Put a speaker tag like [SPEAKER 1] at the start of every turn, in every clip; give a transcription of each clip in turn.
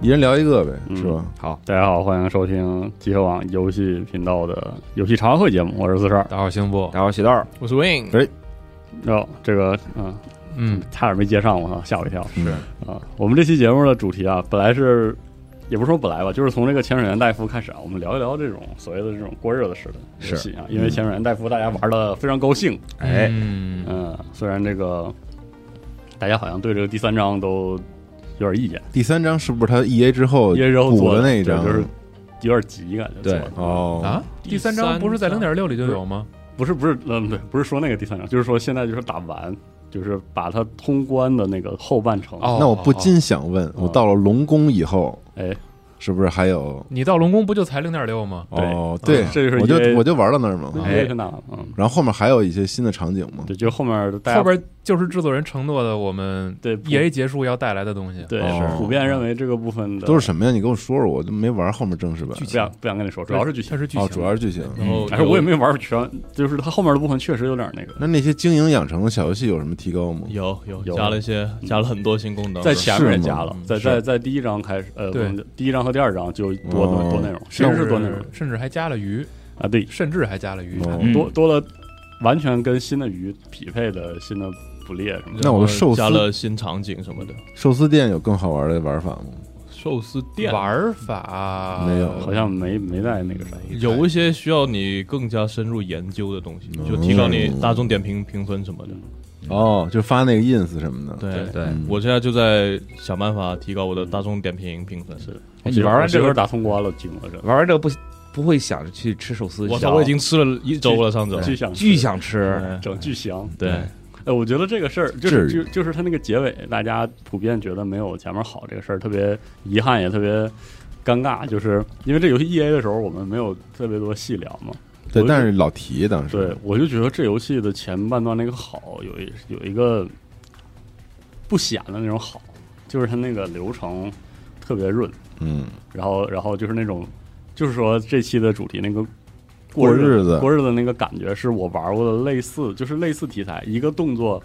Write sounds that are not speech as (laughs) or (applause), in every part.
[SPEAKER 1] 一人聊一个呗，是吧？
[SPEAKER 2] 嗯好，大家好，欢迎收听集合网游戏频道的游戏茶话会节目，我是四十二。
[SPEAKER 3] 打好幸福，
[SPEAKER 4] 然后写道儿，
[SPEAKER 5] 我是 Win，
[SPEAKER 1] 哎
[SPEAKER 2] 哦，这个嗯，
[SPEAKER 3] 嗯，
[SPEAKER 2] 差点没接上，我操，吓我一跳
[SPEAKER 1] 是
[SPEAKER 2] 啊！我们这期节目的主题啊，本来是也不是说本来吧，就是从这个潜水员戴夫开始啊，我们聊一聊这种所谓的这种过日子式的游戏啊，因为潜水员戴夫大家玩的非常高兴，
[SPEAKER 3] 哎，
[SPEAKER 2] 嗯，虽然这个大家好像对这个第三章都有点意见，
[SPEAKER 1] 第三章是不是他 E A 之后
[SPEAKER 2] 因为然后
[SPEAKER 1] 补
[SPEAKER 2] 做
[SPEAKER 1] 的那一章？
[SPEAKER 2] 对就是有点急感觉做
[SPEAKER 3] 对
[SPEAKER 2] 的，
[SPEAKER 1] 哦
[SPEAKER 3] 啊，第三章不是在零点六里就有吗？
[SPEAKER 2] 不是不是，嗯，对，不是说那个第三章，就是说现在就是打完，就是把它通关的那个后半程。
[SPEAKER 3] 哦，
[SPEAKER 1] 那我不禁想
[SPEAKER 2] 哦
[SPEAKER 1] 问，我到了龙宫以后，
[SPEAKER 2] 哎，
[SPEAKER 1] 是不是还有？
[SPEAKER 3] 你到龙宫不就才零点六吗？
[SPEAKER 2] 对嗯
[SPEAKER 1] 哦，对，
[SPEAKER 2] 这就是
[SPEAKER 1] 我就
[SPEAKER 2] EA
[SPEAKER 1] 我就玩到那儿嘛。
[SPEAKER 2] 那
[SPEAKER 3] 哎
[SPEAKER 2] 也挺大的，嗯，
[SPEAKER 1] 然后后面还有一些新的场景嘛。
[SPEAKER 2] 对，就后面大家
[SPEAKER 3] 后边就是制作人承诺的我们
[SPEAKER 2] 对
[SPEAKER 3] E A 结束要带来的东西。
[SPEAKER 2] 对
[SPEAKER 1] 哦
[SPEAKER 2] 普遍认为这个部分的
[SPEAKER 1] 都是什么呀？你跟我说说，我就没玩后面正式版。
[SPEAKER 2] 不想不想跟你说，主要是剧情嗯
[SPEAKER 3] 它。是剧
[SPEAKER 1] 哦，
[SPEAKER 3] 情，
[SPEAKER 1] 主要是哦剧情。
[SPEAKER 5] 然后
[SPEAKER 2] 但哎是我也没玩全，就是它后面的部分确实有点那个。
[SPEAKER 1] 那那些经营养成的小游戏有什么提高
[SPEAKER 2] 嗯
[SPEAKER 1] 吗？
[SPEAKER 5] 有有
[SPEAKER 2] 有
[SPEAKER 5] 加了一些，加了很多新功能，
[SPEAKER 2] 在前面也加了
[SPEAKER 5] 是，吗
[SPEAKER 2] 在在在第一章开始，呃，
[SPEAKER 3] 对
[SPEAKER 2] 我们第一章和第二章就多
[SPEAKER 1] 哦
[SPEAKER 2] 多多内容，其
[SPEAKER 3] 甚
[SPEAKER 2] 实
[SPEAKER 3] 至
[SPEAKER 2] 是多内容
[SPEAKER 3] 甚至还加了鱼，
[SPEAKER 2] 啊，对，
[SPEAKER 3] 甚至还加了鱼。
[SPEAKER 1] 哦
[SPEAKER 4] 嗯
[SPEAKER 2] 多多了完全跟新的鱼匹配的新的捕猎什么的。
[SPEAKER 1] 那我的
[SPEAKER 5] 然后
[SPEAKER 1] 寿司
[SPEAKER 5] 加了新场景什么的，
[SPEAKER 1] 寿司店有更好玩的玩法吗？
[SPEAKER 5] 寿司店
[SPEAKER 3] 玩法
[SPEAKER 1] 没有
[SPEAKER 2] 好像没没在那个啥，
[SPEAKER 4] 嗯
[SPEAKER 5] 有一些需要你更加深入研究的东西，
[SPEAKER 1] 嗯
[SPEAKER 5] 就提高你大众点评评分什么的。
[SPEAKER 2] 嗯
[SPEAKER 1] 哦，就发那个 ins 什么的。
[SPEAKER 5] 对，
[SPEAKER 3] 对
[SPEAKER 1] 嗯
[SPEAKER 5] 我现在就在想办法提高我的大众点评评分。
[SPEAKER 2] 是
[SPEAKER 4] 哎你玩完这
[SPEAKER 2] 这
[SPEAKER 4] 个
[SPEAKER 2] 会打通关了，寂寞着，
[SPEAKER 4] 玩完这个不不会想着去吃寿司
[SPEAKER 5] 我
[SPEAKER 4] 去了，
[SPEAKER 5] 操，我已经吃了一周了，上周。
[SPEAKER 2] 巨想
[SPEAKER 4] 巨想嗯吃，
[SPEAKER 3] 嗯
[SPEAKER 5] 对
[SPEAKER 2] 整巨香。
[SPEAKER 5] 对，
[SPEAKER 2] 哎，我觉得这个事儿就
[SPEAKER 1] 至
[SPEAKER 2] 是
[SPEAKER 1] 于
[SPEAKER 2] 就就是他那个结尾，大家普遍觉得没有前面好，这个事儿特别遗憾，也特别尴尬，就是因为这游戏 E A 的时候，我们没有特别多细聊嘛。
[SPEAKER 1] 对，
[SPEAKER 2] 我就
[SPEAKER 1] 但是老提当时。
[SPEAKER 2] 对，我就觉得这游戏的前半段那个好，有一有一个不显的那种好，就是它那个流程特别润，
[SPEAKER 1] 嗯，
[SPEAKER 2] 然后然后就是那种，就是说这期的主题那个
[SPEAKER 1] 过
[SPEAKER 2] 日
[SPEAKER 1] 日子
[SPEAKER 2] 过日子那个感觉，是我玩过的类似，就是类似题材，一个动作，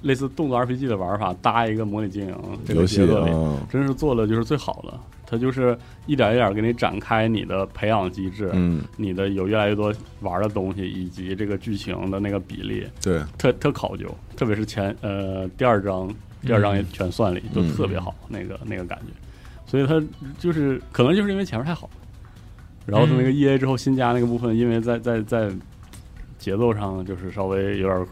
[SPEAKER 2] 类似动作 RPG 的玩法搭一个模拟经营这个
[SPEAKER 1] 游戏
[SPEAKER 2] 节
[SPEAKER 1] 啊
[SPEAKER 2] 奏，里，真是做的就是最好的。它就是一点一点给你展开你的培养机制，
[SPEAKER 1] 嗯，
[SPEAKER 2] 你的有越来越多玩的东西，以及这个剧情的那个比例，
[SPEAKER 1] 对，
[SPEAKER 2] 特特考究，特别是前呃第二章，第二章也全算里、
[SPEAKER 1] 嗯
[SPEAKER 2] 就特别好，那个那个感觉，所以它就是可能就是因为前面太好，然后它
[SPEAKER 3] 嗯
[SPEAKER 2] 那个 E A 之后新加那个部分，因为在在在节奏上就是稍微有点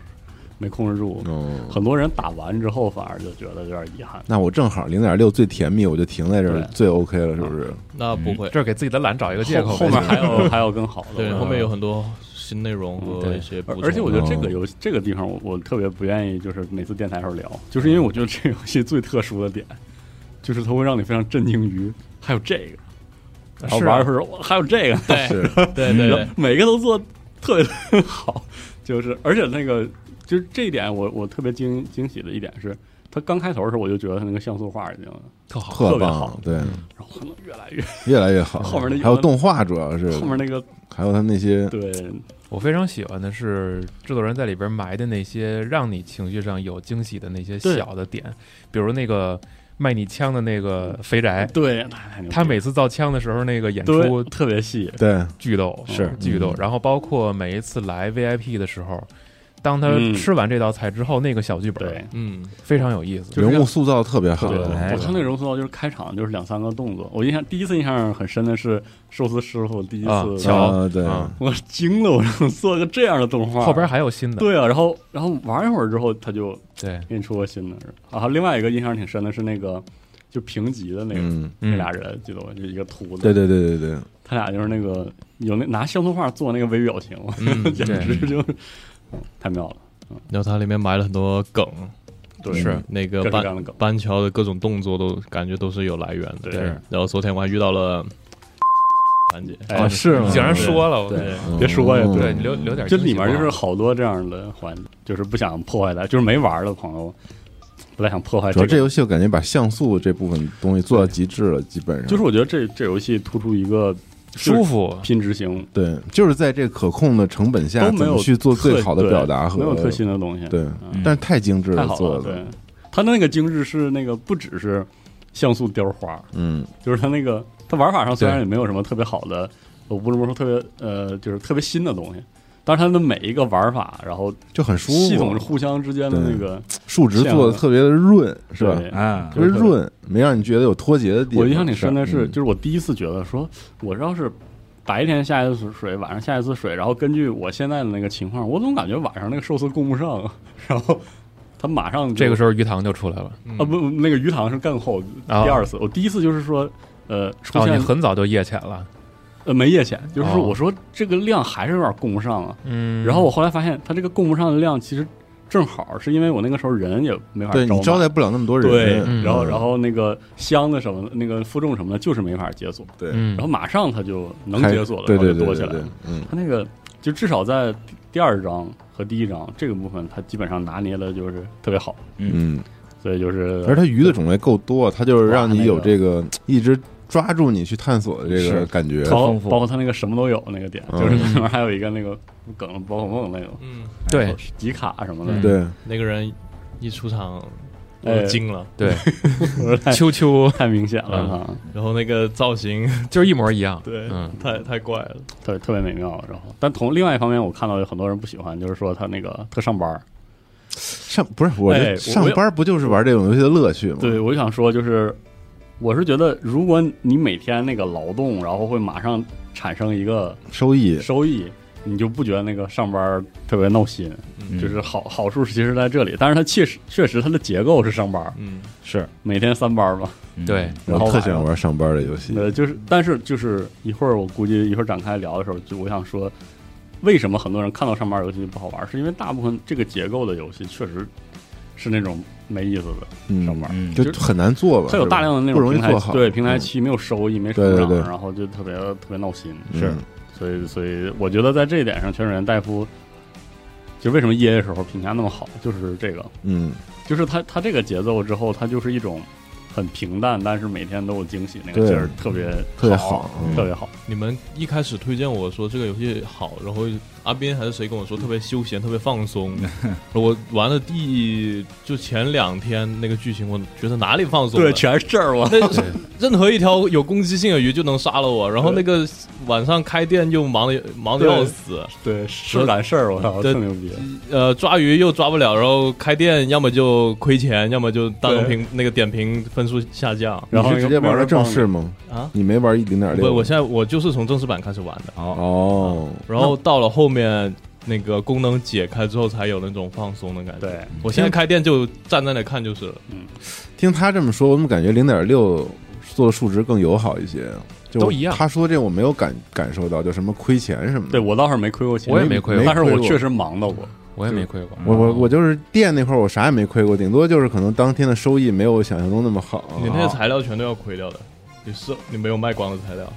[SPEAKER 2] 没控制住，
[SPEAKER 3] 嗯
[SPEAKER 1] 哦，
[SPEAKER 2] 很多人打完之后反而就觉得有点遗憾。
[SPEAKER 1] 那我正好零点六最甜蜜，我就停在这儿
[SPEAKER 2] 对
[SPEAKER 1] 最 OK 了，是不是？
[SPEAKER 5] 那不会。
[SPEAKER 3] 这是给自己的懒找一个借口
[SPEAKER 2] 后
[SPEAKER 3] 呗。
[SPEAKER 2] 后面还有
[SPEAKER 3] (laughs)
[SPEAKER 2] 还有更好的，
[SPEAKER 5] 对，
[SPEAKER 2] 我
[SPEAKER 5] 后面有很多新内容和一些补
[SPEAKER 2] 而
[SPEAKER 5] 充。
[SPEAKER 2] 而且我觉得这个
[SPEAKER 1] 哦
[SPEAKER 2] 游戏这个地方我，我特别不愿意，就是每次电台时候聊，就是因为我觉得这个游戏最特殊的点，就是它会让你非常震惊于还有这个，然后
[SPEAKER 3] 是
[SPEAKER 2] 玩
[SPEAKER 3] 啊
[SPEAKER 2] 的时候哇还有这个，
[SPEAKER 5] 对
[SPEAKER 2] (laughs)
[SPEAKER 1] 是，
[SPEAKER 5] 对对对，
[SPEAKER 2] 每个都做得特别好，就是而且那个就是这一点我，我特别惊惊喜的一点是，它刚开头的时候我就觉得它那个像素画已经，
[SPEAKER 3] 特好，
[SPEAKER 2] 特别
[SPEAKER 1] 棒
[SPEAKER 2] 好，
[SPEAKER 1] 对，
[SPEAKER 2] 然后可能越来越
[SPEAKER 1] 越来越好。
[SPEAKER 2] 后面那
[SPEAKER 1] 还有动画，主要是
[SPEAKER 2] 后面那个
[SPEAKER 1] 还有他那些
[SPEAKER 2] 对
[SPEAKER 3] 我非常喜欢的是制作人在里边埋的那些让你情绪上有惊喜的那些
[SPEAKER 2] 对
[SPEAKER 3] 小的点，比如那个卖你枪的那个肥宅，
[SPEAKER 2] 对，太太牛逼
[SPEAKER 3] 他
[SPEAKER 2] 了
[SPEAKER 3] 每次造枪的时候那个演
[SPEAKER 2] 对
[SPEAKER 3] 出
[SPEAKER 2] 特别细，
[SPEAKER 1] 对
[SPEAKER 3] 巨逗，
[SPEAKER 2] 是
[SPEAKER 3] 巨逗
[SPEAKER 1] 嗯。
[SPEAKER 3] 然后包括每一次来 VIP 的时候，当他
[SPEAKER 2] 嗯
[SPEAKER 3] 吃完这道菜之后，那个小剧
[SPEAKER 2] 对
[SPEAKER 3] 本。
[SPEAKER 5] 嗯，
[SPEAKER 3] 非常有意思。
[SPEAKER 2] 就是
[SPEAKER 1] 人物塑造特别好
[SPEAKER 2] 对，，
[SPEAKER 4] 哎
[SPEAKER 2] 我看那个容塑造就是开场就是两三个动作，我印象第一次印象很深的是寿司师傅第一
[SPEAKER 3] 啊
[SPEAKER 2] 次，
[SPEAKER 3] 乔
[SPEAKER 1] 啊对，
[SPEAKER 3] 啊
[SPEAKER 2] 我惊了，我说做个这样的动画，
[SPEAKER 3] 后边还有新的，
[SPEAKER 2] 对啊，然后然后玩一会儿之后他就
[SPEAKER 3] 对
[SPEAKER 2] 啊给你出个新的，然后另外一个印象挺深的是那个就评级的那个、
[SPEAKER 1] 嗯，
[SPEAKER 2] 那
[SPEAKER 3] 嗯
[SPEAKER 2] 俩人，记得吧？就一个秃子，
[SPEAKER 1] 对对对对对，
[SPEAKER 2] 他俩就是那个有那拿生动画做那个微表情，
[SPEAKER 5] 嗯，
[SPEAKER 2] 简直就是太妙了，
[SPEAKER 5] 然后它里面埋了很多梗，
[SPEAKER 2] 对，
[SPEAKER 1] 是
[SPEAKER 5] 那个
[SPEAKER 2] 各式各
[SPEAKER 5] 搬
[SPEAKER 2] 样的梗，
[SPEAKER 5] 搬桥的各种动作都感觉都是有来源的。
[SPEAKER 2] 对
[SPEAKER 3] 是
[SPEAKER 5] 然后昨天我还遇到了樊姐，
[SPEAKER 2] 哎，
[SPEAKER 4] 哦是吗
[SPEAKER 3] 你竟然说了，我
[SPEAKER 2] 对，
[SPEAKER 1] 嗯
[SPEAKER 2] 别说呀，
[SPEAKER 3] 对
[SPEAKER 1] 对
[SPEAKER 3] 你留留点
[SPEAKER 2] 这
[SPEAKER 3] 惊喜
[SPEAKER 2] 里面就是
[SPEAKER 3] 吧
[SPEAKER 2] 好多这样的环，就是不想破坏的，就是没玩儿的朋友不太想破坏
[SPEAKER 1] 主要
[SPEAKER 2] 这
[SPEAKER 1] 这
[SPEAKER 2] 个。
[SPEAKER 1] 游戏我感觉把像素这部分东西做到极致了，基本上
[SPEAKER 2] 就是我觉得这这游戏突出一个
[SPEAKER 3] 舒服，
[SPEAKER 2] 拼执行
[SPEAKER 1] 对，就是在这可控的成本下，
[SPEAKER 2] 都没
[SPEAKER 1] 怎
[SPEAKER 2] 有
[SPEAKER 1] 么去做最
[SPEAKER 2] 特
[SPEAKER 1] 好的
[SPEAKER 2] 对
[SPEAKER 1] 表达和
[SPEAKER 2] 没有特新的东西，
[SPEAKER 1] 对
[SPEAKER 2] 嗯，
[SPEAKER 1] 但是太精致
[SPEAKER 2] 太
[SPEAKER 1] 了
[SPEAKER 2] 好
[SPEAKER 1] 做
[SPEAKER 2] 对
[SPEAKER 1] 的，，
[SPEAKER 2] 它的那个精致是那个不只是像素雕花，
[SPEAKER 1] 嗯，
[SPEAKER 2] 就是它那个它玩法上虽然
[SPEAKER 3] 对
[SPEAKER 2] 也没有什么特别好的，我不能说特别呃就是特别新的东西，但是它的每一个玩法，然后
[SPEAKER 1] 就很舒
[SPEAKER 2] 系统
[SPEAKER 1] 服
[SPEAKER 2] 是，互相之间的
[SPEAKER 1] 对
[SPEAKER 2] 那个
[SPEAKER 1] 数值做的特别的润，是吧？
[SPEAKER 5] 嗯
[SPEAKER 2] 对
[SPEAKER 4] 啊
[SPEAKER 1] 就是润，没让你觉得有脱节的地方。
[SPEAKER 2] 我印象挺深的是，
[SPEAKER 1] 嗯
[SPEAKER 2] 就是我第一次觉得说，我要是白天下一次水，晚上下一次水，然后根据我现在的那个情况，我总感觉晚上那个寿司供不上，然后他马上就
[SPEAKER 3] 这个时候鱼塘就出来了。
[SPEAKER 2] 啊不，那个鱼塘是更后
[SPEAKER 3] 啊
[SPEAKER 2] 第二次，我第一次就是说。呃，出
[SPEAKER 3] 哦，你
[SPEAKER 2] 现、
[SPEAKER 3] 很早就夜潜了，
[SPEAKER 2] 呃没夜潜，就是说
[SPEAKER 3] 哦
[SPEAKER 2] 我说这个量还是有点供不上啊。
[SPEAKER 3] 嗯
[SPEAKER 2] 然后我后来发现，它这个供不上的量其实正好是因为我那个时候人也没法
[SPEAKER 1] 对你招
[SPEAKER 2] 满
[SPEAKER 1] 待不了那么多人，
[SPEAKER 2] 对，
[SPEAKER 3] 嗯
[SPEAKER 2] 然后
[SPEAKER 1] 嗯
[SPEAKER 2] 然后那个箱子什么的，那个负重什么的，就是没法解锁。
[SPEAKER 1] 对，
[SPEAKER 3] 嗯，
[SPEAKER 2] 然后马上他就能
[SPEAKER 1] 开
[SPEAKER 2] 解锁了，
[SPEAKER 1] 对
[SPEAKER 2] 然
[SPEAKER 1] 对
[SPEAKER 2] 后就
[SPEAKER 1] 对
[SPEAKER 2] 多
[SPEAKER 1] 对
[SPEAKER 2] 起来
[SPEAKER 1] 对
[SPEAKER 2] 了。，
[SPEAKER 1] 嗯，
[SPEAKER 2] 他那个就至少在第第二章和第一章这个部分，他基本上拿捏的就是特别好，
[SPEAKER 1] 嗯，
[SPEAKER 2] 所以就是
[SPEAKER 1] 而它鱼的种类够多，它就是让
[SPEAKER 2] 哇
[SPEAKER 1] 你
[SPEAKER 2] 那个
[SPEAKER 1] 有这个一直抓住你去探索的这个
[SPEAKER 4] 是
[SPEAKER 1] 感觉，
[SPEAKER 2] 包
[SPEAKER 4] 丰富
[SPEAKER 2] 包括他那个什么都有那个点，
[SPEAKER 1] 嗯
[SPEAKER 2] 就是里面还有一个那个梗宝可梦那个
[SPEAKER 5] 嗯，
[SPEAKER 3] 对
[SPEAKER 2] 集卡什么的，
[SPEAKER 3] 嗯
[SPEAKER 1] 对，
[SPEAKER 5] 那个人一出场
[SPEAKER 2] 哎 (laughs)
[SPEAKER 5] 我惊了，
[SPEAKER 3] 对，
[SPEAKER 2] 我说太
[SPEAKER 3] 秋秋
[SPEAKER 2] 太明显了
[SPEAKER 1] 嗯
[SPEAKER 2] 哈，
[SPEAKER 5] 然后那个造型
[SPEAKER 3] 就是一模一样，
[SPEAKER 5] 对
[SPEAKER 3] 嗯，
[SPEAKER 5] 太太怪了，
[SPEAKER 2] 特特别美妙。然后，但同另外一方面，我看到有很多人不喜欢，就是说他那个特上班儿。
[SPEAKER 1] 上不是我
[SPEAKER 2] 哎
[SPEAKER 1] 这
[SPEAKER 2] 我
[SPEAKER 1] 上班不就是玩这种游戏的乐趣吗？
[SPEAKER 2] 对，我想说就是，我是觉得如果你每天那个劳动，然后会马上产生一个
[SPEAKER 1] 收益
[SPEAKER 2] 收益，你就不觉得那个上班儿特别闹心，
[SPEAKER 4] 嗯
[SPEAKER 2] 就是好好处其实在这里，但是它确实确实它的结构是上班儿，
[SPEAKER 5] 嗯，
[SPEAKER 4] 是
[SPEAKER 2] 每天三班儿嘛，
[SPEAKER 4] 嗯
[SPEAKER 3] 对，
[SPEAKER 1] 我
[SPEAKER 2] 然后
[SPEAKER 1] 特喜欢玩上班的游戏，
[SPEAKER 2] 呃，就是但是就是一会儿我估计一会儿展开聊的时候，就我想说，为什么很多人看到上班儿游戏就不好玩儿，是因为大部分这个结构的游戏确实是那种没意思的，
[SPEAKER 1] 嗯
[SPEAKER 2] 上班
[SPEAKER 4] 嗯
[SPEAKER 1] 就
[SPEAKER 2] 就是
[SPEAKER 1] 很难做吧？
[SPEAKER 2] 它有大量的那
[SPEAKER 1] 不容
[SPEAKER 2] 种
[SPEAKER 1] 易
[SPEAKER 2] 平台
[SPEAKER 1] 做好
[SPEAKER 2] 对平台
[SPEAKER 1] 嗯
[SPEAKER 2] 期没有收益、没
[SPEAKER 1] 对
[SPEAKER 2] 成
[SPEAKER 1] 对
[SPEAKER 2] 长，
[SPEAKER 1] 对
[SPEAKER 2] 然后就特别特别闹心。
[SPEAKER 1] 是吧嗯
[SPEAKER 2] 所以所以我觉得在这一点上，全水原戴夫就为什么 E A 时候评价那么好，就是这个，
[SPEAKER 1] 嗯，
[SPEAKER 2] 就是他他这个节奏之后，他就是一种很平淡，但是每天都有惊喜，那个
[SPEAKER 1] 对
[SPEAKER 2] 劲儿特别
[SPEAKER 1] 特别
[SPEAKER 2] 好，
[SPEAKER 1] 好，嗯
[SPEAKER 2] 特别好。
[SPEAKER 5] 你们一开始推荐我说这个游戏好，然后阿斌还是谁跟我说特别休闲、特别放松。
[SPEAKER 4] 嗯
[SPEAKER 5] 我玩了第就前两天那个剧情，我觉得哪里放松了？
[SPEAKER 2] 全是这儿我。
[SPEAKER 5] (laughs) 那任何一条有攻击性的鱼就能杀了我，然后那个晚上开店又忙的忙的要死，
[SPEAKER 2] (laughs) 对，是赶事儿，我操，
[SPEAKER 5] 对
[SPEAKER 2] 特牛逼！
[SPEAKER 5] 呃，抓鱼又抓不了，然后开店要么就亏钱，要么就大众
[SPEAKER 2] 对
[SPEAKER 5] 评那个点评分数下降
[SPEAKER 2] 然后
[SPEAKER 1] 你是直接玩的正式吗？
[SPEAKER 5] 啊。
[SPEAKER 1] 你没玩一零点
[SPEAKER 5] 不，
[SPEAKER 1] 六？
[SPEAKER 5] 我现在我就是从正式版开始玩的，
[SPEAKER 4] 好，
[SPEAKER 1] 哦，
[SPEAKER 5] 然后到了后面那个功能解开之后才有那种放松的感觉。，
[SPEAKER 2] 对，
[SPEAKER 5] 我现在开店就站在那看就是了，
[SPEAKER 1] 听他这么说，我怎么感觉零点六做的数值更友好一些？就
[SPEAKER 3] 都一样
[SPEAKER 1] 他说这我没有感感受到，就什么亏钱什么的。
[SPEAKER 2] 对我倒是没亏过钱，
[SPEAKER 3] 我也没亏过
[SPEAKER 2] 但是
[SPEAKER 1] 没
[SPEAKER 2] 我
[SPEAKER 1] 亏过
[SPEAKER 2] 确实忙到过。
[SPEAKER 3] 我也没亏过，
[SPEAKER 1] 我我我就是店那块儿，我啥也没亏过，顶多就是可能当天的收益没有我想象中那么好。
[SPEAKER 2] 哦嗯
[SPEAKER 5] 你那些材料全都要亏掉的，你是你没有卖光的材料。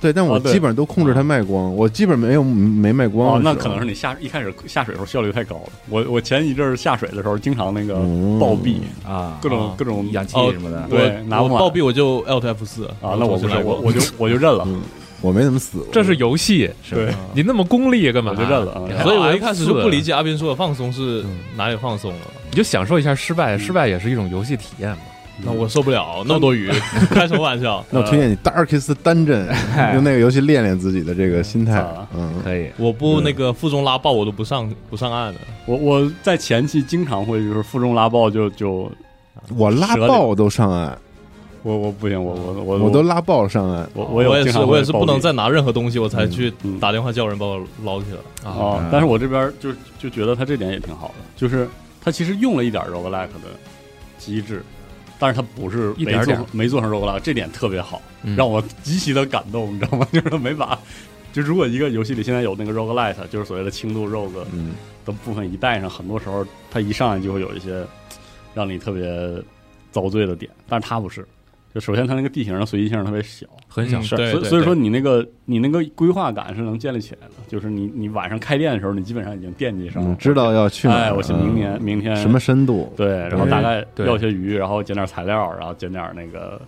[SPEAKER 1] 对，但我
[SPEAKER 2] 啊对嗯
[SPEAKER 1] 基本上都控制它卖光，我基本没有没卖光
[SPEAKER 2] 哦，
[SPEAKER 1] 的时候。
[SPEAKER 2] 那可能是你下一开始下水的时候效率太高了。我我前一阵儿下水的时候，经常那个
[SPEAKER 1] 嗯
[SPEAKER 2] 暴毙，
[SPEAKER 4] 啊，
[SPEAKER 2] 各种
[SPEAKER 5] 啊
[SPEAKER 2] 各种
[SPEAKER 4] 氧气什么的，
[SPEAKER 2] 对
[SPEAKER 5] 我
[SPEAKER 2] 拿
[SPEAKER 5] 我
[SPEAKER 2] 不满
[SPEAKER 5] 暴毙我就 Alt F 四
[SPEAKER 2] 啊，那我不
[SPEAKER 5] 不
[SPEAKER 2] 是我我就我就认了，
[SPEAKER 1] 我没怎么死过。
[SPEAKER 3] 这是游戏，
[SPEAKER 2] 对，
[SPEAKER 3] 你那么功利干嘛？
[SPEAKER 2] 我就认了啊
[SPEAKER 3] 你还
[SPEAKER 5] 所以我一
[SPEAKER 3] RF4
[SPEAKER 5] 开始就不理，解阿斌说的放松是
[SPEAKER 3] 嗯
[SPEAKER 5] 哪里放松了。
[SPEAKER 3] 你就享受一下失败，失败也是一种游戏体验嘛。
[SPEAKER 5] 那我受不了那么多 (laughs) 鱼，开什么玩笑？呃
[SPEAKER 1] 那我
[SPEAKER 2] 呃
[SPEAKER 1] 推荐你《Darkest Dungeon》，用
[SPEAKER 2] 哎
[SPEAKER 1] 那个游戏练练自己的这个心态
[SPEAKER 2] 啊。
[SPEAKER 1] 嗯，
[SPEAKER 4] 可以，
[SPEAKER 5] 我不那个负重拉爆，我都不上不上岸的。
[SPEAKER 2] 我我在前期经常会就是负重拉爆就就
[SPEAKER 1] 我拉
[SPEAKER 2] 折了
[SPEAKER 1] 爆都上岸，
[SPEAKER 2] 我我不行我我我
[SPEAKER 1] 我都拉爆上岸。
[SPEAKER 2] 我
[SPEAKER 5] 我
[SPEAKER 2] 有
[SPEAKER 5] 也
[SPEAKER 2] 经
[SPEAKER 5] 是，
[SPEAKER 2] 常
[SPEAKER 5] 我也
[SPEAKER 2] 会
[SPEAKER 5] 是
[SPEAKER 2] 暴
[SPEAKER 5] 不能
[SPEAKER 2] 毙
[SPEAKER 5] 再拿任何东西，我才去
[SPEAKER 2] 嗯
[SPEAKER 5] 打电话叫人把我捞起来。
[SPEAKER 2] 哦，
[SPEAKER 3] 啊
[SPEAKER 2] 但是我这边就就觉得他这点也挺好的，就是他其实用了一点 roguelike 的机制，但是它不是
[SPEAKER 3] 一
[SPEAKER 2] 没
[SPEAKER 3] 点儿
[SPEAKER 2] 做
[SPEAKER 3] 点儿
[SPEAKER 2] 没做成 roguelike，这点特别好，
[SPEAKER 3] 嗯
[SPEAKER 2] 让我极其的感动，你知道吗？ (laughs) 就是没把，就如果一个游戏里现在有那个 roguelite，就是所谓的轻度 rogue
[SPEAKER 1] 嗯，
[SPEAKER 2] 的部分一带上，很多时候它一上来就会有一些让你特别遭罪的点，但是它不是。就首先它那个地形的随机性特别小，
[SPEAKER 3] 很小
[SPEAKER 5] 嗯
[SPEAKER 3] 事。
[SPEAKER 5] 是对
[SPEAKER 2] 所以
[SPEAKER 5] 对
[SPEAKER 2] 所以说
[SPEAKER 5] 对
[SPEAKER 2] 你那个你那个规划感是能建立起来的，就是你你晚上开店的时候，你基本上已经惦记上了，
[SPEAKER 1] 嗯知道要去哪儿，
[SPEAKER 2] 哎，我去明年
[SPEAKER 1] 嗯
[SPEAKER 2] 明天
[SPEAKER 1] 什么深度？
[SPEAKER 2] 对，然后
[SPEAKER 3] 对
[SPEAKER 2] 大概
[SPEAKER 3] 对
[SPEAKER 2] 钓些鱼，然后捡点材料，然后捡点那个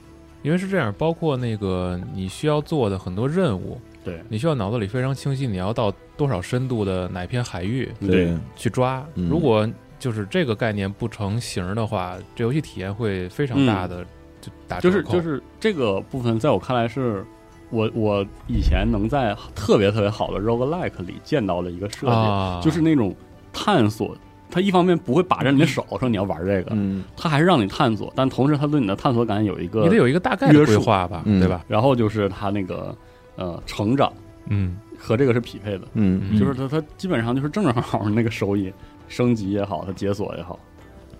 [SPEAKER 3] 因为是这样，包括那个你需要做的很多任务，
[SPEAKER 2] 对
[SPEAKER 3] 你需要脑子里非常清晰，你要到多少深度的哪片海域
[SPEAKER 1] 对，
[SPEAKER 3] 去抓。
[SPEAKER 1] 嗯
[SPEAKER 3] 如果就是这个概念不成形儿的话，这游戏体验会非常大的就打折
[SPEAKER 2] 嗯就是
[SPEAKER 3] 扣
[SPEAKER 2] 就是这个部分，在我看来是我我以前能在特别特别好的 roguelike 里见到的一个设计，
[SPEAKER 3] 啊，
[SPEAKER 2] 就是那种探索。它一方面不会把着你的手说你要玩这个，
[SPEAKER 1] 嗯
[SPEAKER 2] 它还是让你探索，但同时它对你的探索感有一个
[SPEAKER 3] 你得有一个大概的
[SPEAKER 2] 约束
[SPEAKER 3] 规划吧，
[SPEAKER 1] 嗯
[SPEAKER 3] 对吧？
[SPEAKER 2] 然后就是他那个呃成长
[SPEAKER 3] 嗯，
[SPEAKER 2] 和这个是匹配的，
[SPEAKER 1] 嗯，
[SPEAKER 2] 就是他他基本上就是正正好好那个收益升级也好，它解锁也好，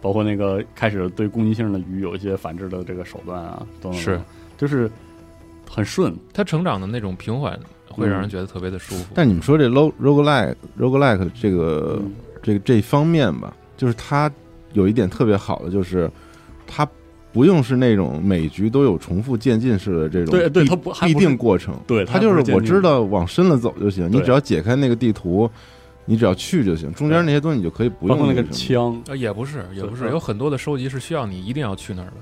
[SPEAKER 2] 包括那个开始对攻击性的鱼有一些反制的这个手段啊，等等
[SPEAKER 3] 是
[SPEAKER 2] 等就是很顺，
[SPEAKER 3] 它成长的那种平缓会让人觉得特别的舒服。
[SPEAKER 1] 但你们说这 lo- roguelike roguelike 这个
[SPEAKER 2] 嗯
[SPEAKER 1] 这个这方面吧，就是它有一点特别好的，就是它不用是那种每局都有重复渐进式的这种
[SPEAKER 2] 对对，
[SPEAKER 1] 必
[SPEAKER 2] 它不还
[SPEAKER 1] 必
[SPEAKER 2] 不是
[SPEAKER 1] 定过程，
[SPEAKER 2] 对
[SPEAKER 1] 它
[SPEAKER 2] 它
[SPEAKER 1] 就
[SPEAKER 2] 不是
[SPEAKER 1] 我
[SPEAKER 2] 渐进
[SPEAKER 1] 知道往深了走就行，你
[SPEAKER 2] 对
[SPEAKER 1] 只要解开那个地图，你只要去就行，中间那些东西你就可以不
[SPEAKER 2] 包
[SPEAKER 1] 用
[SPEAKER 2] 括那个
[SPEAKER 1] 什么
[SPEAKER 2] 枪，
[SPEAKER 3] 呃，也不是，也不是，
[SPEAKER 2] 是
[SPEAKER 3] 有很多的收集是需要你一定要去那儿的。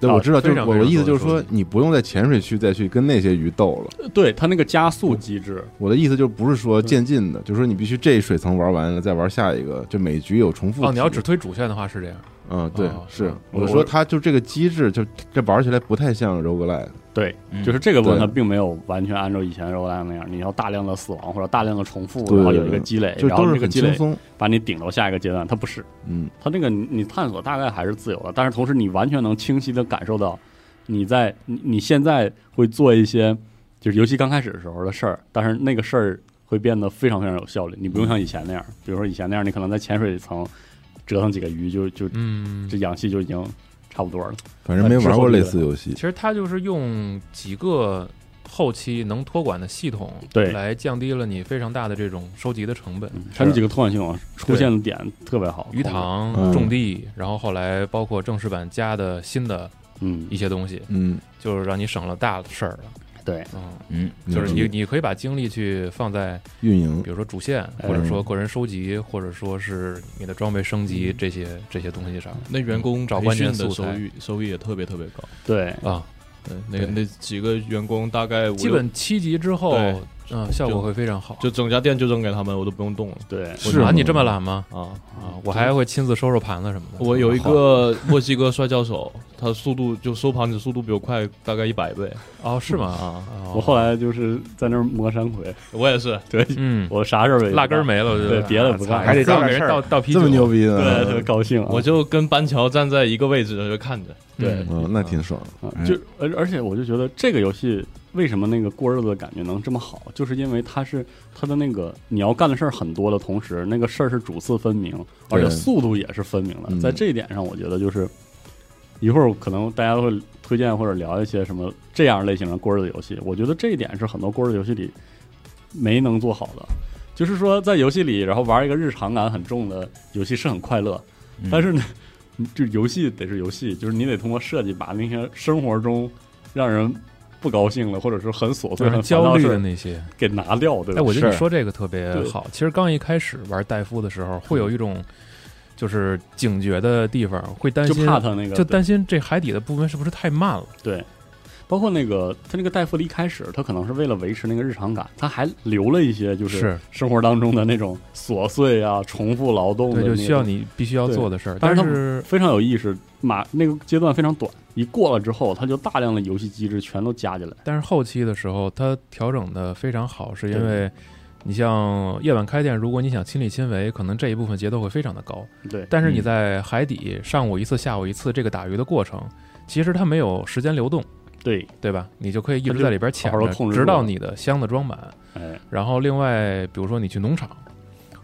[SPEAKER 1] 对，
[SPEAKER 2] 啊
[SPEAKER 1] 我知道，就
[SPEAKER 3] 非
[SPEAKER 1] 是
[SPEAKER 3] 常
[SPEAKER 1] 我
[SPEAKER 3] 非
[SPEAKER 1] 的
[SPEAKER 3] 常
[SPEAKER 1] 意思就是
[SPEAKER 3] 多的
[SPEAKER 1] 说
[SPEAKER 3] 东，
[SPEAKER 1] 你不用在浅水区再去跟那些鱼斗了。
[SPEAKER 2] 对它那个加速机制，
[SPEAKER 1] 我的意思就不是说渐进的，就是说你必须这一水层玩完了再玩下一个，就每局有重复。
[SPEAKER 3] 哦，你要只推主线的话是这样，
[SPEAKER 1] 嗯，对
[SPEAKER 3] 哦，
[SPEAKER 1] 是
[SPEAKER 3] 嗯
[SPEAKER 1] 我
[SPEAKER 2] 我
[SPEAKER 1] 说它就这个机制，就这玩起来不太像 roguelike。
[SPEAKER 2] 对，
[SPEAKER 4] 嗯
[SPEAKER 2] 就是这个部分
[SPEAKER 1] 对
[SPEAKER 2] 它并没有完全按照以前 r o l 那样，你要大量的死亡或者大量的重复，
[SPEAKER 1] 对
[SPEAKER 2] 然后
[SPEAKER 1] 对
[SPEAKER 2] 有一个
[SPEAKER 1] 对
[SPEAKER 2] 积累，
[SPEAKER 1] 就
[SPEAKER 2] 哎然后
[SPEAKER 1] 都是
[SPEAKER 2] 这个
[SPEAKER 1] 很
[SPEAKER 2] 积
[SPEAKER 1] 轻
[SPEAKER 2] 累
[SPEAKER 1] 松。
[SPEAKER 2] 把你顶到下一个阶段，它不是。
[SPEAKER 1] 嗯，
[SPEAKER 2] 它那个你你探索大概还是自由的，但是同时你完全能清晰的感受到你在你你现在会做一些就是尤其刚开始的时候的事儿，但是那个事儿会变得非常非常有效率，你不用像以前那样，比如说以前那样，你可能在潜水层折腾几个鱼就就
[SPEAKER 3] 嗯
[SPEAKER 2] 这，氧气就已经差不多了，
[SPEAKER 1] 反正没
[SPEAKER 2] 那之
[SPEAKER 1] 玩过
[SPEAKER 2] 后就
[SPEAKER 1] 类似游戏
[SPEAKER 3] 其。实它就是用几个后期能托管的系统，
[SPEAKER 2] 对嗯
[SPEAKER 3] 来降低了你非常大的这种收集的成
[SPEAKER 1] 嗯
[SPEAKER 3] 本。
[SPEAKER 2] 它那几个托管系统出现的点特别好，
[SPEAKER 3] 鱼塘
[SPEAKER 1] 嗯、
[SPEAKER 3] 种地，然后后来包括正式版加的新的
[SPEAKER 2] 嗯
[SPEAKER 3] 一，些东西，
[SPEAKER 1] 嗯，
[SPEAKER 3] 就是让你省了大事儿了。
[SPEAKER 2] 对，
[SPEAKER 3] 嗯，
[SPEAKER 4] 嗯，
[SPEAKER 3] 就是你
[SPEAKER 1] 嗯
[SPEAKER 3] 你可以把精力去放在
[SPEAKER 1] 运营
[SPEAKER 3] 比如说主线，
[SPEAKER 2] 哎
[SPEAKER 3] 或者说个人收集，或者说是你的装备升级这些这些东西上
[SPEAKER 5] 那员工
[SPEAKER 3] 找
[SPEAKER 5] 培
[SPEAKER 3] 关
[SPEAKER 5] 训
[SPEAKER 3] 键
[SPEAKER 5] 的
[SPEAKER 3] 素
[SPEAKER 5] 收
[SPEAKER 3] 材
[SPEAKER 5] 益收益也特别特别高，
[SPEAKER 2] 对，
[SPEAKER 3] 啊。
[SPEAKER 5] 对，那那几个员工大概五
[SPEAKER 3] 基
[SPEAKER 5] 六
[SPEAKER 3] 本七级之后
[SPEAKER 5] 对，
[SPEAKER 3] 嗯，效果会非常好。
[SPEAKER 5] 就整家店就扔给他们，我都不用动了
[SPEAKER 2] 对，
[SPEAKER 3] 我
[SPEAKER 1] 是
[SPEAKER 3] 拿你
[SPEAKER 1] 吗
[SPEAKER 3] 这么懒吗？
[SPEAKER 5] 啊。
[SPEAKER 2] 嗯
[SPEAKER 3] 啊，我还会亲自收拾盘子什么的。
[SPEAKER 5] 我有一
[SPEAKER 3] 好
[SPEAKER 5] 个墨西哥摔跤手，他速度就收盘子速度比我快大概一百倍
[SPEAKER 3] 哦，是吗？
[SPEAKER 5] 啊！
[SPEAKER 3] 哦
[SPEAKER 2] 我后来就是在那儿磨山葵，
[SPEAKER 5] 我也是，
[SPEAKER 2] 对
[SPEAKER 3] 嗯，
[SPEAKER 2] 我啥事儿没
[SPEAKER 3] 辣根儿
[SPEAKER 2] 干
[SPEAKER 3] 没了，我觉得
[SPEAKER 2] 对别的不干
[SPEAKER 3] 啊
[SPEAKER 4] 还得
[SPEAKER 3] 操
[SPEAKER 4] 找点
[SPEAKER 3] 给人
[SPEAKER 4] 事儿
[SPEAKER 3] 倒倒啤酒，
[SPEAKER 1] 这么牛逼
[SPEAKER 3] 嗯
[SPEAKER 2] 对，特
[SPEAKER 1] 的，
[SPEAKER 2] 别高兴啊，
[SPEAKER 5] 我就跟班乔站在一个位置然后就看着。
[SPEAKER 3] 嗯
[SPEAKER 2] 对
[SPEAKER 1] 嗯，那挺爽的。
[SPEAKER 2] 啊
[SPEAKER 4] 嗯，
[SPEAKER 2] 就而而且我就觉得这个游戏为什么那个过日子的感觉能这么好，就是因为它是它的那个你要干的事儿很多的同时，那个事儿是主次分明，而且速度也是分明的。
[SPEAKER 1] 嗯
[SPEAKER 2] 在这一点上，我觉得就是一会儿可能大家会推荐或者聊一些什么这样类型的过日子游戏，我觉得这一点是很多过日子游戏里没能做好的。就是说，在游戏里，然后玩一个日常感很重的游戏是很快乐，
[SPEAKER 4] 嗯
[SPEAKER 2] 但是呢， (laughs) 就游戏得是游戏，就是你得通过设计把那些生活中让人不高兴的，或者是很琐碎、
[SPEAKER 3] 就是
[SPEAKER 2] 很
[SPEAKER 3] 很
[SPEAKER 2] 烦
[SPEAKER 3] 嗯焦
[SPEAKER 2] 躁的
[SPEAKER 3] 虑
[SPEAKER 2] 事
[SPEAKER 3] 的
[SPEAKER 2] 儿
[SPEAKER 3] 那些。
[SPEAKER 2] 给拿掉，对
[SPEAKER 3] 哎，
[SPEAKER 2] 吧？
[SPEAKER 3] 我觉得
[SPEAKER 1] 是
[SPEAKER 3] 你说这个特别好。其实刚一开始玩戴夫的时候，会
[SPEAKER 2] 嗯
[SPEAKER 3] 有一种就是警觉的地方，会担
[SPEAKER 2] 就
[SPEAKER 3] 心，
[SPEAKER 2] 怕他那个，
[SPEAKER 3] 就
[SPEAKER 2] 对
[SPEAKER 3] 担心这海底的部分是不是太慢了。
[SPEAKER 2] 包括那个他那个戴夫的一开始，他可能是为了维持那个日常感，他还留了一些就是
[SPEAKER 3] 是，
[SPEAKER 2] 生活当中的那种琐碎啊、重复劳动的
[SPEAKER 3] 对，
[SPEAKER 2] 那种，
[SPEAKER 3] 就需要你必须要
[SPEAKER 2] 对
[SPEAKER 3] 做的事儿。
[SPEAKER 2] 但
[SPEAKER 3] 但
[SPEAKER 2] 是它
[SPEAKER 3] 是
[SPEAKER 2] 非常有意识。马那个阶段非常短，一过了之后，他就大量的游戏机制全都加进来。
[SPEAKER 3] 但是后期的时候，它调整的非常好，是因为你像夜晚开店，如果你想亲力亲为，可能这一部分节奏会非常的高。
[SPEAKER 2] 对，
[SPEAKER 3] 但是你
[SPEAKER 1] 嗯
[SPEAKER 3] 在海底上午一次、下午一次这个打鱼的过程，其实它没有时间流动，
[SPEAKER 2] 对，
[SPEAKER 3] 对吧？你就可以
[SPEAKER 2] 它
[SPEAKER 3] 一直
[SPEAKER 2] 就
[SPEAKER 3] 在里边潜
[SPEAKER 2] 好好
[SPEAKER 3] 着
[SPEAKER 2] 地控，制
[SPEAKER 3] 直
[SPEAKER 2] 住
[SPEAKER 3] 到
[SPEAKER 2] 了
[SPEAKER 3] 你的箱子装满。
[SPEAKER 2] 哎，
[SPEAKER 3] 然后另外，比如说你去农场，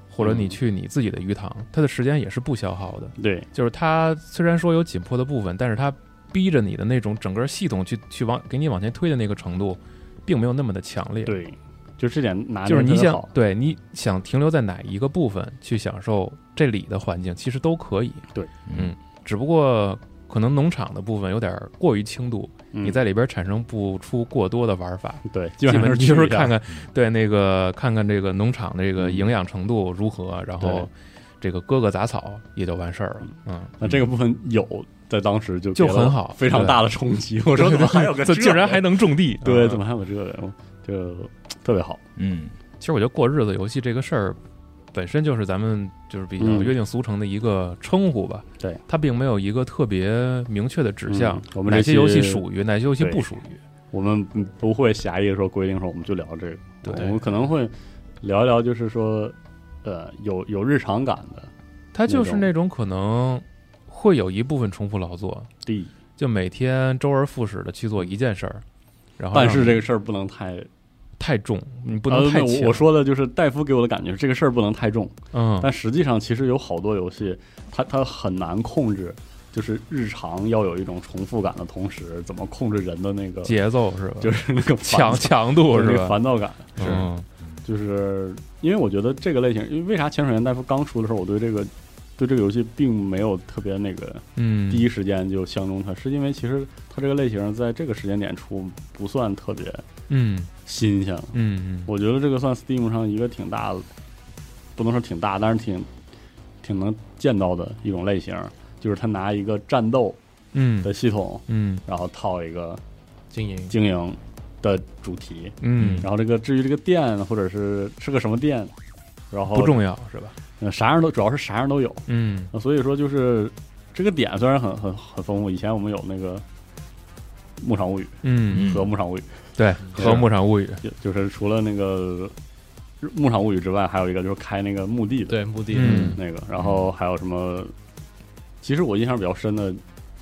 [SPEAKER 3] 或者
[SPEAKER 2] 嗯
[SPEAKER 3] 你去你自己的鱼塘，它的时间也是不消耗的。
[SPEAKER 2] 对，
[SPEAKER 3] 就是它虽然说有紧迫的部分，但是它逼着你的那种整个系统去去往给你往前推的那个程度，并没有那么的强烈。
[SPEAKER 2] 对，就这点拿
[SPEAKER 3] 就是
[SPEAKER 2] 捏
[SPEAKER 3] 你
[SPEAKER 2] 特别
[SPEAKER 3] 想
[SPEAKER 2] 好
[SPEAKER 3] 对你想停留在哪一个部分去享受这里的环境，其实都可以。
[SPEAKER 2] 对，
[SPEAKER 3] 嗯，只不过可能农场的部分有点过于轻度，
[SPEAKER 2] 嗯
[SPEAKER 3] 你在里边产生不出过多的玩法。
[SPEAKER 2] 对，基
[SPEAKER 3] 基
[SPEAKER 2] 本
[SPEAKER 3] 本
[SPEAKER 2] 上
[SPEAKER 3] 上
[SPEAKER 2] 是
[SPEAKER 3] 就是
[SPEAKER 2] 去一下嗯
[SPEAKER 3] 看看对那个看看这个农场这个营养程度如何，然后
[SPEAKER 2] 对
[SPEAKER 3] 这个割割杂草也就完事儿了。嗯，
[SPEAKER 2] 那这个部分有在当时就
[SPEAKER 3] 就
[SPEAKER 2] 给了
[SPEAKER 3] 很好
[SPEAKER 2] 非常
[SPEAKER 3] 对
[SPEAKER 2] 大的冲击。我说怎么还有个
[SPEAKER 3] 这竟然还
[SPEAKER 2] 能
[SPEAKER 3] 能种地？
[SPEAKER 2] 对，
[SPEAKER 3] 嗯
[SPEAKER 2] 怎么还有这个？就特别好，
[SPEAKER 6] 嗯
[SPEAKER 3] 其实我觉得过日子游戏这个事儿，本身就是咱们就是比较
[SPEAKER 2] 嗯
[SPEAKER 3] 约定俗成的一个称呼吧。
[SPEAKER 2] 对，
[SPEAKER 3] 它并没有一个特别明确的指向
[SPEAKER 2] 嗯，我们
[SPEAKER 3] 哪
[SPEAKER 2] 这
[SPEAKER 3] 些
[SPEAKER 2] 期
[SPEAKER 3] 游戏属于，哪些游戏不属于。
[SPEAKER 2] 我们不会狭义地说规定说我们就聊这个，
[SPEAKER 3] 对
[SPEAKER 2] 我们可能会聊一聊，就是说，呃，有有日常感的
[SPEAKER 3] 它就是那种可能会有一部分重复劳作，
[SPEAKER 2] 地，
[SPEAKER 3] 就每天周而复始的去做一件事儿，然后
[SPEAKER 2] 但是
[SPEAKER 3] 让
[SPEAKER 2] 这个事儿不能太
[SPEAKER 3] 太重，你
[SPEAKER 2] 不
[SPEAKER 3] 不能太
[SPEAKER 2] 我
[SPEAKER 3] 轻。
[SPEAKER 2] 我说的就是戴夫给我的感觉是这个事儿不能太重，
[SPEAKER 3] 嗯，
[SPEAKER 2] 但实际上其实有好多游戏，它它很难控制，就是日常要有一种重复感的同时，怎么控制人的那个
[SPEAKER 3] 节奏是吧？
[SPEAKER 2] 就是那个烦
[SPEAKER 3] (laughs) 强强度
[SPEAKER 2] 就是
[SPEAKER 3] 是
[SPEAKER 2] 那个
[SPEAKER 3] 吧？
[SPEAKER 2] 烦躁感，
[SPEAKER 6] 是
[SPEAKER 3] 嗯
[SPEAKER 2] 就是因为我觉得这个类型，因为为啥潜水员戴夫刚出的时候，我对这个对这个游戏并没有特别那个
[SPEAKER 3] 嗯，
[SPEAKER 2] 第一时间就相中它，是因为其实它这个类型在这个时间点出不算特别
[SPEAKER 3] 嗯
[SPEAKER 2] 新鲜，
[SPEAKER 3] 嗯嗯
[SPEAKER 2] 我觉得这个算 Steam 上一个挺大的，不能说挺大，但是挺挺能见到的一种类型，就是他拿一个战斗
[SPEAKER 3] 嗯
[SPEAKER 2] 的系统，
[SPEAKER 3] 嗯
[SPEAKER 2] 然后套一个
[SPEAKER 5] 经营
[SPEAKER 2] 经营的主题，
[SPEAKER 3] 嗯，
[SPEAKER 2] 然后这个至于这个店或者是是个什么店，然后
[SPEAKER 3] 不重要是吧？
[SPEAKER 2] 呃啥样都主要是啥样都有，
[SPEAKER 3] 嗯
[SPEAKER 2] 呃所以说就是这个点虽然很很很丰富，以前我们有那个。牧场物语
[SPEAKER 3] 嗯。
[SPEAKER 6] 嗯
[SPEAKER 2] 和牧场物语，
[SPEAKER 3] 对，
[SPEAKER 2] 对
[SPEAKER 3] 和《牧场物语》
[SPEAKER 2] 就嗯就是除了那个牧场物语之外，还有一个就是开那个墓地的，
[SPEAKER 5] 对目的，
[SPEAKER 3] 嗯
[SPEAKER 2] 那个，然后还有什么？其实我印象比较深的，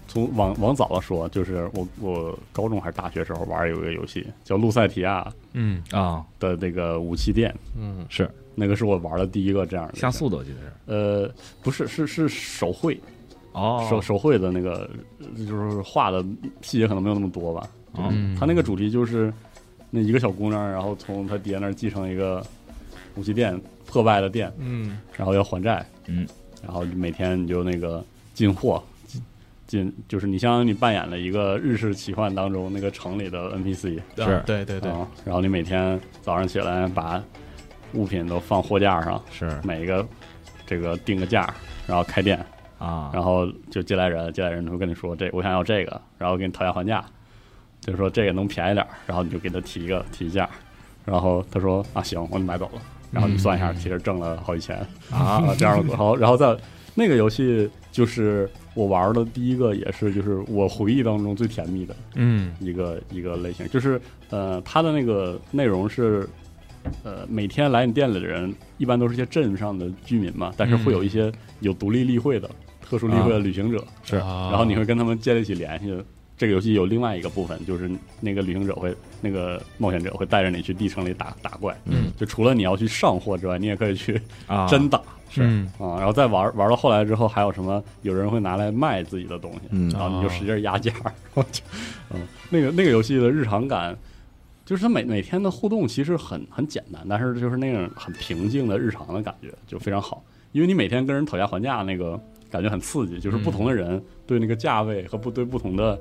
[SPEAKER 2] 从往往早了说，就是我我高中还是大学时候玩有一个游戏叫《路塞提亚
[SPEAKER 3] 嗯，
[SPEAKER 6] 啊，》
[SPEAKER 2] 的那个武器店，
[SPEAKER 5] 嗯，
[SPEAKER 2] 那个是我玩的第一个这样的。
[SPEAKER 6] 像素的我记得是
[SPEAKER 2] 呃，不是，是是手绘，
[SPEAKER 6] 哦
[SPEAKER 2] 手手绘的那个，就是画的细节可能没有那么多吧。
[SPEAKER 6] 嗯
[SPEAKER 3] 嗯，
[SPEAKER 2] 它那个主题就是那一个小姑娘，然后从她爹那儿继承一个武器店破败的店，
[SPEAKER 5] 嗯，
[SPEAKER 2] 然后要还债，
[SPEAKER 6] 嗯，
[SPEAKER 2] 然后每天你就那个进货，进进就是你相当于你扮演了一个日式奇幻当中那个城里的 NPC，
[SPEAKER 5] 对
[SPEAKER 6] 是
[SPEAKER 5] 对对对，
[SPEAKER 2] 啊然后你每天早上起来把物品都放货架上，
[SPEAKER 6] 是
[SPEAKER 2] 每一个这个定个价，然后开店，
[SPEAKER 6] 啊，
[SPEAKER 2] 然后就接来人，接来人就会跟你说这我想要这个，然后给你讨价还价，就说这个能便宜点儿，然后你就给他提一个提价，然后他说啊行，我就买走了，然后你算一下，其实挣了好几千啊，这样好，然后再那个游戏就是我玩的第一个，也是就是我回忆当中最甜蜜的
[SPEAKER 3] 嗯
[SPEAKER 2] 一个一个类型，就是呃，它的那个内容是。呃，每天来你店里的人一般都是一些镇上的居民嘛，但是会有一
[SPEAKER 3] 嗯
[SPEAKER 2] 些有独立例会的、特殊例
[SPEAKER 3] 啊
[SPEAKER 2] 会的旅行者，
[SPEAKER 6] 是
[SPEAKER 3] 然
[SPEAKER 2] 然后你会跟他们建立起联系。这个游戏有另外一个部分，就是那个旅行者会，那个冒险者会带着你去地城里打打怪。
[SPEAKER 3] 嗯，
[SPEAKER 2] 就除了你要去上货之外，你也可以去
[SPEAKER 6] 啊
[SPEAKER 2] 真打
[SPEAKER 3] 是
[SPEAKER 2] 啊、然后再玩玩到后来之后，还有什么有人会拿来卖自己的东西，
[SPEAKER 1] 嗯
[SPEAKER 2] 然后你就使劲压价。 (laughs) 我去嗯，那个那个游戏的日常感，就是它每每天的互动其实很很简单，但是就是那种很平静的日常的感觉就非常好，因为你每天跟人讨价还价那个感觉很刺激，就是不同的人对那个价位和不对不同的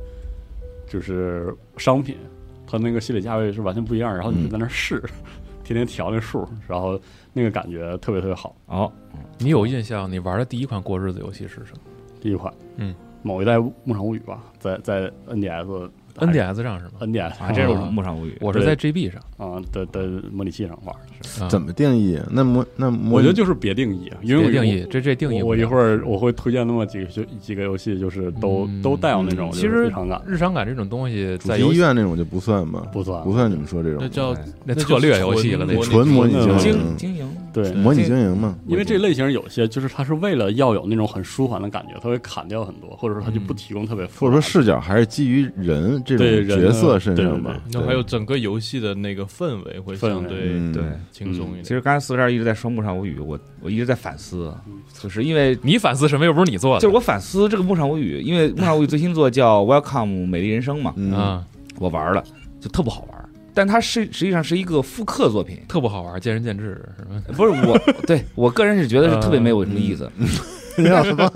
[SPEAKER 2] 就是商品，它那个心理价位是完全不一样，然后你就在那儿试， (laughs) 天天调那数，然后那个感觉特别特别好。
[SPEAKER 6] 哦，
[SPEAKER 3] 你有印象，你玩的第一款过日子游戏是什么
[SPEAKER 2] 第一款，
[SPEAKER 3] 嗯，
[SPEAKER 2] 某一代《牧场物语》吧，在在 NDS 还是呃
[SPEAKER 3] ？NDS 上是吗？
[SPEAKER 2] NDS
[SPEAKER 6] 啊
[SPEAKER 5] 哦
[SPEAKER 2] 还是
[SPEAKER 6] 牧
[SPEAKER 2] 有
[SPEAKER 6] 场牧场物语，
[SPEAKER 3] 我是在 GB 上，
[SPEAKER 2] 啊的的模拟器上玩的是，
[SPEAKER 3] 啊
[SPEAKER 1] 怎么定义？那模那模
[SPEAKER 2] 我觉得就是别定义，啊因为
[SPEAKER 3] 别
[SPEAKER 2] 我
[SPEAKER 3] 定义？这这定义
[SPEAKER 2] 我我一
[SPEAKER 3] 儿。
[SPEAKER 2] 会儿我会推荐那么几个就几个游戏，就是都
[SPEAKER 3] 嗯
[SPEAKER 2] 都带有那种
[SPEAKER 3] 其
[SPEAKER 2] 就是
[SPEAKER 3] 实
[SPEAKER 2] 日常感，
[SPEAKER 3] 日常感这种东西，
[SPEAKER 1] 主
[SPEAKER 3] 在
[SPEAKER 1] 题
[SPEAKER 3] 游
[SPEAKER 1] 医
[SPEAKER 3] 戏
[SPEAKER 1] 院那种就不算吗？
[SPEAKER 2] 不算
[SPEAKER 1] 不算你们说这
[SPEAKER 5] 那
[SPEAKER 1] 种
[SPEAKER 5] 叫
[SPEAKER 6] 哎
[SPEAKER 3] 那
[SPEAKER 5] 就是
[SPEAKER 3] 策略游戏了，那
[SPEAKER 5] 纯
[SPEAKER 1] 纯模拟嗯
[SPEAKER 2] 那
[SPEAKER 1] 经
[SPEAKER 2] 种
[SPEAKER 6] 经
[SPEAKER 1] 营，
[SPEAKER 6] 经营
[SPEAKER 2] 对。
[SPEAKER 1] 模拟经营嘛。
[SPEAKER 2] 因为这类型有些就是它是为了要
[SPEAKER 3] 嗯
[SPEAKER 2] 有那种很舒缓的感觉，它会砍掉很多，或者说它就不提供特别
[SPEAKER 1] 或
[SPEAKER 2] 复杂
[SPEAKER 1] 者
[SPEAKER 2] 的
[SPEAKER 1] 说视角还是基于人人这种
[SPEAKER 2] 对人的
[SPEAKER 1] 角色身上
[SPEAKER 2] 对
[SPEAKER 1] 吧。
[SPEAKER 5] 然后
[SPEAKER 1] 对
[SPEAKER 5] 还有整个游戏的那个氛围会相对
[SPEAKER 1] 嗯
[SPEAKER 4] 对，
[SPEAKER 5] 轻松一点。
[SPEAKER 4] 其实刚才四十二一直在说牧场物语，我我一直在反思
[SPEAKER 2] 嗯，
[SPEAKER 4] 就是因为
[SPEAKER 3] 你反思什么？又不是你做
[SPEAKER 2] (laughs)
[SPEAKER 4] 就是
[SPEAKER 3] 的
[SPEAKER 4] 我反思这个牧场物语，因为牧场物语最新作叫《Welcome 美丽人生》嘛，
[SPEAKER 1] 嗯 (laughs)
[SPEAKER 3] 啊，
[SPEAKER 4] 我玩了就特不好玩，但它是实际上是一个复刻作品，
[SPEAKER 3] 特不好玩，见仁见智，是吧？
[SPEAKER 4] 不是我对我个人是觉得是特别没有什么意思， (laughs)
[SPEAKER 1] 你要什么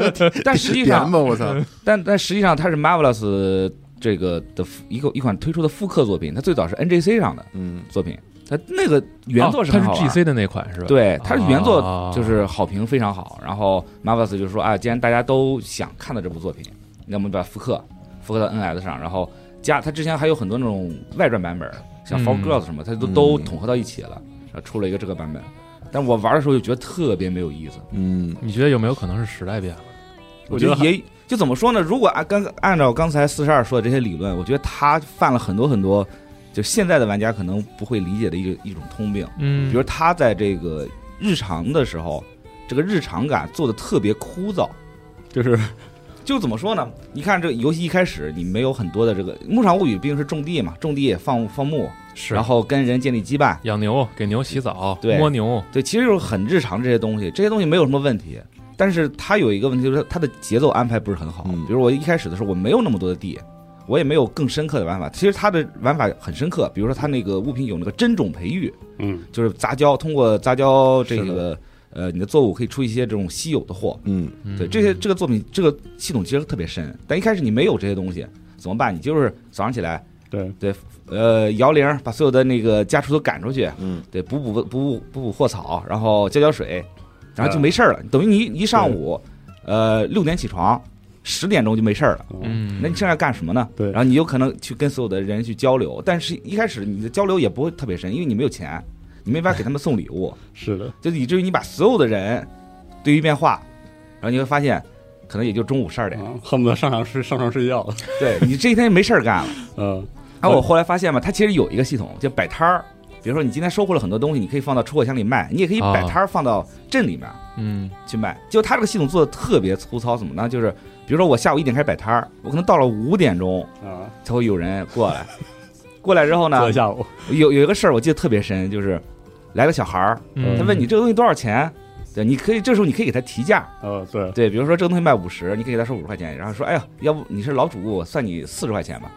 [SPEAKER 4] 但实际
[SPEAKER 1] 点
[SPEAKER 4] 上
[SPEAKER 1] 吧？我操！
[SPEAKER 4] 但但实际上它是 Marvelous 这个的复一个一款推出的复刻作品，它最早是 NGC 上的
[SPEAKER 1] 嗯，
[SPEAKER 4] 作品，它那个原作
[SPEAKER 3] 哦
[SPEAKER 4] 很
[SPEAKER 3] 它
[SPEAKER 4] 好玩。
[SPEAKER 3] 是 GC 的那款是吧？
[SPEAKER 4] 对，它是原
[SPEAKER 3] 哦
[SPEAKER 4] 作就是好评非常好，然后 Marvelous 就说啊，既然大家都想看到这部作品，那我们把它复刻复刻到 NS 上，然后加它之前还有很多那种外传版本，像
[SPEAKER 3] 嗯
[SPEAKER 4] Fall Girls 什么，它都
[SPEAKER 1] 嗯
[SPEAKER 4] 都统合到一起了，然后出了一个这个版本。但我玩的时候就觉得特别没有意思，
[SPEAKER 1] 嗯，
[SPEAKER 3] 你觉得有没有可能是时代变了？
[SPEAKER 2] 我
[SPEAKER 4] 觉
[SPEAKER 2] 觉得还
[SPEAKER 4] 也就怎么说呢？如果按刚按照刚才四十二说的这些理论，我觉得他犯了很多很多，就现在的玩家可能不会理解的一个一种通病，
[SPEAKER 3] 嗯
[SPEAKER 4] 比如他在这个日常的时候，这个日常感做的特别枯燥。
[SPEAKER 3] (laughs)
[SPEAKER 2] 就是
[SPEAKER 4] 就怎么说呢？你看这个游戏一开始，你没有很多的这个《牧场物语》，毕竟是种地嘛，种地也放放牧，
[SPEAKER 3] 是，
[SPEAKER 4] 然后跟人建立羁绊，
[SPEAKER 3] 养牛，给牛洗澡，
[SPEAKER 4] 对
[SPEAKER 3] 摸牛，
[SPEAKER 4] 对，其实就是很日常这些东西，这些东西没有什么问题。但是它有一个问题，就是它的节奏安排不是很好。
[SPEAKER 1] 嗯
[SPEAKER 4] 比如我一开始的时候，我没有那么多的地，我也没有更深刻的玩法。其实它的玩法很深刻，比如说它那个物品有那个真种培育，
[SPEAKER 2] 嗯，
[SPEAKER 4] 就是杂交，通过杂交这
[SPEAKER 1] 是
[SPEAKER 4] 个呃你的作物可以出一些这种稀有的货。
[SPEAKER 1] 嗯，
[SPEAKER 3] 嗯
[SPEAKER 4] 对，这些这个作品这个系统其实特别深，但一开始你没有这些东西怎么办？你就是早上起来
[SPEAKER 2] 对，
[SPEAKER 4] 呃摇铃儿，把所有的那个家畜都赶出去，
[SPEAKER 1] 嗯，
[SPEAKER 4] 对，补补补补补补货草，然后浇浇水，然后就没事儿了。等于你一上午，呃，六点起床，十点钟就没事儿了。
[SPEAKER 2] 嗯，
[SPEAKER 3] 嗯，
[SPEAKER 4] 那你剩下干什么呢？
[SPEAKER 2] 对
[SPEAKER 4] 然后你有可能去跟所有的人去交流，但是一开始你的交流也不会特别深，因为你没有钱，你没法给他们送礼物，
[SPEAKER 2] 是的，
[SPEAKER 4] 就以至于你把所有的人对一遍话，然后你会发现，可能也就中午十二点，
[SPEAKER 2] 啊恨不得上床睡上床睡觉
[SPEAKER 3] (laughs)
[SPEAKER 2] 了，
[SPEAKER 4] 对你这一天没事儿干了。
[SPEAKER 2] 嗯，
[SPEAKER 4] 然后我后来发现嘛，它其实有一个系统，叫摆摊儿。比如说你今天收获了很多东西，你可以放到出货箱里卖，你也可以摆摊儿放到镇里面
[SPEAKER 3] 嗯
[SPEAKER 4] 去卖。就它这个系统做的特别粗糙，怎么呢？就是比如说我下午一点开始摆摊儿，我可能到了五点钟
[SPEAKER 2] 啊，
[SPEAKER 4] 才会有人
[SPEAKER 2] (laughs)
[SPEAKER 4] 过来。过来之后呢
[SPEAKER 2] 坐一，下午，
[SPEAKER 4] 有有一个事儿我记得特别深，就是来个小孩儿，
[SPEAKER 3] 嗯，
[SPEAKER 4] 他问你这个东西多少钱，对，你可以这时候你可以给他提价，
[SPEAKER 2] 呃，对，
[SPEAKER 4] 对，比如说这个东西卖五十，你可以给他说五十块钱，然后说，哎呀，要不你是老主顾，我算你四十块钱吧。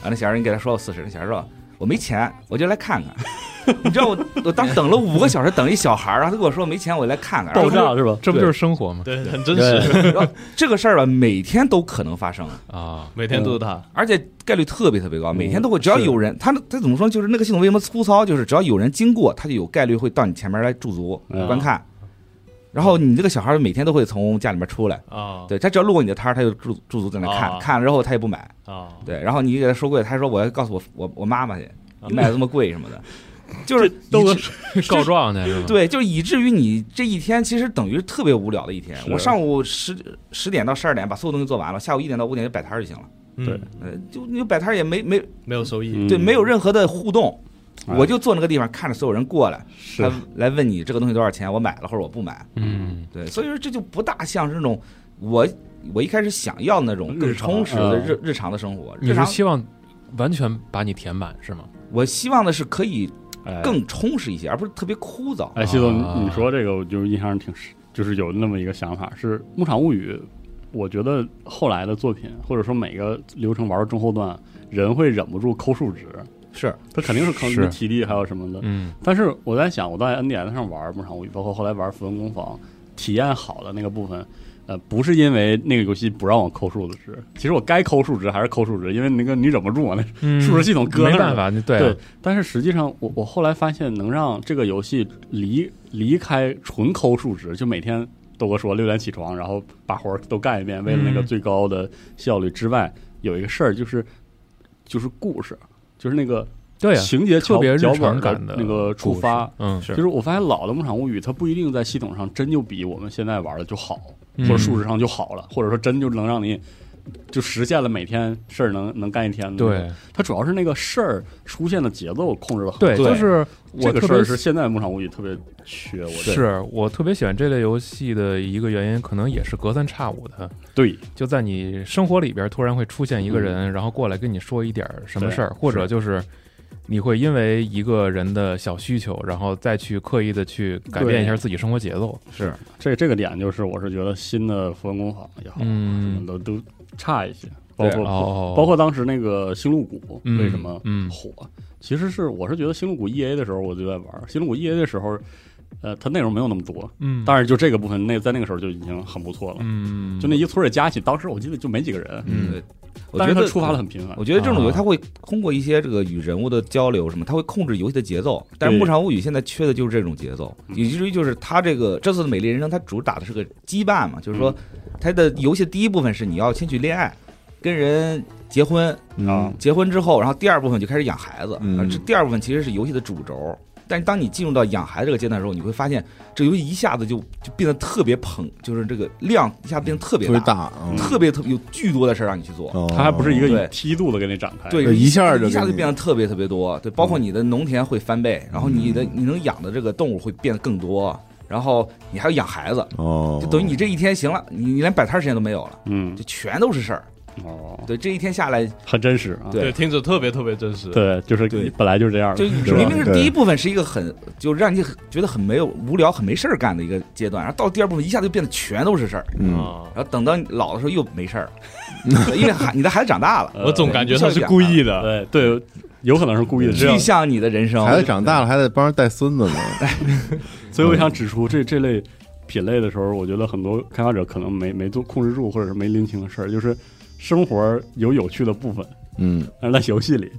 [SPEAKER 4] 然后那小孩儿你给他说我四十，那小孩儿说我没钱，我就来看看。
[SPEAKER 2] (laughs)
[SPEAKER 4] 你知道我我当时等了五个小时，等一小孩儿，然后他跟我说没钱，我来看看。然
[SPEAKER 2] 爆
[SPEAKER 4] 后
[SPEAKER 2] 炸是吧？
[SPEAKER 3] 这不就是生活吗？
[SPEAKER 5] 对，很真实，
[SPEAKER 4] 这个事儿吧，每天都可能发生，
[SPEAKER 3] 啊，
[SPEAKER 5] 每天都是他。
[SPEAKER 4] 而且概率特别特别高，每天都会，
[SPEAKER 2] 嗯
[SPEAKER 4] 只要
[SPEAKER 2] 是
[SPEAKER 4] 有人，他他怎么说，就是那个系统为什么粗糙，就是只要有人经过，他就有概率会到你前面来驻足
[SPEAKER 2] 嗯
[SPEAKER 4] 观看。然后你这个小孩儿每天都会从家里面出
[SPEAKER 2] 嗯
[SPEAKER 4] 来，
[SPEAKER 5] 啊，
[SPEAKER 4] 对他只要路过你的摊儿，他就驻驻足在那看
[SPEAKER 5] 啊，
[SPEAKER 4] 看了之后他也不买。
[SPEAKER 5] 啊，
[SPEAKER 4] 对，然后你给他说贵，他说我要告诉我我我妈妈去，
[SPEAKER 2] 啊
[SPEAKER 4] 你卖的这么贵什
[SPEAKER 2] (laughs)
[SPEAKER 4] 么的，就是
[SPEAKER 2] 豆哥
[SPEAKER 4] 以
[SPEAKER 3] (laughs)
[SPEAKER 4] 致
[SPEAKER 3] 告状去是吧？，
[SPEAKER 4] 对，就是以至于你这一天其实等于是特别无聊的一天。
[SPEAKER 2] 是
[SPEAKER 4] 我上午十十点到十二点把所有东西做完了，下午一点到五点就摆摊儿就行了。
[SPEAKER 5] 嗯
[SPEAKER 2] 对
[SPEAKER 4] 呃，就你摆摊儿也没没
[SPEAKER 5] 没有收益。
[SPEAKER 2] 嗯
[SPEAKER 4] 对，没有任何的互动，
[SPEAKER 2] 哎
[SPEAKER 4] 我就坐那个地方看着所有人过来，
[SPEAKER 2] 是
[SPEAKER 4] 来来问你这个东西多少钱，我买了或者我不买。
[SPEAKER 3] 嗯，
[SPEAKER 4] 对，所以说这就不大像是那种我我一开始想要的那种更
[SPEAKER 2] 日常
[SPEAKER 4] 充实的
[SPEAKER 2] 啊
[SPEAKER 4] 日日常的生活。
[SPEAKER 3] 你
[SPEAKER 4] 日
[SPEAKER 3] 是
[SPEAKER 4] 常
[SPEAKER 3] 希望完全把你填满是吗？
[SPEAKER 4] 我希望的是可以
[SPEAKER 2] 哎
[SPEAKER 4] 更充实一些，而不是特别枯燥。
[SPEAKER 2] 哎，西总，
[SPEAKER 3] 啊
[SPEAKER 2] 你你说这个，我就是印象挺深，就是有那么一个想法，是《牧场物语》，我觉得后来的作品，或者说每个流程玩到中后段，人会忍不住抠数值，
[SPEAKER 4] 是，
[SPEAKER 2] 他肯定是坑
[SPEAKER 3] 是
[SPEAKER 2] 你体力还有什么的。
[SPEAKER 3] 嗯
[SPEAKER 2] 但是我在想，我在 NDS 上玩《牧场物语》，包括后来玩《符文工坊》，体验好的那个部分。呃，不是因为那个游戏不让我抠数值，其实我该抠数值还是抠数值，因为那个你忍不住啊，那
[SPEAKER 3] 嗯，
[SPEAKER 2] 数值系统搁那
[SPEAKER 3] 没
[SPEAKER 2] 儿
[SPEAKER 3] 办
[SPEAKER 2] 了
[SPEAKER 3] 法，你对
[SPEAKER 2] 对
[SPEAKER 3] 啊，
[SPEAKER 2] 但是实际上我我后来发现，能让这个游戏离离开纯抠数值，就每天豆哥说六点起床，然后把活儿都干一遍，为了那个
[SPEAKER 3] 嗯
[SPEAKER 2] 最高的效率之外，有一个事儿就是就是故事，就是那个
[SPEAKER 3] 对呀，
[SPEAKER 2] 情节
[SPEAKER 3] 特
[SPEAKER 2] 脚
[SPEAKER 3] 别日
[SPEAKER 2] 脚
[SPEAKER 3] 常
[SPEAKER 2] 本儿
[SPEAKER 3] 感
[SPEAKER 2] 的
[SPEAKER 3] 的
[SPEAKER 2] 那个触
[SPEAKER 3] 故事
[SPEAKER 2] 发。
[SPEAKER 3] 嗯
[SPEAKER 2] 就是我发现老的《牧场物语》，它不一定在系统上真就比我们现在玩的就好，
[SPEAKER 3] 嗯
[SPEAKER 2] 或者数值上就好了，或者说真就能让你就实现了每天事儿能能干一天的。，
[SPEAKER 3] 对
[SPEAKER 2] 它主要是那个事儿出现的节奏控制的很好。
[SPEAKER 3] 对，
[SPEAKER 4] 对
[SPEAKER 3] 就是我
[SPEAKER 2] 这个
[SPEAKER 3] 特
[SPEAKER 2] 事
[SPEAKER 3] 别
[SPEAKER 2] 儿是现在《牧场物语》特别缺，我觉得
[SPEAKER 3] 是我特别喜欢这类游戏的一个原因，可能也是隔三差五的，
[SPEAKER 2] 对
[SPEAKER 3] 就在你生活里边突然会出现一个人，然后过来跟你说一点儿什么事儿，
[SPEAKER 2] 嗯对
[SPEAKER 3] 或者就是你会因为一个人的小需求，然后再去刻意的去改变一下自己生活节奏。
[SPEAKER 4] 是
[SPEAKER 2] 这这个点，就是我是觉得新的符文工坊也好，
[SPEAKER 3] 嗯，
[SPEAKER 2] 都都差一些，包
[SPEAKER 4] 对
[SPEAKER 2] 括、
[SPEAKER 3] 哦，
[SPEAKER 2] 嗯包括当时那个星露谷、
[SPEAKER 3] 嗯
[SPEAKER 2] 为什么
[SPEAKER 3] 嗯
[SPEAKER 2] 火，其实是我是觉得星露谷 E A 的时候我就在玩星露谷 E A 的时候，呃，它内容没有那么多，
[SPEAKER 3] 嗯，
[SPEAKER 2] 当然就这个部分那在那个时候就已经很不错了。
[SPEAKER 3] 嗯，
[SPEAKER 2] 就那一村儿加起，当时我记得就没几个人，
[SPEAKER 3] 嗯
[SPEAKER 4] 对，我
[SPEAKER 2] 但是
[SPEAKER 4] 觉
[SPEAKER 2] 它
[SPEAKER 4] 得
[SPEAKER 2] 触发的很频繁
[SPEAKER 4] 我。觉得这种游
[SPEAKER 3] 啊
[SPEAKER 4] 戏它会通过一些这个与人物的交流什么，它会控制游戏的节奏。但是《
[SPEAKER 2] 对
[SPEAKER 4] 牧场物语》现在缺的就是这种节奏，
[SPEAKER 2] 嗯
[SPEAKER 4] 以至于就是它这个这次的《美丽人生》，它主打的是个羁绊嘛，就是说它的游戏第一部分是你要先去恋爱，跟人结婚，
[SPEAKER 2] 啊，
[SPEAKER 4] 结婚之后，然后第二部分就开始养孩子。
[SPEAKER 1] 嗯
[SPEAKER 4] 啊这第二部分其实是游戏的主轴。但是当你进入到养孩子这个阶段的时候，你会发现这游戏一下子就就变得特别捧，就是这个量一下变得特别
[SPEAKER 1] 特别
[SPEAKER 4] 大，
[SPEAKER 1] 大，嗯
[SPEAKER 4] 特别特别有巨多的事儿让你去做。
[SPEAKER 1] 哦
[SPEAKER 2] 它还不是一个
[SPEAKER 4] 对
[SPEAKER 2] 以梯度的给你展开。
[SPEAKER 4] 对，
[SPEAKER 1] 对一下就
[SPEAKER 4] 一下
[SPEAKER 1] 给
[SPEAKER 4] 就
[SPEAKER 1] 你嗯
[SPEAKER 4] 变得特别特别多，对，包括你的农田会翻倍，然后你的你能养的这个动物会变得更多，然后你还要养孩子，
[SPEAKER 1] 哦，
[SPEAKER 4] 就等于你这一天行了，你你连摆摊儿时间都没有了，
[SPEAKER 2] 嗯
[SPEAKER 4] 就，全都是事儿。
[SPEAKER 2] 哦，
[SPEAKER 4] 对，这一天下来，
[SPEAKER 2] 很真实啊。
[SPEAKER 4] 对
[SPEAKER 5] 对，听着特别特别真实。
[SPEAKER 2] 对，就是
[SPEAKER 4] 对
[SPEAKER 2] 本来就是这样的，
[SPEAKER 4] 就是明
[SPEAKER 2] 吧？
[SPEAKER 4] 明是
[SPEAKER 1] 对
[SPEAKER 4] 第一部分是一个很就让你很觉得很没有无聊、很没事儿干的一个阶段，然后到第二部分一下就变得全都是事儿，
[SPEAKER 1] 嗯，
[SPEAKER 5] 啊，
[SPEAKER 4] 然后等到你老的时候又没事儿了， (laughs) 对因为孩你的孩子长大了，
[SPEAKER 2] 呃
[SPEAKER 5] 我总感觉他是故意的。
[SPEAKER 2] 对对，有可能是啊故意的。这
[SPEAKER 4] 具
[SPEAKER 2] 样，
[SPEAKER 4] 象你的人生。
[SPEAKER 1] 孩子长大了还得帮人带孙子呢，
[SPEAKER 2] 所以我想指出，这这类品类的时候，我觉得很多开发者可能没没做控制住，或者是没拎清的事儿，就是生活有有趣的部分，
[SPEAKER 1] 嗯，
[SPEAKER 2] 但是在游戏里，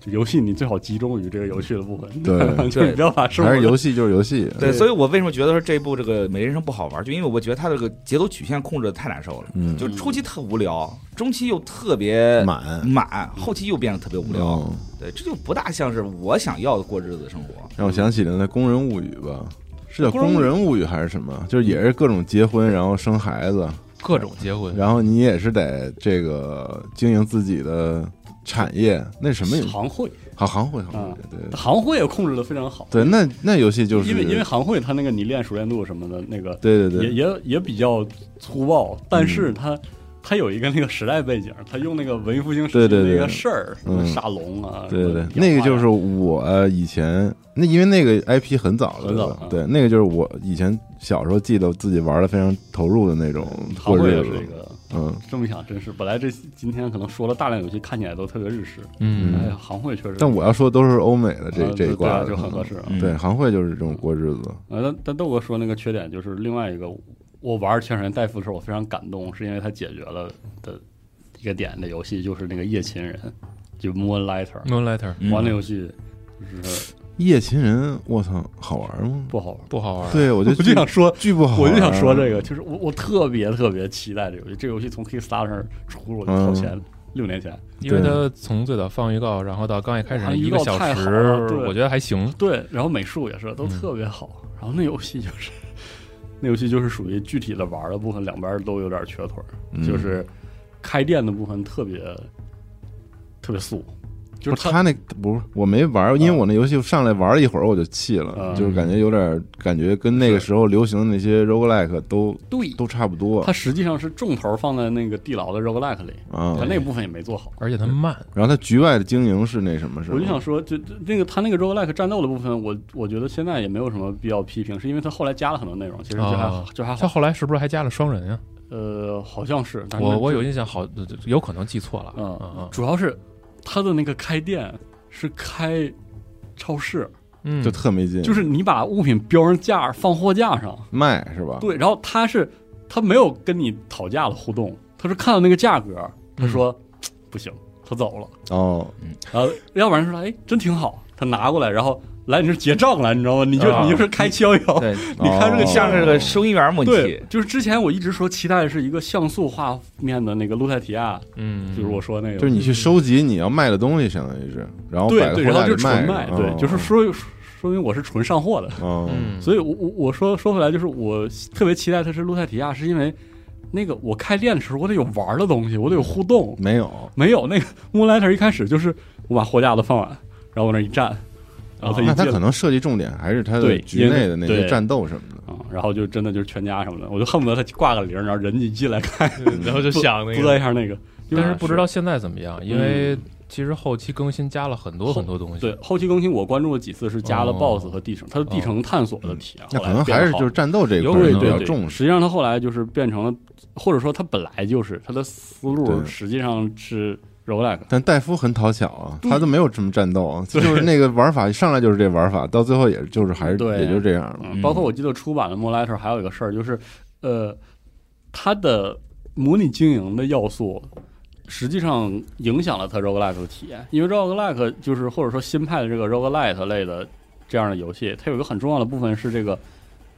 [SPEAKER 2] 就游戏你最好集中于这个有趣的部分， (laughs)
[SPEAKER 1] 对
[SPEAKER 2] 就是你不要把生活
[SPEAKER 1] 还是游戏就是游戏，
[SPEAKER 4] 对，
[SPEAKER 2] 对
[SPEAKER 4] 所以我为什么觉得说这一部这个《美人生》不好玩，就因为我觉得它这个节奏曲线控制的太难受了，
[SPEAKER 1] 嗯，
[SPEAKER 4] 就是初期特无聊，中期又特别
[SPEAKER 1] 满
[SPEAKER 4] 满，后期又变得特别无聊。
[SPEAKER 1] 哦
[SPEAKER 4] 对，这就不大像是我想要的过日子的生活。
[SPEAKER 2] 哦
[SPEAKER 1] 让我想起了那《工人物语》吧，是叫《
[SPEAKER 2] 工人物
[SPEAKER 1] 工人物语》还是什么？就是也是各种结婚，然后生孩子，
[SPEAKER 3] 各种结婚，
[SPEAKER 1] 然后你也是得这个经营自己的产业，那什么游戏
[SPEAKER 2] 行会，
[SPEAKER 1] 好行会行会
[SPEAKER 2] 啊，
[SPEAKER 1] 对对
[SPEAKER 2] 行会也控制的非常好，
[SPEAKER 1] 对，那那游戏就是
[SPEAKER 2] 因为因为行会它那个你练熟练度什么的那个
[SPEAKER 1] 对对
[SPEAKER 2] 也
[SPEAKER 1] 对，
[SPEAKER 2] 也也比较粗暴，但
[SPEAKER 1] 嗯
[SPEAKER 2] 是他他有一个那个时代背景，他用那个文艺复兴时
[SPEAKER 1] 对
[SPEAKER 2] 期
[SPEAKER 1] 对
[SPEAKER 2] 的
[SPEAKER 1] 对
[SPEAKER 2] 那个事儿，什么
[SPEAKER 1] 嗯
[SPEAKER 2] 沙龙啊，
[SPEAKER 1] 对对
[SPEAKER 2] 什么
[SPEAKER 1] 对
[SPEAKER 2] 洋画，
[SPEAKER 1] 那个
[SPEAKER 2] 呀
[SPEAKER 1] 就是我呃以前那因为那个 IP 很早了，
[SPEAKER 2] 很早啊
[SPEAKER 1] 对，那个就是我以前小时候记得自己玩的非常投入的那种
[SPEAKER 2] 行
[SPEAKER 1] 过
[SPEAKER 2] 会
[SPEAKER 1] 日
[SPEAKER 2] 也是一
[SPEAKER 1] 子，
[SPEAKER 2] 个。
[SPEAKER 1] 嗯，
[SPEAKER 2] 这么想真是，本来这今天可能说了大量游戏，看起来都特别日式，
[SPEAKER 3] 嗯
[SPEAKER 2] 哎呀，行会确实，
[SPEAKER 1] 但我要说的都是欧美的这
[SPEAKER 2] 啊
[SPEAKER 1] 这一
[SPEAKER 2] 对
[SPEAKER 1] 挂
[SPEAKER 2] 啊
[SPEAKER 1] 的，
[SPEAKER 2] 就很合适啊。
[SPEAKER 4] 嗯
[SPEAKER 1] 对，行会就是这种过日子，
[SPEAKER 2] 呃，但但豆哥说那个缺点就是另外一个，我玩《全神代父》的时候，我非常感动，是因为他解决了的一个点的游戏，就是那个夜勤人，就 Moonlighter，
[SPEAKER 3] ，Moonlighter
[SPEAKER 4] 嗯
[SPEAKER 2] 玩那游戏就是
[SPEAKER 1] 夜勤人，我操，好玩吗？
[SPEAKER 2] 不好玩。
[SPEAKER 3] 不好玩，，
[SPEAKER 1] 对，我就
[SPEAKER 2] 我就想说，
[SPEAKER 1] 巨不好玩，啊
[SPEAKER 2] 我就想说这个，就是我我特别特别期待这个游戏，这个游戏从 Kickstarter 上出我就
[SPEAKER 1] 嗯
[SPEAKER 2] 掏钱。六年前，
[SPEAKER 3] 因为它从最早放预告，然后到刚一开始
[SPEAKER 2] 哇
[SPEAKER 3] 那一个
[SPEAKER 2] 预告
[SPEAKER 3] 小
[SPEAKER 2] 太好
[SPEAKER 3] 时
[SPEAKER 2] 了，对
[SPEAKER 3] 我觉得还行，
[SPEAKER 2] 对，然后美术也是都
[SPEAKER 1] 嗯
[SPEAKER 2] 特别好，然后那游戏就是，那游戏就是属于具体的玩儿的部分，两边都有点瘸腿儿，
[SPEAKER 1] 嗯
[SPEAKER 2] 就是开店的部分特别特别素，就
[SPEAKER 1] 不
[SPEAKER 2] 是
[SPEAKER 1] 是他那不是我没玩儿，因为我那游戏上来玩了一会儿我就弃了，
[SPEAKER 2] 嗯
[SPEAKER 1] 就是感觉有点感觉跟那个时候流行的那些 roguelike 都
[SPEAKER 2] 对，
[SPEAKER 1] 都差不多
[SPEAKER 2] 它实际上是重头放在那个地牢的 roguelike 里，
[SPEAKER 1] 啊
[SPEAKER 2] 它。那部分也没做好。
[SPEAKER 3] 而且它慢，
[SPEAKER 1] 然后他局外的经营是那什么是吗？
[SPEAKER 2] 我就想说，就就那个他那个 roguelike 战斗的部分，我我觉得现在也没有什么必要批评，是因为他后来加了很多内容，其实就还好
[SPEAKER 3] 哦
[SPEAKER 2] 就还好
[SPEAKER 3] 它。后来是不是还加了双人啊？
[SPEAKER 2] 呃，好像是，但是
[SPEAKER 3] 我
[SPEAKER 2] 那
[SPEAKER 3] 我
[SPEAKER 2] 就
[SPEAKER 3] 有印象，好有可能记错了，
[SPEAKER 2] 嗯
[SPEAKER 3] 嗯
[SPEAKER 2] 主要是他的那个开店是开超市，
[SPEAKER 3] 嗯，
[SPEAKER 1] 就特没劲，
[SPEAKER 2] 就是你把物品标上价，放货架上，
[SPEAKER 3] 啊
[SPEAKER 1] 卖是吧？
[SPEAKER 2] 对，然后他是他没有跟你讨价的互动，他是看到那个价格，
[SPEAKER 3] 嗯
[SPEAKER 2] 他说、嘖不行，他走了，
[SPEAKER 1] 哦，
[SPEAKER 2] (laughs) 然后要不然说哎真挺好，他拿过来，然后来你这结账了，你知道吗？你就、
[SPEAKER 4] 啊
[SPEAKER 2] 你就是开七幺幺。
[SPEAKER 4] 对，
[SPEAKER 1] 你
[SPEAKER 2] 看这个
[SPEAKER 4] 像是个
[SPEAKER 1] 哦
[SPEAKER 4] 收银员模
[SPEAKER 2] 对
[SPEAKER 4] 拟，，
[SPEAKER 2] 就是之前我一直说期待是一个像素画面的那个《路泰提亚》，
[SPEAKER 3] 嗯，
[SPEAKER 2] 就是我说那个，
[SPEAKER 1] 就是你去收集你要卖的东西，相当于是，然后摆
[SPEAKER 2] 对对，
[SPEAKER 1] 在货
[SPEAKER 2] 然后
[SPEAKER 1] 架
[SPEAKER 2] 就
[SPEAKER 1] 里
[SPEAKER 2] 纯
[SPEAKER 1] 卖
[SPEAKER 2] 卖，，对
[SPEAKER 1] 哦，
[SPEAKER 2] 就是说说明我是纯上货的，
[SPEAKER 1] 哦，
[SPEAKER 3] 嗯，
[SPEAKER 2] 所以我我我说说回来，就是我特别期待它是鹿泰提亚，是因为那个我开店的时候，我得有玩的东西，我得有互动。
[SPEAKER 1] 没有，
[SPEAKER 2] 没有那个 Moonlighter 一开始就是我把货架子放完，然后往那儿一站，然后他
[SPEAKER 1] 哦
[SPEAKER 2] 一
[SPEAKER 1] 那他
[SPEAKER 2] 进
[SPEAKER 1] 可能设计重点还是他的
[SPEAKER 2] 对
[SPEAKER 1] 局内的那
[SPEAKER 2] 因为
[SPEAKER 1] 些
[SPEAKER 2] 对
[SPEAKER 1] 战斗什么的。
[SPEAKER 2] 啊、然后就真的就是全家什么的，我就恨不得他挂个铃儿，然后人一进来看，
[SPEAKER 5] 然后就想那
[SPEAKER 2] 拨一
[SPEAKER 5] 个，
[SPEAKER 2] 下那个。
[SPEAKER 3] 但是不知道现在怎么样，因
[SPEAKER 2] 嗯
[SPEAKER 3] 为其实后期更新加了很多
[SPEAKER 2] 后
[SPEAKER 3] 很多东西。
[SPEAKER 2] 对，后期更新我关注了几次是加了
[SPEAKER 3] 哦
[SPEAKER 2] BOSS 和地城，它是地城探索的体验，
[SPEAKER 1] 那
[SPEAKER 2] 后
[SPEAKER 1] 可
[SPEAKER 2] 来
[SPEAKER 1] 能
[SPEAKER 2] 变
[SPEAKER 1] 还
[SPEAKER 2] 得
[SPEAKER 1] 是
[SPEAKER 2] 好
[SPEAKER 1] 就是战斗这一块
[SPEAKER 3] 有
[SPEAKER 1] 儿可
[SPEAKER 2] 对
[SPEAKER 1] 能比
[SPEAKER 2] 对
[SPEAKER 1] 较
[SPEAKER 2] 对，
[SPEAKER 1] 重视。
[SPEAKER 2] 实际上它后来就是变成了，或者说它本来就是它的思路
[SPEAKER 1] 对
[SPEAKER 2] 实际上是 roguelike，
[SPEAKER 1] 但戴夫很讨巧啊，他
[SPEAKER 2] 嗯
[SPEAKER 1] 都没有这么战斗啊，就是那个玩法一上来就是这玩法，到最后也就是还是
[SPEAKER 2] 对
[SPEAKER 1] 也就这样了。
[SPEAKER 2] 嗯，包括我记得出版的《莫拉特》还有一个事儿，就是呃，它的模拟经营的要素。实际上影响了它 roguelike 的体验，因为 roguelike 就是或者说新派的这个 roguelite 类的这样的游戏，它有一个很重要的部分是这个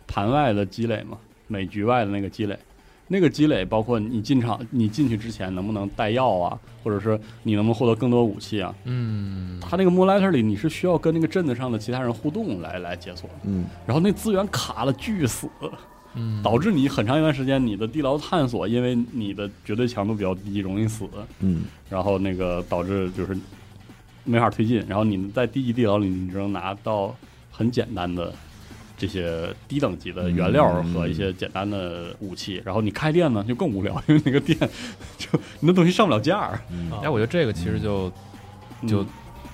[SPEAKER 2] 盘外的积累嘛，每局外的那个积累，那个积累包括你进场你进去之前能不能带药啊，或者是你能不能获得更多武器啊，
[SPEAKER 3] 嗯，
[SPEAKER 2] 它那个 m o o n l i g h t 里你是需要跟那个镇子上的其他人互动来来解锁的，
[SPEAKER 1] 嗯，
[SPEAKER 2] 然后那资源卡了巨死，
[SPEAKER 3] 嗯
[SPEAKER 2] 导致你很长一段时间你的地牢探索，因为你的绝对强度比较低，容易死，
[SPEAKER 1] 嗯，
[SPEAKER 2] 然后那个导致就是没法推进。然后你在第一地牢里，你只能拿到很简单的这些低等级的原料和一些简单的武器。然后你开店呢就更无聊，因为那个店就嗯你的东西上不了架
[SPEAKER 1] 嗯
[SPEAKER 2] 儿，
[SPEAKER 3] 哎，我觉得这个其实就就
[SPEAKER 2] 嗯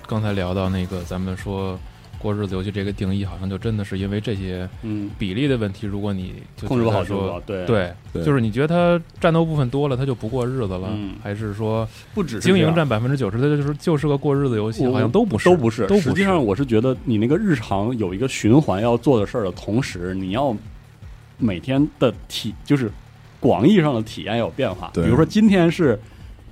[SPEAKER 3] 刚才聊到那个，咱们说过日子游戏这个定义，好像就真的是因为这些
[SPEAKER 2] 嗯
[SPEAKER 3] 比例的问题。如果你就
[SPEAKER 2] 控制不好
[SPEAKER 3] 觉得
[SPEAKER 2] 说
[SPEAKER 3] 说，
[SPEAKER 2] 对，
[SPEAKER 3] 对，
[SPEAKER 1] 对
[SPEAKER 3] 就是你觉得它战斗部分多了，它就不过日子了，
[SPEAKER 2] 嗯
[SPEAKER 3] 还是说
[SPEAKER 2] 不只是
[SPEAKER 3] 经
[SPEAKER 2] 这
[SPEAKER 3] 营
[SPEAKER 2] 样
[SPEAKER 3] 占百分之九十，它就是就是个过日子游戏，
[SPEAKER 2] 我
[SPEAKER 3] 好像都不是，
[SPEAKER 2] 都不是，
[SPEAKER 3] 都不是。
[SPEAKER 2] 实际上，我是觉得你那个日常有一个循环要做的事儿的同时，你要每天的体就是广义上的体验有变化。比
[SPEAKER 1] 对
[SPEAKER 2] 如说今天是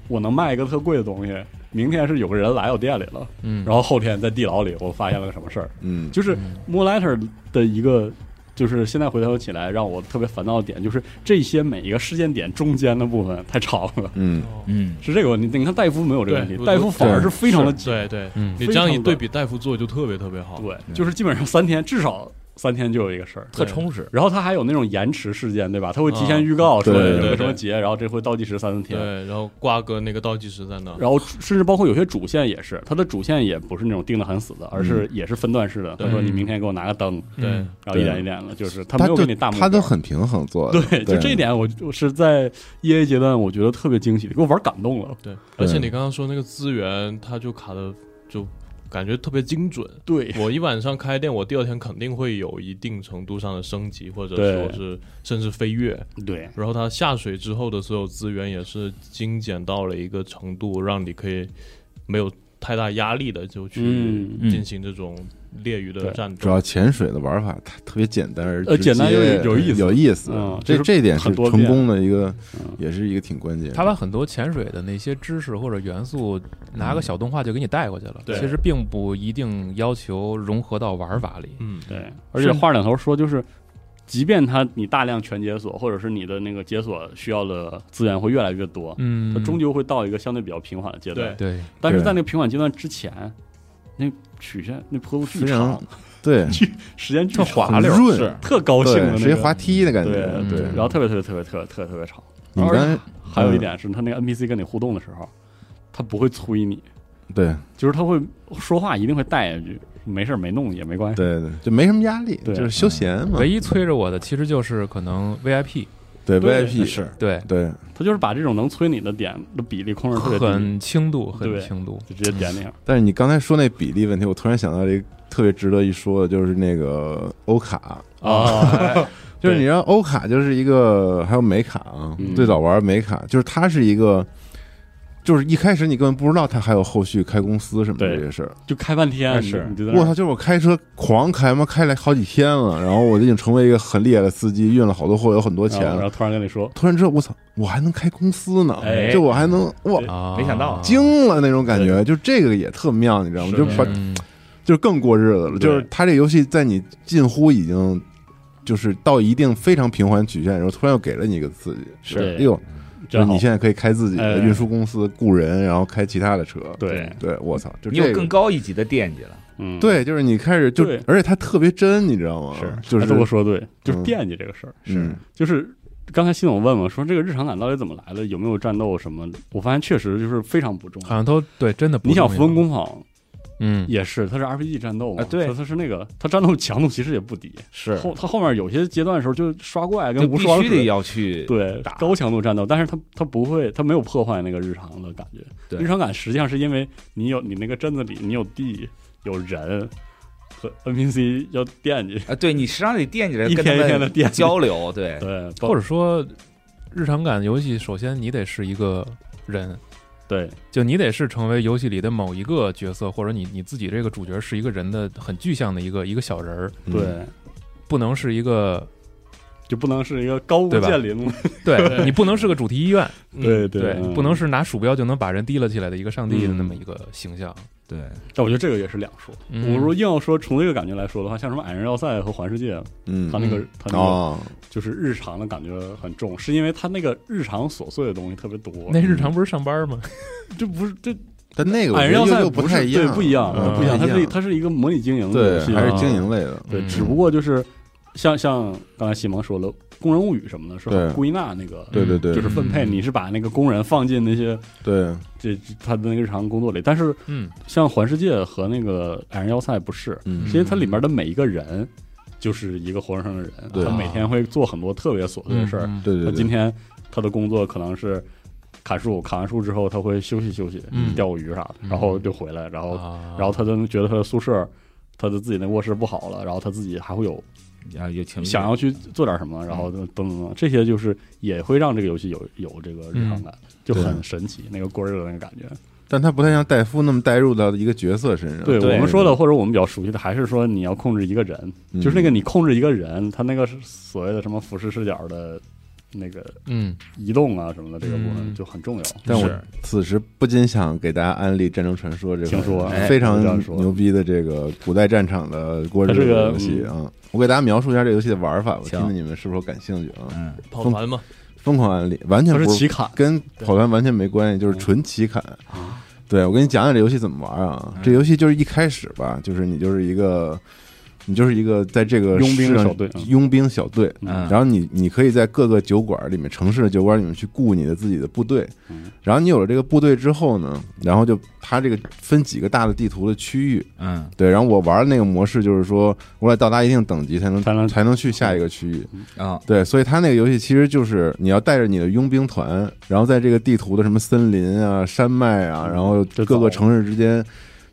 [SPEAKER 2] 我能卖一个特贵的东西，明天是有个人来我店里了，
[SPEAKER 3] 嗯，
[SPEAKER 2] 然后后天在地牢里我发现了个什么事儿，
[SPEAKER 1] 嗯，
[SPEAKER 2] 就是
[SPEAKER 3] 嗯
[SPEAKER 2] m o o l i g h t e r 的一个。就是现在回头起来，让我特别烦躁的点，就是这些每一个事件点中间的部分太长了，
[SPEAKER 1] 嗯，
[SPEAKER 4] 嗯，
[SPEAKER 2] 是这个问题。你看戴夫没有这个问题
[SPEAKER 5] 对，
[SPEAKER 2] 戴夫反而是非常的紧
[SPEAKER 5] 对对，
[SPEAKER 3] 嗯
[SPEAKER 5] 你这样一对比，大夫做就特别特别好。
[SPEAKER 2] 对，就是基本上三天，至少三天就有一个事儿。
[SPEAKER 4] 特充实，
[SPEAKER 2] 然后他还有那种延迟事件，对吧？他会提前
[SPEAKER 5] 嗯
[SPEAKER 2] 预告说
[SPEAKER 1] 对
[SPEAKER 2] 有
[SPEAKER 5] 对
[SPEAKER 2] 个
[SPEAKER 5] 对
[SPEAKER 2] 什么节，然后这会倒计时三四天。
[SPEAKER 5] 对，然后瓜哥那个倒计时在那，
[SPEAKER 2] 然后甚至包括有些主线也是，它的主线也不是那种定的很死的，而是也是分段式的。他
[SPEAKER 5] 对
[SPEAKER 2] 说你明天给我拿个灯，
[SPEAKER 5] 对
[SPEAKER 3] 嗯，
[SPEAKER 2] 然后
[SPEAKER 1] 对
[SPEAKER 2] 一点一点的，就是他没
[SPEAKER 1] 他
[SPEAKER 2] 有
[SPEAKER 1] 就
[SPEAKER 2] 给你大目
[SPEAKER 1] 他
[SPEAKER 2] 标
[SPEAKER 1] 都很平衡做的。
[SPEAKER 2] 对，就这一点我我是在 E A 阶段我觉得特别惊喜，给我玩感动了。
[SPEAKER 5] 对，而且你刚刚说那个资源，它就卡的就感觉特别精准。
[SPEAKER 2] 对，
[SPEAKER 5] 我一晚上开店，我第二天肯定会有一定程度上的升级，或者
[SPEAKER 2] 对
[SPEAKER 5] 说是甚至飞跃。
[SPEAKER 2] 对，
[SPEAKER 5] 然后它下水之后的所有资源也是精简到了一个程度，让你可以没有太大压力的就去
[SPEAKER 2] 嗯
[SPEAKER 4] 嗯
[SPEAKER 5] 进行这种猎鱼
[SPEAKER 2] 对
[SPEAKER 5] 的战
[SPEAKER 1] 主
[SPEAKER 5] 斗。
[SPEAKER 1] 要潜水的玩法，它特别简单而
[SPEAKER 2] 呃
[SPEAKER 1] 直接
[SPEAKER 2] 简单又有意思
[SPEAKER 1] 有意思
[SPEAKER 2] 嗯。就
[SPEAKER 1] 这
[SPEAKER 2] 是
[SPEAKER 1] 这一点是
[SPEAKER 2] 很多
[SPEAKER 1] 成
[SPEAKER 2] 变
[SPEAKER 1] 功的一个
[SPEAKER 2] 嗯，
[SPEAKER 1] 也是一个挺关键的。
[SPEAKER 3] 他把很多潜水的那些知识或者元素，拿个小动画就给你带过去了。
[SPEAKER 5] 对
[SPEAKER 3] 其实并不一定要求融合到玩法里。
[SPEAKER 5] 嗯，
[SPEAKER 2] 对，而且话两头说，就是即便它你大量全解锁，或者是你的那个解锁需要的资源会越来越多，
[SPEAKER 3] 嗯
[SPEAKER 2] 它终究会到一个相对比较平缓的阶段。
[SPEAKER 5] 对
[SPEAKER 3] 对，
[SPEAKER 2] 但是
[SPEAKER 1] 对
[SPEAKER 2] 在那个平缓阶段之前，那曲线那坡度巨
[SPEAKER 1] 非常
[SPEAKER 2] 长，
[SPEAKER 1] 对，
[SPEAKER 2] 时间巨
[SPEAKER 1] 很
[SPEAKER 2] 滑溜，
[SPEAKER 1] 润，
[SPEAKER 2] 特高兴的
[SPEAKER 1] 对，
[SPEAKER 2] 那
[SPEAKER 1] 直接
[SPEAKER 2] 个。
[SPEAKER 1] 滑梯的感
[SPEAKER 2] 对
[SPEAKER 1] 觉。
[SPEAKER 2] 对，
[SPEAKER 3] 嗯
[SPEAKER 2] 然后特别特别特别特别特别特别长。
[SPEAKER 1] 你
[SPEAKER 2] 而
[SPEAKER 1] 刚才
[SPEAKER 2] 还有一
[SPEAKER 1] 嗯
[SPEAKER 2] 点是，他那个 NPC 跟你互动的时候，他不会催你，
[SPEAKER 1] 对
[SPEAKER 2] 就是他会说话，一定会带一句“没事儿没弄也没关系
[SPEAKER 1] 对对，就没什么压力，
[SPEAKER 2] 对嗯
[SPEAKER 1] 就是休闲嘛
[SPEAKER 3] 唯。一催着我的其实就是可能 VIP，
[SPEAKER 1] 对
[SPEAKER 2] 对
[SPEAKER 1] VIP
[SPEAKER 2] 是
[SPEAKER 3] 对，
[SPEAKER 1] 对，”，
[SPEAKER 2] 他就是把这种能催你的点的比例控制特别低，
[SPEAKER 3] 很轻度，很
[SPEAKER 2] 对
[SPEAKER 3] 轻度。
[SPEAKER 2] 就直接点那样。
[SPEAKER 1] 但是你刚才说那比例问题，我突然想到一个特别值得一说的，就是那个欧卡，
[SPEAKER 4] 嗯哦
[SPEAKER 2] 啊，
[SPEAKER 1] 就是你知道欧卡就是一个，还有美卡啊
[SPEAKER 2] 嗯，
[SPEAKER 1] 最早玩美卡，就是它是一个，就是一开始你根本不知道它还有后续开公司什么的
[SPEAKER 2] 对
[SPEAKER 1] 这些事儿。
[SPEAKER 2] (laughs) 就开半天，
[SPEAKER 4] 是
[SPEAKER 2] 你你就在那
[SPEAKER 1] 我
[SPEAKER 2] 儿
[SPEAKER 1] 操！就是我开车狂开嘛，开了好几天了，然后我就已经成为一个很厉害的司机，运了好多货，有很多钱
[SPEAKER 2] 啊哦然后然
[SPEAKER 1] 了。
[SPEAKER 2] 后突然跟你说，
[SPEAKER 1] 突然之后，我操，我还能开公司呢
[SPEAKER 2] 哎！
[SPEAKER 1] 就我还能哇，
[SPEAKER 3] 啊，
[SPEAKER 4] 没想到
[SPEAKER 1] 惊了那种感觉，就这个也特妙，你知道吗？
[SPEAKER 5] 是
[SPEAKER 1] 就
[SPEAKER 5] 的
[SPEAKER 1] 把
[SPEAKER 3] 嗯
[SPEAKER 1] 就是更过日子了。
[SPEAKER 2] 对
[SPEAKER 1] 就是他这游戏在你近乎已经就是到一定非常平缓曲线的时候，突然又给了你一个刺激，
[SPEAKER 2] 是
[SPEAKER 1] 哎呦，就
[SPEAKER 2] 真
[SPEAKER 1] 是
[SPEAKER 2] 好
[SPEAKER 1] 你现在可以开自己
[SPEAKER 2] 哎
[SPEAKER 1] 的运输公司雇人，然后开其他的车。
[SPEAKER 2] 对，
[SPEAKER 1] 对，我操，就
[SPEAKER 4] 你有
[SPEAKER 1] 这
[SPEAKER 4] 更
[SPEAKER 1] 个。
[SPEAKER 4] 高一级的惦记了，
[SPEAKER 2] 嗯，
[SPEAKER 1] 对，就是你开始就
[SPEAKER 2] 对，
[SPEAKER 1] 而且它特别真，你知道吗？
[SPEAKER 2] 是，
[SPEAKER 1] 就
[SPEAKER 2] 哎这么
[SPEAKER 1] 是
[SPEAKER 2] 说对，就是
[SPEAKER 1] 嗯
[SPEAKER 2] 惦记这个事儿，
[SPEAKER 1] 嗯
[SPEAKER 2] 就是刚才系统问我说这个日常感到底怎么来的，有没有战斗什么的？我发现确实就是非常不重
[SPEAKER 3] 好
[SPEAKER 2] 要。
[SPEAKER 3] 像都对，真啊的不
[SPEAKER 2] 你想
[SPEAKER 3] 重要
[SPEAKER 2] 分，工坊
[SPEAKER 3] 嗯，
[SPEAKER 2] 也是，它是 RPG 战斗嘛，
[SPEAKER 4] 啊对
[SPEAKER 2] 它它是那个它战斗强度其实也不低，
[SPEAKER 4] 是
[SPEAKER 2] 后它后面有些阶段的时候就刷怪
[SPEAKER 4] 就
[SPEAKER 2] 跟无
[SPEAKER 4] 必
[SPEAKER 2] 双
[SPEAKER 4] 须得要去
[SPEAKER 2] 对
[SPEAKER 4] 打
[SPEAKER 2] 高强度战斗，但是它它不会，它没有破坏那个日常的感觉。
[SPEAKER 4] 对
[SPEAKER 2] 日常感实际上是因为你有你那个镇子里你有地有人和 NPC 要惦记，
[SPEAKER 4] 啊，对你实际上得惦记着
[SPEAKER 2] 一
[SPEAKER 4] 跟他
[SPEAKER 2] 天一天地惦
[SPEAKER 4] 们
[SPEAKER 2] 记
[SPEAKER 4] 交流，对
[SPEAKER 2] 对，包
[SPEAKER 3] 哎或者说日常感游戏，首先你得是一个人，
[SPEAKER 2] 对
[SPEAKER 3] 就你得是成为游戏里的某一个角色，或者你你自己这个主角是一个人的很具象的一个一个小人儿，
[SPEAKER 1] 嗯
[SPEAKER 2] 对。
[SPEAKER 3] 不能是
[SPEAKER 2] (laughs)
[SPEAKER 3] 一个
[SPEAKER 2] 就不能是一个高屋
[SPEAKER 3] 对吧
[SPEAKER 2] 建瓴，
[SPEAKER 3] (laughs) 对你不能是个主题医
[SPEAKER 2] (laughs)
[SPEAKER 3] 院，
[SPEAKER 5] 嗯
[SPEAKER 3] 对，
[SPEAKER 2] 嗯
[SPEAKER 3] 不能是拿鼠标就能把人提了起来的一个上帝的那么一个形象。
[SPEAKER 4] 对，
[SPEAKER 2] 但我觉得这个也是两说。
[SPEAKER 3] 嗯
[SPEAKER 2] 我如果硬要说从这个感觉来说的话，像什么《矮人要塞》和《环世界》，
[SPEAKER 1] 嗯
[SPEAKER 2] 它那个
[SPEAKER 3] 嗯
[SPEAKER 2] 它那个
[SPEAKER 1] 哦，
[SPEAKER 2] 就是日常的感觉很重，是因为它那个日常琐碎的东西特别多。
[SPEAKER 3] (laughs) 那日常不是上班吗？
[SPEAKER 2] 这不是这
[SPEAKER 1] 但那个我
[SPEAKER 2] 矮
[SPEAKER 1] 觉
[SPEAKER 2] 人要
[SPEAKER 1] 得又
[SPEAKER 2] 塞
[SPEAKER 1] 又
[SPEAKER 2] 哎不
[SPEAKER 1] 太
[SPEAKER 2] 是
[SPEAKER 1] 一
[SPEAKER 2] 对
[SPEAKER 1] 样，啊
[SPEAKER 2] 不一样，
[SPEAKER 3] 嗯
[SPEAKER 2] 不一样。它
[SPEAKER 1] 不一
[SPEAKER 2] 是
[SPEAKER 1] 样
[SPEAKER 2] 它是一个模拟经营的
[SPEAKER 1] 对
[SPEAKER 2] 游戏，，
[SPEAKER 1] 还是
[SPEAKER 2] 啊
[SPEAKER 1] 经营类的，
[SPEAKER 2] 对，
[SPEAKER 3] 嗯
[SPEAKER 2] 只不过就是像像刚才西蒙说了，工人物语什么的，是
[SPEAKER 1] 对
[SPEAKER 2] 很归纳那个，
[SPEAKER 1] 对对对，
[SPEAKER 2] 就是分配，
[SPEAKER 3] 嗯
[SPEAKER 2] 你是把那个工人放进那些
[SPEAKER 1] 对，
[SPEAKER 2] 这这他的那个日常工作里，但是
[SPEAKER 3] 嗯，
[SPEAKER 2] 像环世界和那个矮人要塞不是，
[SPEAKER 1] 嗯
[SPEAKER 2] 其实它里面的每一个人就是一个活生生的
[SPEAKER 1] 对
[SPEAKER 2] 人，他每天会做很多特别琐碎的事儿。
[SPEAKER 3] 嗯，
[SPEAKER 1] 对
[SPEAKER 2] 他
[SPEAKER 1] 对
[SPEAKER 2] 今
[SPEAKER 1] 对，
[SPEAKER 2] 天他的工作可能是砍树，砍完树之后他会休息休息
[SPEAKER 3] 嗯，
[SPEAKER 2] 钓个鱼啥的，
[SPEAKER 3] 嗯
[SPEAKER 2] 然后就回来，然后
[SPEAKER 3] 啊
[SPEAKER 2] 然后他就觉得他的宿舍。他的自己那卧室不好了，然后他自己还会有
[SPEAKER 4] 然啊后有情
[SPEAKER 2] 想要去做点什么，然后等等等，这些就是也会让这个游戏有有这个日常感，就很
[SPEAKER 1] 对
[SPEAKER 2] 神奇，那个过日子的那个感觉。
[SPEAKER 1] 但他不太像戴夫那么带入到一个角色身上，
[SPEAKER 2] 对
[SPEAKER 4] 对
[SPEAKER 2] 我们说的，或者我们比较熟悉的，还是说你要控制一个人，
[SPEAKER 1] 嗯
[SPEAKER 2] 就是那个你控制一个人，他那个是所谓的什么俯视视角的那个
[SPEAKER 3] 嗯，
[SPEAKER 2] 移动啊什么的，这个部分
[SPEAKER 3] 嗯
[SPEAKER 2] 就很重要。
[SPEAKER 1] 但我
[SPEAKER 4] 是
[SPEAKER 1] 此时不禁想给大家安利《战争传说》这款
[SPEAKER 2] 听说
[SPEAKER 4] 哎
[SPEAKER 1] 非常
[SPEAKER 2] 我这样说
[SPEAKER 1] 牛逼的这个古代战场的过日子
[SPEAKER 2] 它是个
[SPEAKER 1] 游戏啊！我给大家描述一下这游戏的玩法，我听
[SPEAKER 4] 行
[SPEAKER 1] 听你们是否感兴趣啊？
[SPEAKER 4] 嗯
[SPEAKER 5] 跑团嘛，
[SPEAKER 1] 疯狂安利，完全
[SPEAKER 2] 它是
[SPEAKER 1] 不
[SPEAKER 2] 骑砍，
[SPEAKER 1] 跟跑团完全没关系，就是纯骑砍。
[SPEAKER 2] 嗯
[SPEAKER 1] 对，我跟你讲讲这游戏怎么玩啊？这游戏就是一开始吧，就是你就是一个，你就是一个在这个
[SPEAKER 2] 佣兵
[SPEAKER 1] 世上
[SPEAKER 2] 小队嗯
[SPEAKER 1] 佣兵小队，
[SPEAKER 4] 嗯
[SPEAKER 1] 然后你你可以在各个酒馆里面，城市的酒馆里面去雇你的自己的部队
[SPEAKER 2] 嗯，
[SPEAKER 1] 然后你有了这个部队之后呢，然后就它这个分几个大的地图的区域，
[SPEAKER 4] 嗯
[SPEAKER 1] 对，然后我玩的那个模式就是说，我得到达一定等级才能
[SPEAKER 2] 才能嗯
[SPEAKER 1] 才能去下一个区域，
[SPEAKER 4] 啊
[SPEAKER 1] 对，所以它那个游戏其实就是你要带着你的佣兵团，然后在这个地图的什么森林啊、山脉啊，然后
[SPEAKER 2] 就
[SPEAKER 1] 各个
[SPEAKER 2] 走
[SPEAKER 1] 城市之间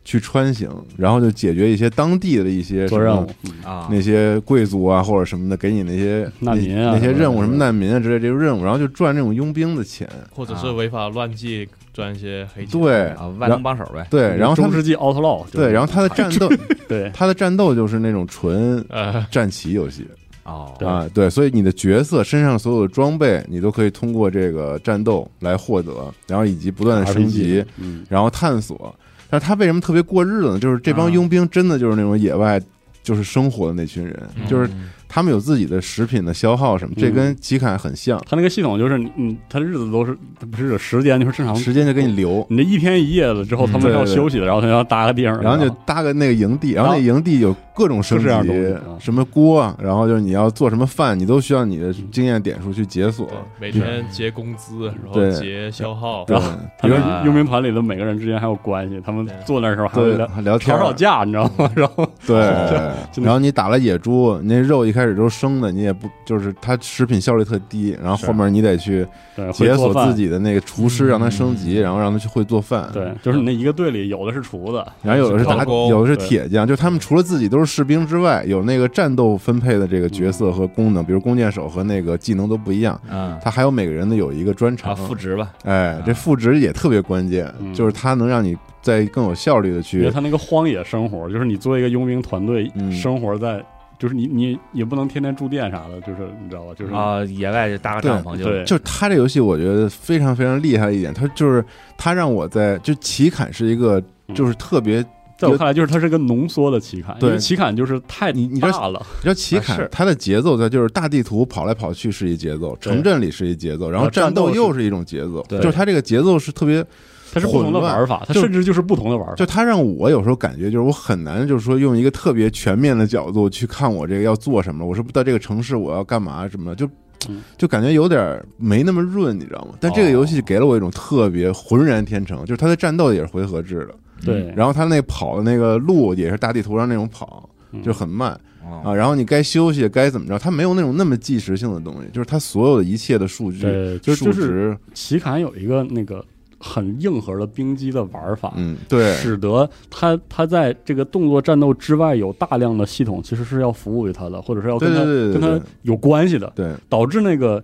[SPEAKER 1] 去穿行，然后就解决一些当地的一些
[SPEAKER 2] 做
[SPEAKER 1] 什
[SPEAKER 2] 任
[SPEAKER 1] 么
[SPEAKER 2] 务，嗯
[SPEAKER 4] 啊
[SPEAKER 1] 那些贵族啊或者什么的给你那些
[SPEAKER 2] 难民
[SPEAKER 1] 那
[SPEAKER 2] 啊
[SPEAKER 1] 那些
[SPEAKER 2] 什么
[SPEAKER 1] 任务
[SPEAKER 2] 的
[SPEAKER 1] 什么难民啊之类这些任务，然后就赚这种佣兵的钱。
[SPEAKER 5] 或者是
[SPEAKER 4] 啊
[SPEAKER 5] 违法乱纪赚一些黑钱。
[SPEAKER 1] 对
[SPEAKER 4] 啊，万
[SPEAKER 1] 然
[SPEAKER 4] 能
[SPEAKER 1] 后
[SPEAKER 4] 帮手呗，
[SPEAKER 1] 对，然后他
[SPEAKER 2] 中
[SPEAKER 1] 们
[SPEAKER 2] 世纪 Outlaw，就是 (laughs)
[SPEAKER 1] 对，然后他的战斗，
[SPEAKER 2] 对
[SPEAKER 1] 他的战斗就是那种纯
[SPEAKER 5] 呃，
[SPEAKER 1] 战棋游戏
[SPEAKER 4] 哦
[SPEAKER 2] 对
[SPEAKER 1] 啊，对，所以你的角色身上所有的装备，你都可以通过这个战斗来获得，然后以及不断的升
[SPEAKER 2] RPG
[SPEAKER 1] 级，，
[SPEAKER 2] 嗯，
[SPEAKER 1] 然后探索。但是他为什么特别过日子呢？就是这帮
[SPEAKER 4] 啊
[SPEAKER 1] 佣兵真的就是那种野外就是生活的那群人，就是他们有自己的食品的消耗什么，这
[SPEAKER 2] 嗯
[SPEAKER 1] 跟奇坎很像，
[SPEAKER 2] 他那个系统就是你你他日子都是它不是时间就是正常，
[SPEAKER 1] 时间就给你留，
[SPEAKER 2] 你这一天一夜了之后，
[SPEAKER 3] 嗯
[SPEAKER 2] 他们要
[SPEAKER 1] 对对
[SPEAKER 2] 休息了，然后他要搭个地方，
[SPEAKER 1] 然后就搭个那个营地，然后那营地有各种升级
[SPEAKER 2] 嗯各式各样的东西啊，
[SPEAKER 1] 什么锅啊，然后就是你要做什么饭，你都需要你的经验点数去解锁。
[SPEAKER 5] 对每天结工资，然后
[SPEAKER 1] 对
[SPEAKER 5] 结消耗，
[SPEAKER 1] 对
[SPEAKER 2] 然后他
[SPEAKER 1] 比如
[SPEAKER 2] 们佣兵团里的每个人之间还有关系，他们
[SPEAKER 5] 对
[SPEAKER 2] 坐那时候还会
[SPEAKER 1] 对嗯
[SPEAKER 2] 聊
[SPEAKER 1] 聊天
[SPEAKER 2] 吵
[SPEAKER 1] 儿
[SPEAKER 2] 吵架，你知道吗？ (laughs) 然后
[SPEAKER 1] 对，
[SPEAKER 2] 真的
[SPEAKER 1] (laughs) 然后你打了野猪，你那肉一开始都是生的，你也不就是它食品效率特低，然后
[SPEAKER 2] 是
[SPEAKER 1] 后面你得去
[SPEAKER 2] 对会
[SPEAKER 1] 解
[SPEAKER 2] 做
[SPEAKER 1] 锁
[SPEAKER 2] 饭嗯
[SPEAKER 1] 自己的那个厨师，让他升级，然后让他去会做饭。
[SPEAKER 2] 对，就是你那一个队里有的是厨子，
[SPEAKER 1] 然后有的是打，
[SPEAKER 5] 刀工
[SPEAKER 1] 有的是
[SPEAKER 2] 对嗯
[SPEAKER 1] 铁匠，就他们除了自己都是士兵之外，有那个战斗分配的这个角色和功能，比如弓箭手和那个技能都不一样。
[SPEAKER 4] 嗯
[SPEAKER 1] 他还有每个人的有一个专
[SPEAKER 4] 啊
[SPEAKER 1] 长，
[SPEAKER 4] 复职吧，
[SPEAKER 1] 哎，这赋值也特别关键，
[SPEAKER 2] 啊嗯
[SPEAKER 1] 就是它能让你在更有效率的
[SPEAKER 2] 因为
[SPEAKER 1] 去
[SPEAKER 2] 他那个荒野生活，就是你作为一个佣兵团队，
[SPEAKER 1] 嗯
[SPEAKER 2] 生活在就是你你也不能天天住店啥的，就是你知道吧？就是
[SPEAKER 4] 啊，野外就搭个帐篷就
[SPEAKER 2] 对
[SPEAKER 1] 就是它这游戏，我觉得非常非常厉害的一点，它就是它让我在就奇坎是一个，
[SPEAKER 2] 嗯
[SPEAKER 1] 就是特别，
[SPEAKER 2] 在我看来，就是它是个浓缩的奇坎，因为
[SPEAKER 1] 对
[SPEAKER 2] 奇坎就是太
[SPEAKER 1] 你你这
[SPEAKER 2] 大了，
[SPEAKER 1] 你知道奇
[SPEAKER 4] 啊
[SPEAKER 1] 坎
[SPEAKER 4] 是
[SPEAKER 1] 它的节奏在就是大地图跑来跑去是一节奏，
[SPEAKER 2] 对
[SPEAKER 1] 城镇里是一节奏，然后
[SPEAKER 2] 啊战
[SPEAKER 1] 战
[SPEAKER 2] 斗
[SPEAKER 1] 斗
[SPEAKER 2] 是
[SPEAKER 1] 又是一种节奏，
[SPEAKER 4] 对
[SPEAKER 1] 就是它这个节奏是特别，
[SPEAKER 2] 它是不同的
[SPEAKER 1] 混乱
[SPEAKER 2] 玩法，它
[SPEAKER 1] 就
[SPEAKER 2] 甚至就是不同的玩法
[SPEAKER 1] 就。它让我有时候感觉就是我很难就是说用一个特别全面的角度去看我这个要做什么，我是不知道这个城市我要干嘛什么的，就
[SPEAKER 2] 嗯
[SPEAKER 1] 就感觉有点儿没那么润，你知道吗？但这个游戏给了我一种特别浑然天成，就是它的战斗也是回合制的，
[SPEAKER 2] 对，
[SPEAKER 1] 嗯然后它那跑的那个路也是大地图上那种跑，
[SPEAKER 2] 嗯
[SPEAKER 1] 就很慢
[SPEAKER 4] 啊，
[SPEAKER 1] 啊。然后你该休息该怎么着，它没有那种那么即时性的东西，就是它所有的一切的数据、
[SPEAKER 2] 对，就
[SPEAKER 1] 数
[SPEAKER 2] 就是
[SPEAKER 1] 值，
[SPEAKER 2] 奇坎有一个那个很硬核的冰机的玩法，
[SPEAKER 1] 嗯，对，
[SPEAKER 2] 使得它它在这个动作战斗之外有大量的系统其实是要服务于它的，或者是要跟
[SPEAKER 1] 对
[SPEAKER 2] 它
[SPEAKER 1] 对对对
[SPEAKER 2] 跟它
[SPEAKER 1] 对
[SPEAKER 2] 有关系的，
[SPEAKER 1] 对，
[SPEAKER 2] 导致那个，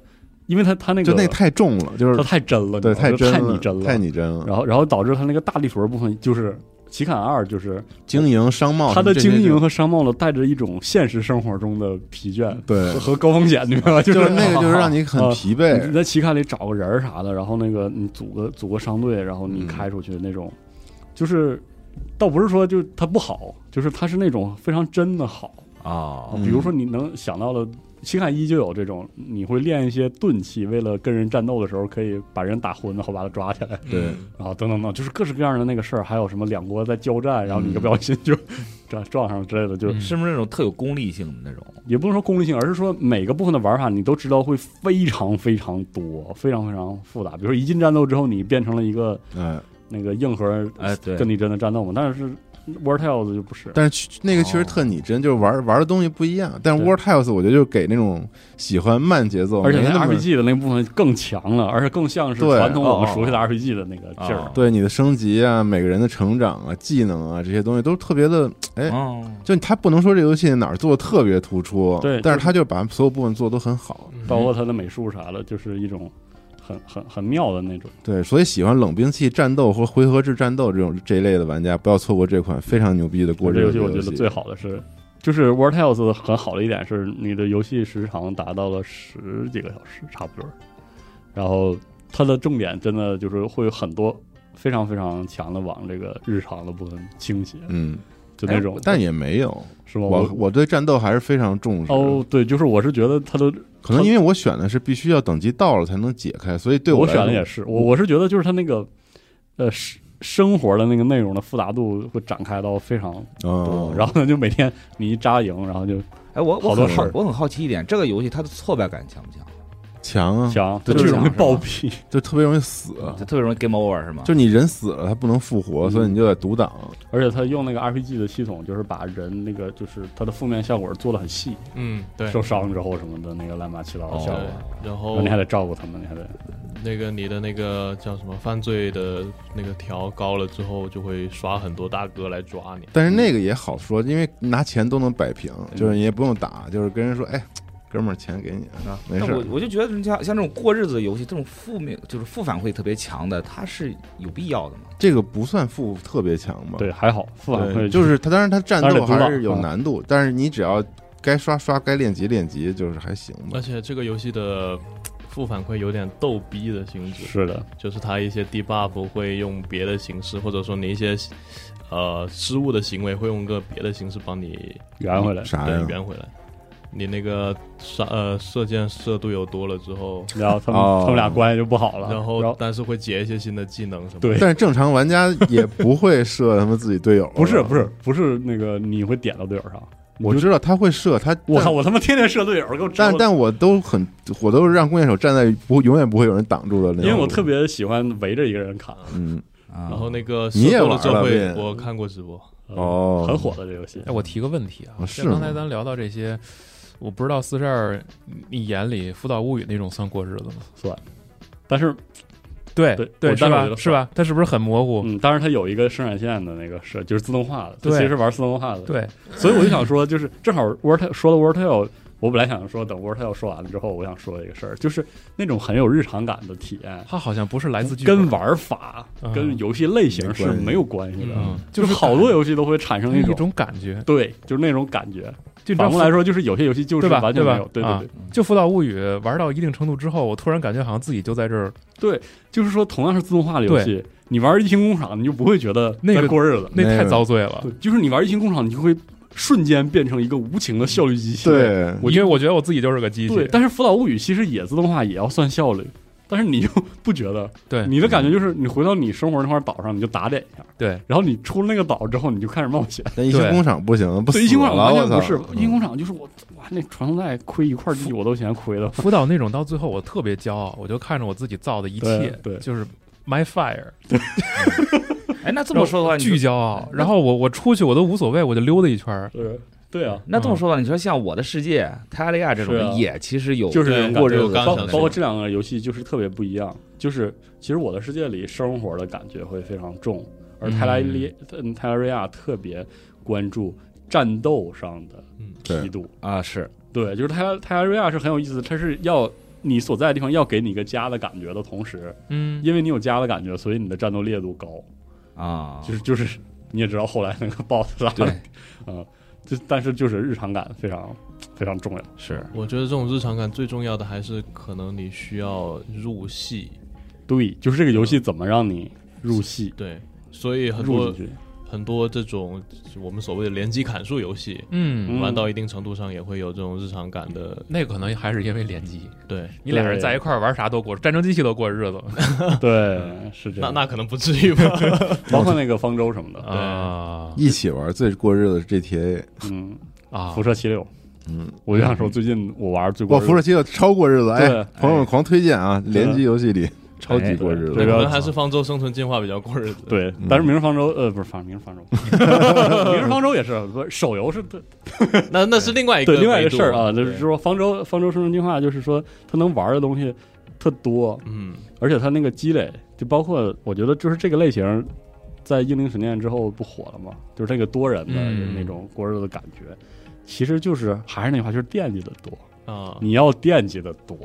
[SPEAKER 2] 因为它它那个
[SPEAKER 1] 就那太重了，就
[SPEAKER 2] 它
[SPEAKER 1] 是
[SPEAKER 2] 太真了，
[SPEAKER 1] 对
[SPEAKER 2] 你知道吗就
[SPEAKER 1] 真
[SPEAKER 2] 太
[SPEAKER 1] 了，
[SPEAKER 2] 拟真
[SPEAKER 1] 太拟真了。
[SPEAKER 2] 然后然后导致它那个大地图的部分就是。奇坎二就是
[SPEAKER 1] 经营商贸
[SPEAKER 2] 它
[SPEAKER 1] 什
[SPEAKER 2] 的
[SPEAKER 1] 么哦这些就，
[SPEAKER 2] 经营和商贸呢，带着一种现实生活中的疲倦
[SPEAKER 1] 对
[SPEAKER 2] 和，和高风险，你明白 (laughs) 吗？就
[SPEAKER 1] 嗯 (laughs) 就是是
[SPEAKER 2] (laughs)
[SPEAKER 1] 那个就是让你很
[SPEAKER 2] 啊
[SPEAKER 1] 疲
[SPEAKER 2] 你
[SPEAKER 1] 惫，
[SPEAKER 2] 在旗开里找个人儿啥的，然后那个你组个组个商队，然后
[SPEAKER 1] 嗯
[SPEAKER 2] 你开出去那种，就是倒不是说就它不好，就是它是那种非常真的好。啊
[SPEAKER 4] 哦
[SPEAKER 1] 嗯
[SPEAKER 2] 比如说你能想到的，旗开一就有这种，你会练一些钝器，为了跟人战斗的时候可以把人打昏，然后把他抓起来，
[SPEAKER 1] 对哎
[SPEAKER 5] 嗯
[SPEAKER 2] 然后啊等等等，就是各式各样的那个事儿，还有什么两国在交战，然后
[SPEAKER 4] 嗯
[SPEAKER 2] 你一个不小心就 (laughs) 撞撞上之类的，就
[SPEAKER 3] 嗯
[SPEAKER 4] 是不是那种特有功利性的那种？
[SPEAKER 2] 也不能说功利性，而是说每个部分的玩法你都知道会非常非常多，非常非常复杂。比如说一进战斗之后，你变成了一个
[SPEAKER 1] 哎，
[SPEAKER 2] 那个硬核
[SPEAKER 4] 哎，对，
[SPEAKER 2] 跟你真的战斗嘛，但是 War Tales 就不是。
[SPEAKER 1] 但是去那个确实
[SPEAKER 4] 哦
[SPEAKER 1] 特拟真，就是玩玩的东西不一样。但
[SPEAKER 2] 对
[SPEAKER 1] War Tales 我觉得就是给那种喜欢慢节奏，
[SPEAKER 2] 而且
[SPEAKER 1] 没
[SPEAKER 2] 那
[SPEAKER 1] 那么
[SPEAKER 2] RPG 的那部分更强了，而且更像是
[SPEAKER 1] 对
[SPEAKER 2] 传统我们
[SPEAKER 4] 哦哦
[SPEAKER 2] 熟悉的 RPG 的那个劲儿
[SPEAKER 4] 哦。
[SPEAKER 1] 对你的升级啊、每个人的成长啊、技能啊这些东西都特别的，哎，
[SPEAKER 4] 哦，
[SPEAKER 1] 就他不能说这游戏哪儿做的特别突出，
[SPEAKER 2] 对
[SPEAKER 1] 但
[SPEAKER 2] 就是是
[SPEAKER 1] 他就把所有部分做得都很好。
[SPEAKER 5] 嗯
[SPEAKER 2] 包括它的美术啥的，就是一种很很很妙的那种。
[SPEAKER 1] 对，所以喜欢冷兵器战斗或回合制战斗这种这一类的玩家，不要错过这款非常牛逼的过
[SPEAKER 2] 这
[SPEAKER 1] 日
[SPEAKER 2] 游
[SPEAKER 1] 子
[SPEAKER 2] 戏我
[SPEAKER 1] 游
[SPEAKER 2] 觉
[SPEAKER 1] 戏。
[SPEAKER 2] 得最好的是，就是 War Tales 很好的一点是，你的游戏时长达到了十几个小时差不多，然后它的重点真的就是会有很多非常非常强的往这个日常的部分倾斜，
[SPEAKER 1] 嗯，
[SPEAKER 2] 就那种
[SPEAKER 1] 哎，但也没有，
[SPEAKER 2] 是吗？
[SPEAKER 1] 我
[SPEAKER 2] 我
[SPEAKER 1] 我对战斗还是非常重视。
[SPEAKER 2] 哦，对，就是我是觉得它的
[SPEAKER 1] 可能因为我选的是必须要等级到了才能解开，所以对
[SPEAKER 2] 我
[SPEAKER 1] 来
[SPEAKER 2] 选的
[SPEAKER 1] 说
[SPEAKER 2] 也是，我我是觉得就是它那个呃生生活的那个内容的复杂度会展开到非常
[SPEAKER 1] 哦
[SPEAKER 2] 多，，然后呢就每天你一扎营，然后就
[SPEAKER 4] 哎，我
[SPEAKER 2] 好
[SPEAKER 4] 我
[SPEAKER 2] 多
[SPEAKER 4] 很
[SPEAKER 2] 事
[SPEAKER 4] 好
[SPEAKER 2] 儿，
[SPEAKER 4] 我很好奇一点，这个游戏它的挫败感强不强？
[SPEAKER 1] 强啊，
[SPEAKER 2] 强，
[SPEAKER 1] 对
[SPEAKER 2] 就
[SPEAKER 1] 就是
[SPEAKER 2] 容易
[SPEAKER 4] 强是吧
[SPEAKER 2] 暴毙。
[SPEAKER 1] 就特别容易死，啊
[SPEAKER 4] 就特别容易 game over 是吗？
[SPEAKER 1] 就你人死了，他不能复活，
[SPEAKER 2] 嗯
[SPEAKER 1] 所以你就得独挡。
[SPEAKER 2] 而且他用那个 RPG 的系统，就是把人那个就是他的负面效果做的很细，
[SPEAKER 5] 嗯，对
[SPEAKER 2] 受。伤之后什么的那个乱七八糟的效果
[SPEAKER 1] 哦
[SPEAKER 5] 对，然
[SPEAKER 2] 然
[SPEAKER 5] 后
[SPEAKER 2] 后你还得照顾他们，你还得
[SPEAKER 5] 那个你的那个叫什么犯罪的那个条高了之后，就会刷很多大哥来抓你。
[SPEAKER 1] 但是那个也好说，因为拿钱都能摆平，
[SPEAKER 2] 嗯
[SPEAKER 1] 就是你也不用打，就是跟人说，哎，哥们儿，钱给你啊，没
[SPEAKER 4] 但
[SPEAKER 1] 事
[SPEAKER 4] 我
[SPEAKER 1] 儿。
[SPEAKER 4] 我就觉得像像这种过日子的游戏，这种负面就是负反馈特别强的，它是有必要的吗？
[SPEAKER 1] 这个不算负特别强吧？
[SPEAKER 2] 对还好复反馈
[SPEAKER 1] 对，就是他，当然他战
[SPEAKER 2] 当然
[SPEAKER 1] 斗
[SPEAKER 2] 得独啊挡
[SPEAKER 1] 还是有难度，但是你只要该刷刷，该练级练级，就是还行吧
[SPEAKER 5] 而。且这个游戏的负反馈有点逗逼的性质，
[SPEAKER 2] 是的，
[SPEAKER 5] 就是它一些 debuff 会用别的形式，或者说你一些呃失误的行为会用个别的形式帮你
[SPEAKER 2] 圆回来。
[SPEAKER 1] 啥
[SPEAKER 5] 对
[SPEAKER 1] 呀？
[SPEAKER 5] 圆回来。你那个杀呃射箭射队友多了之后，
[SPEAKER 2] 然后他们、
[SPEAKER 1] 哦
[SPEAKER 2] 他们俩关系就不好了，啊
[SPEAKER 5] 然
[SPEAKER 2] 然
[SPEAKER 5] 后但是会结一些新的技能什么的。
[SPEAKER 2] 对，
[SPEAKER 1] 但是正常玩家也不会射他们自己队友啊
[SPEAKER 2] (laughs) 不是不是，不是那个你会点到队友上，
[SPEAKER 1] 哦我知道他会射他，
[SPEAKER 2] 我
[SPEAKER 1] 但
[SPEAKER 2] 操我他妈天天射队友，给我折
[SPEAKER 1] 但
[SPEAKER 2] 磨
[SPEAKER 1] 但我都很，我都是让弓箭手站在不永远不会有人挡住的那
[SPEAKER 2] 因
[SPEAKER 1] 种。
[SPEAKER 2] 为我特，别喜欢围着一个人砍，
[SPEAKER 1] 嗯，
[SPEAKER 5] 然
[SPEAKER 4] 然
[SPEAKER 5] 后那个
[SPEAKER 1] 你也
[SPEAKER 5] 射多了之后
[SPEAKER 1] 玩了
[SPEAKER 5] 会
[SPEAKER 1] 呗，
[SPEAKER 5] 我看过直播，
[SPEAKER 2] 嗯
[SPEAKER 1] 哦
[SPEAKER 2] 很火的这游戏
[SPEAKER 3] 哎，。我提个问题啊
[SPEAKER 1] 啊，是
[SPEAKER 3] 像刚才
[SPEAKER 1] 吗
[SPEAKER 3] 咱聊到这些，我不知道四十二，你眼里《辅导物语》那种算过日子吗？
[SPEAKER 2] 但是
[SPEAKER 3] 对
[SPEAKER 2] 对我
[SPEAKER 3] 对，是
[SPEAKER 2] 当然觉
[SPEAKER 3] 吧
[SPEAKER 2] 得？
[SPEAKER 3] 是吧？它是不是很模糊？
[SPEAKER 2] 嗯，当然它有一个生产线的那个是就是自动化的，它
[SPEAKER 3] 对
[SPEAKER 2] 其实是玩自动化的，
[SPEAKER 3] 对，
[SPEAKER 2] 所以我就想说，就是正好 w o r t 说了 w o r t a l 我本来想说，等 w o r t a l 说完了之后，我想说一个事儿，就是那种很有日常感的体验，
[SPEAKER 3] 它好像不是来自剧本
[SPEAKER 2] 跟玩法、
[SPEAKER 3] 嗯
[SPEAKER 2] 跟游戏类型
[SPEAKER 1] 没
[SPEAKER 2] 是
[SPEAKER 1] 关系
[SPEAKER 2] 没有关系的，
[SPEAKER 3] 嗯
[SPEAKER 2] 就是好多游戏都会产生一
[SPEAKER 3] 一
[SPEAKER 2] 种。
[SPEAKER 3] 种感觉，
[SPEAKER 2] 对，就是那种感觉。
[SPEAKER 3] 就你知道
[SPEAKER 2] 反过来说，就是有些游戏就是
[SPEAKER 3] 对吧
[SPEAKER 2] 完全没有。对
[SPEAKER 3] 对吧啊
[SPEAKER 2] 对
[SPEAKER 3] 就《辅导物语》玩到一定程度之后，我突然感觉好像自己就在这儿，
[SPEAKER 2] 就是说同样是自动化的游戏，你玩《异形工厂》，你就不会觉得
[SPEAKER 3] 那个
[SPEAKER 2] 在过日子。
[SPEAKER 3] 那
[SPEAKER 1] 那
[SPEAKER 3] 太
[SPEAKER 1] 个
[SPEAKER 3] 遭罪了
[SPEAKER 2] 对。，就是你玩《异形工厂》，你就会瞬间变成一个无情的效率机器。
[SPEAKER 1] 对，
[SPEAKER 3] 我因为我觉得我自己就是个机器，
[SPEAKER 2] 对，但是《辅导物语》其实也自动化，也要算效率，但是你就 (laughs) 不觉得？
[SPEAKER 3] 对
[SPEAKER 2] 你的感觉就是你回到你生活那块岛上，你就打点一下，
[SPEAKER 3] 对，
[SPEAKER 2] 然后你出了那个岛之后，你就开始冒险。
[SPEAKER 1] 但一星
[SPEAKER 3] 对
[SPEAKER 1] 工厂不行，不
[SPEAKER 2] 所以
[SPEAKER 1] 死
[SPEAKER 2] 英工厂
[SPEAKER 1] 了，
[SPEAKER 2] 完
[SPEAKER 1] 我
[SPEAKER 2] 全
[SPEAKER 1] 操！
[SPEAKER 2] 不是，英工厂就是我哇，那传送带亏一块地我都嫌亏了。
[SPEAKER 3] 辅导那种到最后我特别骄傲，我就看着我自己造的一切，
[SPEAKER 2] 对对
[SPEAKER 3] 就是 my fire，
[SPEAKER 4] 哎，那这么说的话，你
[SPEAKER 3] 巨骄傲。然后我我出去我都无所谓，我就溜达一圈儿。
[SPEAKER 2] 对 (laughs) 对啊，
[SPEAKER 4] 那这么说的话，你说像我的世界、泰利亚这种
[SPEAKER 2] 是啊
[SPEAKER 4] 的，也其实有
[SPEAKER 2] 就是这
[SPEAKER 5] 对
[SPEAKER 2] 种
[SPEAKER 5] 感
[SPEAKER 2] 过
[SPEAKER 5] 觉
[SPEAKER 2] 日
[SPEAKER 5] 有
[SPEAKER 2] 子，
[SPEAKER 5] 刚
[SPEAKER 2] 包
[SPEAKER 5] 才
[SPEAKER 2] 包
[SPEAKER 5] 那
[SPEAKER 2] 括
[SPEAKER 5] 种
[SPEAKER 2] 这两个游戏就是特别不一样。就是其实我的世界里生活的感觉会非常重，而泰拉利嗯泰拉瑞亚特别关注战斗上的
[SPEAKER 5] 嗯
[SPEAKER 1] 对
[SPEAKER 2] 梯度。
[SPEAKER 4] 啊，是
[SPEAKER 2] 对，就是泰拉泰拉瑞亚是很有意思，它是要你所在的地方要给你一个家的感觉的同时，
[SPEAKER 3] 嗯，
[SPEAKER 2] 因为你有家的感觉，所以你的战斗烈度高。
[SPEAKER 1] 哦
[SPEAKER 4] 啊，
[SPEAKER 2] 就是就是你也知道后来那个 (laughs) BOSS 啊，
[SPEAKER 4] 对，
[SPEAKER 2] 嗯，就但是就是日常感非常非常重要。
[SPEAKER 4] 是
[SPEAKER 5] 我觉得这种日常感最重要的还是可能你需要入戏，
[SPEAKER 2] 对，就是这个游戏怎么让你入戏，
[SPEAKER 5] 对，所以很
[SPEAKER 2] 入
[SPEAKER 5] 多
[SPEAKER 2] 进去。
[SPEAKER 5] 很多这种我们所谓的联机砍树游戏，
[SPEAKER 3] 嗯，
[SPEAKER 2] 嗯
[SPEAKER 5] 玩到一定程度上也会有这种日常感的，
[SPEAKER 3] 那可能还是因为联机，
[SPEAKER 5] 对，
[SPEAKER 3] 你俩人在一块儿玩啥都过，战争机器都过日子
[SPEAKER 1] (laughs) 嗯
[SPEAKER 2] 对，是这
[SPEAKER 5] 那
[SPEAKER 2] 样。
[SPEAKER 5] 那可能不至于吧，
[SPEAKER 2] 包括那个方舟什么的，
[SPEAKER 3] 啊
[SPEAKER 1] 一起玩最过日子是 GTA，
[SPEAKER 2] 嗯，
[SPEAKER 3] 啊
[SPEAKER 2] 辐！射七六，
[SPEAKER 1] 嗯，
[SPEAKER 2] 我就想说，最近我玩最过
[SPEAKER 1] 哇，
[SPEAKER 2] 日
[SPEAKER 1] 辐射七六超过日子，哎
[SPEAKER 2] 对，
[SPEAKER 1] 朋友们狂推荐啊，联机游戏里超级过日
[SPEAKER 5] 对，
[SPEAKER 2] (laughs) 哎对
[SPEAKER 1] 子，
[SPEAKER 5] 可能还是方舟生存进化比较过日子。，
[SPEAKER 2] 对
[SPEAKER 1] 嗯，
[SPEAKER 2] 但是《明日方舟》呃，不是方《明日方
[SPEAKER 5] (laughs)
[SPEAKER 2] 舟》，《明日方舟》也是不是手游是对
[SPEAKER 5] 那那是另外一个
[SPEAKER 2] 对另外一
[SPEAKER 5] 维
[SPEAKER 2] 个
[SPEAKER 5] 度
[SPEAKER 2] 事儿啊，就是
[SPEAKER 5] 对
[SPEAKER 2] 说方舟方舟生存进化，就是说它能玩的东西特多，
[SPEAKER 5] 嗯，
[SPEAKER 2] 而且它那个积累，就包括我觉得就是这个类型，在《英灵神殿》之后不火了嘛，就是那个多人的
[SPEAKER 3] 嗯
[SPEAKER 2] 那种过日子的感觉，
[SPEAKER 5] 嗯
[SPEAKER 2] 其实就是还是那句话，就是惦记的多，
[SPEAKER 5] 啊，
[SPEAKER 2] 你要惦记的多，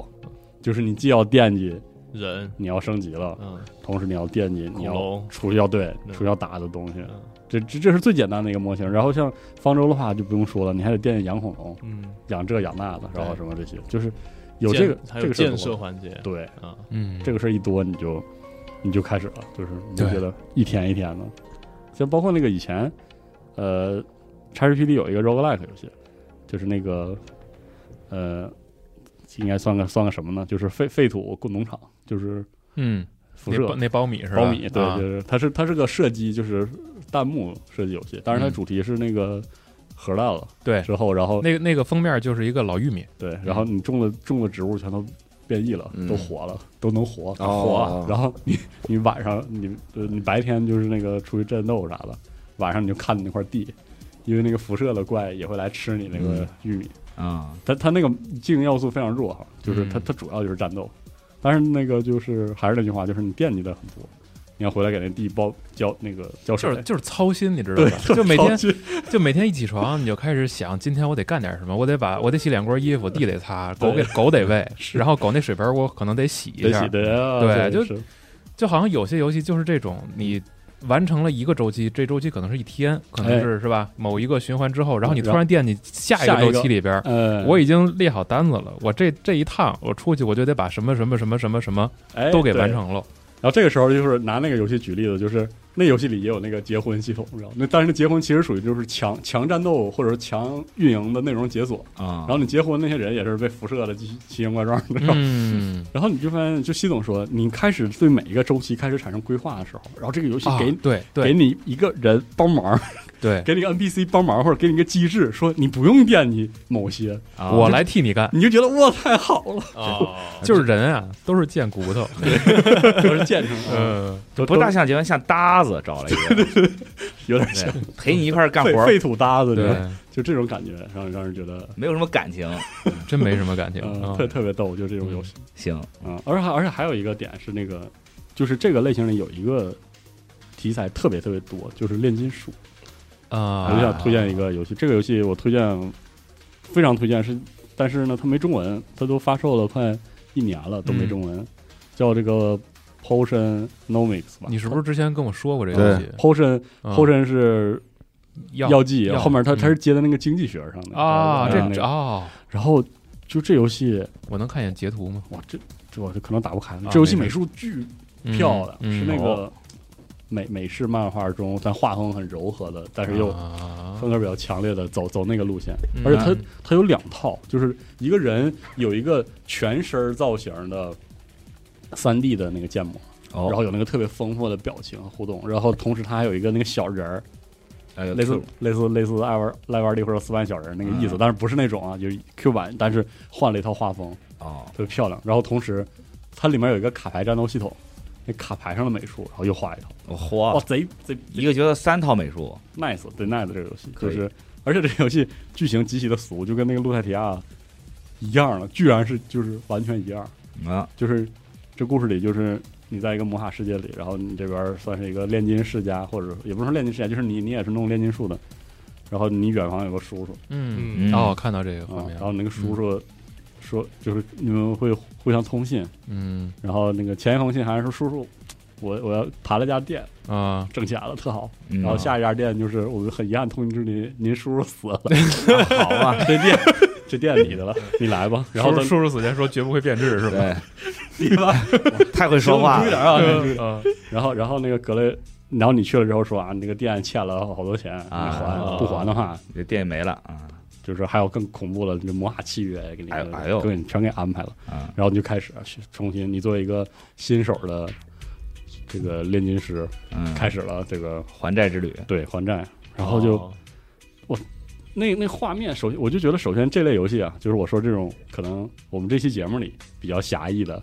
[SPEAKER 2] 就是你既要惦记
[SPEAKER 5] 人，
[SPEAKER 2] 你要升级了，
[SPEAKER 5] 嗯，
[SPEAKER 2] 同时你要惦记你
[SPEAKER 5] 恐
[SPEAKER 2] 要
[SPEAKER 5] 龙，
[SPEAKER 2] 除掉对
[SPEAKER 5] 对
[SPEAKER 2] 除掉打的东西，
[SPEAKER 5] 嗯
[SPEAKER 2] 这这这是最简单的一个模型。然后像方舟的话就不用说了，你还得惦记养恐龙，
[SPEAKER 5] 嗯，
[SPEAKER 2] 养这养那的，然后
[SPEAKER 5] 对
[SPEAKER 2] 什么这些，就是有这个
[SPEAKER 5] 建还
[SPEAKER 2] 这
[SPEAKER 5] 有
[SPEAKER 2] 个事儿
[SPEAKER 5] 建
[SPEAKER 2] 多
[SPEAKER 5] 设
[SPEAKER 2] 了
[SPEAKER 5] 环节
[SPEAKER 2] 对。 (laughs)
[SPEAKER 5] 啊，
[SPEAKER 3] 嗯，
[SPEAKER 2] 这个事儿一多，你就你就开始了，就是你就
[SPEAKER 3] 对
[SPEAKER 2] 觉得一天一天的，就包括那个以前，呃，XGP 里有一个 roguelike 游戏，就是那个呃，应该算个算个什么呢？就是废废土农场，就是
[SPEAKER 3] 嗯，
[SPEAKER 2] 辐
[SPEAKER 3] 那
[SPEAKER 2] 射
[SPEAKER 3] 苞那苞米是吧？
[SPEAKER 2] 苞米，对，
[SPEAKER 3] 啊
[SPEAKER 2] 就是它是它是个射击，就是弹幕射击游戏，但是它
[SPEAKER 3] 嗯
[SPEAKER 2] 主题是那个核弹了
[SPEAKER 3] 对，
[SPEAKER 2] 之后，然后
[SPEAKER 3] 啊那个那个封面就是一个老玉米，
[SPEAKER 2] 对，然后你种的种的植物全都变异了，
[SPEAKER 1] 嗯
[SPEAKER 2] 都活了，都能活，
[SPEAKER 1] 哦
[SPEAKER 2] 活。啊然后你你晚上你呃你白天就是那个出去战斗啥的，晚上你就看你那块地，因为那个辐射的怪也会来吃你那个
[SPEAKER 1] 嗯
[SPEAKER 2] 玉米。
[SPEAKER 4] 啊，
[SPEAKER 2] 它它那个经营要素非常弱哈，就是它
[SPEAKER 3] 嗯
[SPEAKER 2] 它主要就是战斗，但是那个就是还是那句话，就是你惦记的很多，你要回来给那地包浇那个浇
[SPEAKER 3] 就
[SPEAKER 2] 水
[SPEAKER 3] 是。就是操心，你知道吧？就每天就每天一起床，你就开始想，今天我得干点什么，我得把我得洗两锅衣服，地得擦，狗给狗
[SPEAKER 2] (laughs)
[SPEAKER 3] 得喂，然后狗那水盆我可能得洗一
[SPEAKER 2] 得
[SPEAKER 3] 下
[SPEAKER 2] 洗，的啊，
[SPEAKER 3] 对就是就好像有些游戏就是这种，你完成了一个周期，这周期可能是一天，可
[SPEAKER 2] 哎
[SPEAKER 3] 能是、是吧？某一个循环之后，然后你突然惦记下一
[SPEAKER 2] 下一
[SPEAKER 3] 个
[SPEAKER 2] 个
[SPEAKER 3] 周期里边，
[SPEAKER 2] 呃，
[SPEAKER 3] 我已经列好单子了，我这这一趟我出去我就得把什么什么什么什么什么都给
[SPEAKER 2] 哎对 (laughs)
[SPEAKER 3] 完成了。
[SPEAKER 2] 然后这个时候就是拿那个游戏举例子，就是那游戏里也有那个结婚系统，你知道吗？那但是那结婚其实属于就是强强战斗或者是强运营的内容解锁。
[SPEAKER 4] 啊
[SPEAKER 2] 然，后你结婚那些人也是被辐射的奇奇形怪状，你知道吗？
[SPEAKER 3] 嗯，
[SPEAKER 2] 然后你就发现，就系统说，你开始对每一个周期开始产生规划的时候，然后这个游戏
[SPEAKER 3] 啊
[SPEAKER 2] 给、
[SPEAKER 3] 对
[SPEAKER 2] 给
[SPEAKER 3] 对
[SPEAKER 2] 你一个人帮忙， (laughs)
[SPEAKER 3] 对，
[SPEAKER 2] 给你个 NPC 帮忙，或者给你一个机制，说你不用惦记某些，
[SPEAKER 4] 啊
[SPEAKER 3] 我来替你干。
[SPEAKER 2] 你就觉得哇太好
[SPEAKER 5] (laughs)
[SPEAKER 2] 了，
[SPEAKER 5] 哦，
[SPEAKER 3] 就是人
[SPEAKER 2] (laughs)
[SPEAKER 3] 啊，都是贱骨头。
[SPEAKER 2] 就是建成了，
[SPEAKER 3] 嗯，
[SPEAKER 2] 都
[SPEAKER 4] 不大像结婚，像搭子找了一个
[SPEAKER 2] 有点像
[SPEAKER 4] 陪你一块儿干
[SPEAKER 2] 废
[SPEAKER 4] 活儿，
[SPEAKER 2] 废土搭子，你知道吗
[SPEAKER 3] 对，
[SPEAKER 2] 就这种感觉，让让人觉得
[SPEAKER 4] 没有什么感情。
[SPEAKER 3] 真没什么感情
[SPEAKER 2] 嗯，
[SPEAKER 3] 啊
[SPEAKER 2] 特。特别逗，就这种游戏。
[SPEAKER 4] 行，
[SPEAKER 2] 嗯，而且而且还有一个点是那个，就是这个类型里有一个题材特别特别多，就是炼金术。我就
[SPEAKER 3] 啊
[SPEAKER 2] 想推荐一个游戏，这个游戏我推荐，非常推荐是，但是呢，它没中文，它都发售了快一年了都
[SPEAKER 3] 嗯
[SPEAKER 2] 没中文，叫这个 Potion Nomics 吧。
[SPEAKER 3] 你是不是之前跟我说过这个游戏？
[SPEAKER 2] Potion
[SPEAKER 3] 嗯
[SPEAKER 2] Potion 是
[SPEAKER 3] 要
[SPEAKER 2] 药剂，
[SPEAKER 3] 药
[SPEAKER 2] 后面它
[SPEAKER 3] 嗯
[SPEAKER 2] 它是接的那个经济学上的然
[SPEAKER 3] 啊，
[SPEAKER 2] 后
[SPEAKER 3] 这
[SPEAKER 2] 嗯那个
[SPEAKER 3] 啊，
[SPEAKER 2] 然后就这游戏，
[SPEAKER 3] 我能看一眼截图吗？
[SPEAKER 2] 哇，这这我可能打不开了，
[SPEAKER 3] 啊
[SPEAKER 2] 这游戏
[SPEAKER 3] 没事
[SPEAKER 2] 美术巨
[SPEAKER 3] 嗯
[SPEAKER 2] 漂亮，
[SPEAKER 3] 嗯
[SPEAKER 2] 是那
[SPEAKER 3] 哦
[SPEAKER 2] 个美美式漫画中，但画风很柔和的，但是又
[SPEAKER 3] 啊
[SPEAKER 2] 风格比较强烈的走走那个路线，
[SPEAKER 3] 嗯
[SPEAKER 2] 而且它它有两套，就是一个人有一个全身儿造型的三 D 的那个建模，然
[SPEAKER 4] 然
[SPEAKER 2] 后有那个特别丰富的表情和互动，然后同时他还有一个那个小人儿，
[SPEAKER 4] 哎
[SPEAKER 2] 类似类似类似爱玩赖玩力或者死板小人那个意思，
[SPEAKER 4] 嗯
[SPEAKER 2] 但是不是那种啊，就是 Q 版，但是换了一套画风，
[SPEAKER 4] 哦，
[SPEAKER 2] 特别漂亮。然后同时它里面有一个卡牌战斗系统，那卡牌上的美术，然后又画一套，哇，
[SPEAKER 4] 嚯，
[SPEAKER 2] 贼贼
[SPEAKER 4] 一个角色三套美术，
[SPEAKER 2] nice，贼 nice 这个游戏，
[SPEAKER 4] 可
[SPEAKER 2] 就
[SPEAKER 4] 以
[SPEAKER 2] 是 (laughs) 而且这个游戏剧情极其的俗，就跟那个《路泰提亚》一样了，居然是就是完全一样，
[SPEAKER 4] 啊，
[SPEAKER 2] 就是这故事里就是。你在一个魔法世界里，然后你这边算是一个炼金世家，或者也不是说炼金世家，就是你你也是弄炼金术的，然后你远方有个叔叔，
[SPEAKER 3] 嗯
[SPEAKER 4] 嗯
[SPEAKER 3] 哦，看到这个画
[SPEAKER 2] 啊，
[SPEAKER 3] 面
[SPEAKER 2] 然，后那个叔叔说，就是你们会互相通信，
[SPEAKER 3] 嗯
[SPEAKER 2] 然后那个前一封信还是说叔叔，我我要爬了家店
[SPEAKER 3] 啊，
[SPEAKER 2] 挣钱了，特好。
[SPEAKER 4] 嗯
[SPEAKER 2] 然后下一家店就是我们很遗憾通知您，您叔叔死了，
[SPEAKER 4] (laughs) 好嘛，
[SPEAKER 2] (laughs) 这店这店你
[SPEAKER 4] (laughs)
[SPEAKER 2] 的了，你来吧。然后
[SPEAKER 3] 叔
[SPEAKER 2] 他
[SPEAKER 3] 叔叔死前说绝不会变质是吧？
[SPEAKER 4] 对，嗯 (laughs) 太会说
[SPEAKER 2] (laughs)
[SPEAKER 4] 话了，
[SPEAKER 2] 啊，
[SPEAKER 3] 啊，
[SPEAKER 2] 然后然后那个格雷，然后你去了之后说啊，你那个店欠了好多钱，你
[SPEAKER 4] 啊
[SPEAKER 2] 还不还的话，
[SPEAKER 4] 这店也没了啊
[SPEAKER 2] 就是还有更恐怖的，这魔法契约给你，
[SPEAKER 4] 哎呦哎呦
[SPEAKER 2] 给你全给安排了。
[SPEAKER 4] 啊，
[SPEAKER 2] 然后你就开始去重新，你作为一个新手的这个炼金师，
[SPEAKER 4] 嗯，
[SPEAKER 2] 开始了这个
[SPEAKER 4] 还债之旅，
[SPEAKER 2] 对还债，然后
[SPEAKER 5] 哦
[SPEAKER 2] 就、那那画面，首先我就觉得，首先这类游戏啊，就是我说这种可能我们这期节目里比较狭义的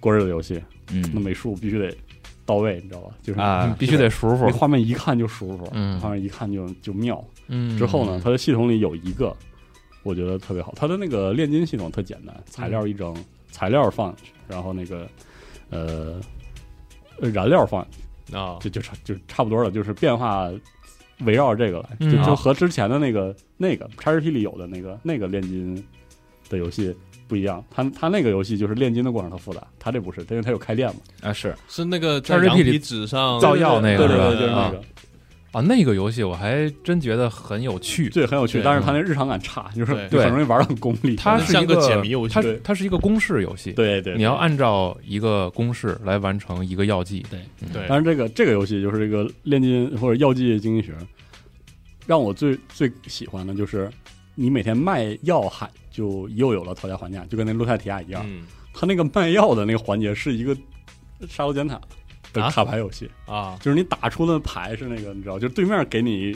[SPEAKER 2] 过日子游戏，那
[SPEAKER 4] 嗯
[SPEAKER 2] 美术必须得到位，你知道吧？就是
[SPEAKER 4] 啊，
[SPEAKER 3] 必须得舒服
[SPEAKER 2] 那。画面一看就舒服，
[SPEAKER 3] 嗯
[SPEAKER 2] 画面一看就就妙。
[SPEAKER 3] 嗯，
[SPEAKER 2] 之后呢，它的系统里有一个我觉得特别好，它的那个炼金系统特简单，材料一扔，材料放进去，然后那个呃呃燃料放进去，
[SPEAKER 5] 啊，
[SPEAKER 2] 就就差就差不多了，就是变化围绕着这个来，
[SPEAKER 3] 嗯
[SPEAKER 2] 就
[SPEAKER 3] 啊
[SPEAKER 2] 就和之前的那个那个 XRP 里有的那个那个炼金的游戏。不一样，它它那个游戏就是炼金的过程特复杂，它这不是，因为它有开店嘛，
[SPEAKER 4] 啊是，
[SPEAKER 5] 是那个在
[SPEAKER 3] XRP
[SPEAKER 5] 羊
[SPEAKER 3] 里
[SPEAKER 5] 皮纸上
[SPEAKER 3] 哦造药那
[SPEAKER 2] 对对
[SPEAKER 3] 个是吧
[SPEAKER 2] 对，就是那
[SPEAKER 3] 啊
[SPEAKER 2] 个，
[SPEAKER 3] 啊，那个游戏我还真觉得很有趣。
[SPEAKER 2] 对，很有趣，
[SPEAKER 5] 对
[SPEAKER 2] 但
[SPEAKER 3] 嗯
[SPEAKER 2] 是它那日常感差，就是
[SPEAKER 5] 对
[SPEAKER 2] 就很容易玩得很功利。
[SPEAKER 3] 它是
[SPEAKER 5] 像
[SPEAKER 3] 一个
[SPEAKER 5] 个解谜游戏
[SPEAKER 3] 它
[SPEAKER 2] 对
[SPEAKER 3] 它是一个公式游戏，
[SPEAKER 2] 对对，
[SPEAKER 3] 你要按照一个公式来完成一个药剂。
[SPEAKER 5] 对，
[SPEAKER 2] 但是这个这个游戏就是这个炼金或者药剂经济学，让我最最喜欢的就是你每天卖药还就又有了讨价还价，就跟那洛泰提亚一样，
[SPEAKER 5] 嗯
[SPEAKER 2] 它那个卖药的那个环节是一个杀戮尖塔的
[SPEAKER 5] 啊
[SPEAKER 2] 卡牌游戏，
[SPEAKER 5] 啊，
[SPEAKER 2] 就是你打出的牌是那个你知道，就是对面给你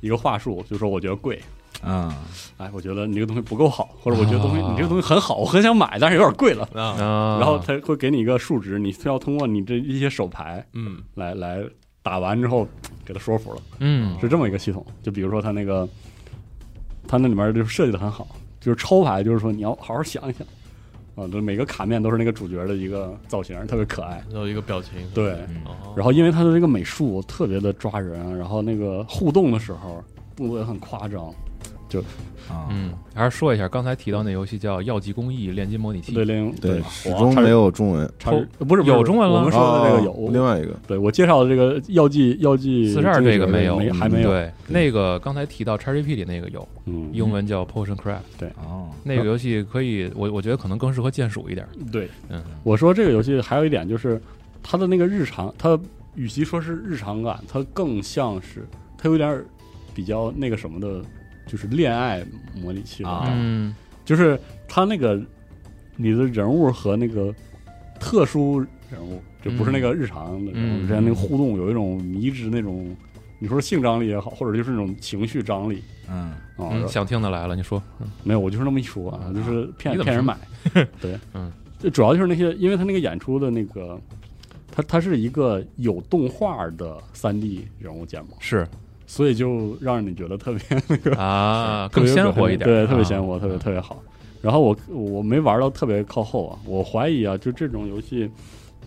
[SPEAKER 2] 一个话术，就说我觉得贵，
[SPEAKER 4] 啊，
[SPEAKER 2] 哎，我觉得你这个东西不够好，或者我觉得东西、
[SPEAKER 3] 啊
[SPEAKER 2] 你这个东西很好，我很想买，但是有点贵了。
[SPEAKER 5] 啊，
[SPEAKER 3] 啊，
[SPEAKER 2] 然后他会给你一个数值，你需要通过你这一些手牌，
[SPEAKER 5] 嗯
[SPEAKER 2] 来来打完之后给他说服了，
[SPEAKER 3] 嗯
[SPEAKER 2] 是这么一个系统。就比如说他那个，他那里面就设计的很好，就是抽牌，就是说你要好好想一想啊，这每个卡面都是那个主角的一个造型，特别可爱。
[SPEAKER 5] 然后一个表情，
[SPEAKER 2] 对，嗯
[SPEAKER 5] 哦， (laughs)
[SPEAKER 2] 然后因为他的这个美术特别的抓人，啊然后那个互动的时候动作也很夸张，
[SPEAKER 4] 啊，
[SPEAKER 3] 嗯，还是说一下刚才提到那游戏叫《药剂工艺炼金模拟器》。
[SPEAKER 2] 对零
[SPEAKER 1] 对，始终没有中文。
[SPEAKER 2] 叉叉不是不是
[SPEAKER 3] 有中文了
[SPEAKER 2] 我们说的这个有。
[SPEAKER 1] 哦另外一个
[SPEAKER 2] 对我介绍的这个药剂药剂
[SPEAKER 3] 四十二
[SPEAKER 2] 经济
[SPEAKER 3] 这个
[SPEAKER 2] 学
[SPEAKER 3] 没有，嗯
[SPEAKER 2] 还没有，
[SPEAKER 3] 对，那个刚才提到 XGP 里那个有，
[SPEAKER 2] 嗯，
[SPEAKER 3] 英文叫 Potion Craft，
[SPEAKER 4] 哦，
[SPEAKER 3] 那个游戏可以，我我觉得可能更适合键鼠一点。
[SPEAKER 2] 对，
[SPEAKER 3] 嗯
[SPEAKER 2] 我说这个游戏还有一点就是，它的那个日常，它与其说是日常感，它更像是它有点儿比较那个什么的，就是恋爱模拟器的
[SPEAKER 4] 啊
[SPEAKER 2] 感觉
[SPEAKER 3] 嗯
[SPEAKER 2] 就是它那个你的人物和那个特殊人物，就不是那个日常的人物
[SPEAKER 3] 嗯
[SPEAKER 2] 之间那个互动，有一种迷之那种，你说性张力也好，或者就是那种情绪张力
[SPEAKER 4] 嗯，
[SPEAKER 2] 啊，
[SPEAKER 3] 嗯，想听的来了，你说，
[SPEAKER 2] 没有，我就是那么一说啊，就是骗
[SPEAKER 3] 嗯你怎么
[SPEAKER 2] 骗人买。 (laughs) 对，
[SPEAKER 3] 嗯，
[SPEAKER 2] 这主要就是那些，因为他那个演出的那个，他他是一个有动画的三 D 人物建模，
[SPEAKER 3] 是
[SPEAKER 2] 所以就让你觉得特
[SPEAKER 3] (laughs)
[SPEAKER 2] 别
[SPEAKER 3] 啊，
[SPEAKER 2] 特
[SPEAKER 3] 更
[SPEAKER 2] 别有
[SPEAKER 3] 鲜
[SPEAKER 2] 感
[SPEAKER 3] 活一
[SPEAKER 2] 觉
[SPEAKER 3] 点，
[SPEAKER 2] 对，特别
[SPEAKER 3] 啊
[SPEAKER 2] 鲜活，特别特别好。然后我我没玩到特别靠后啊，我怀疑啊，就这种游戏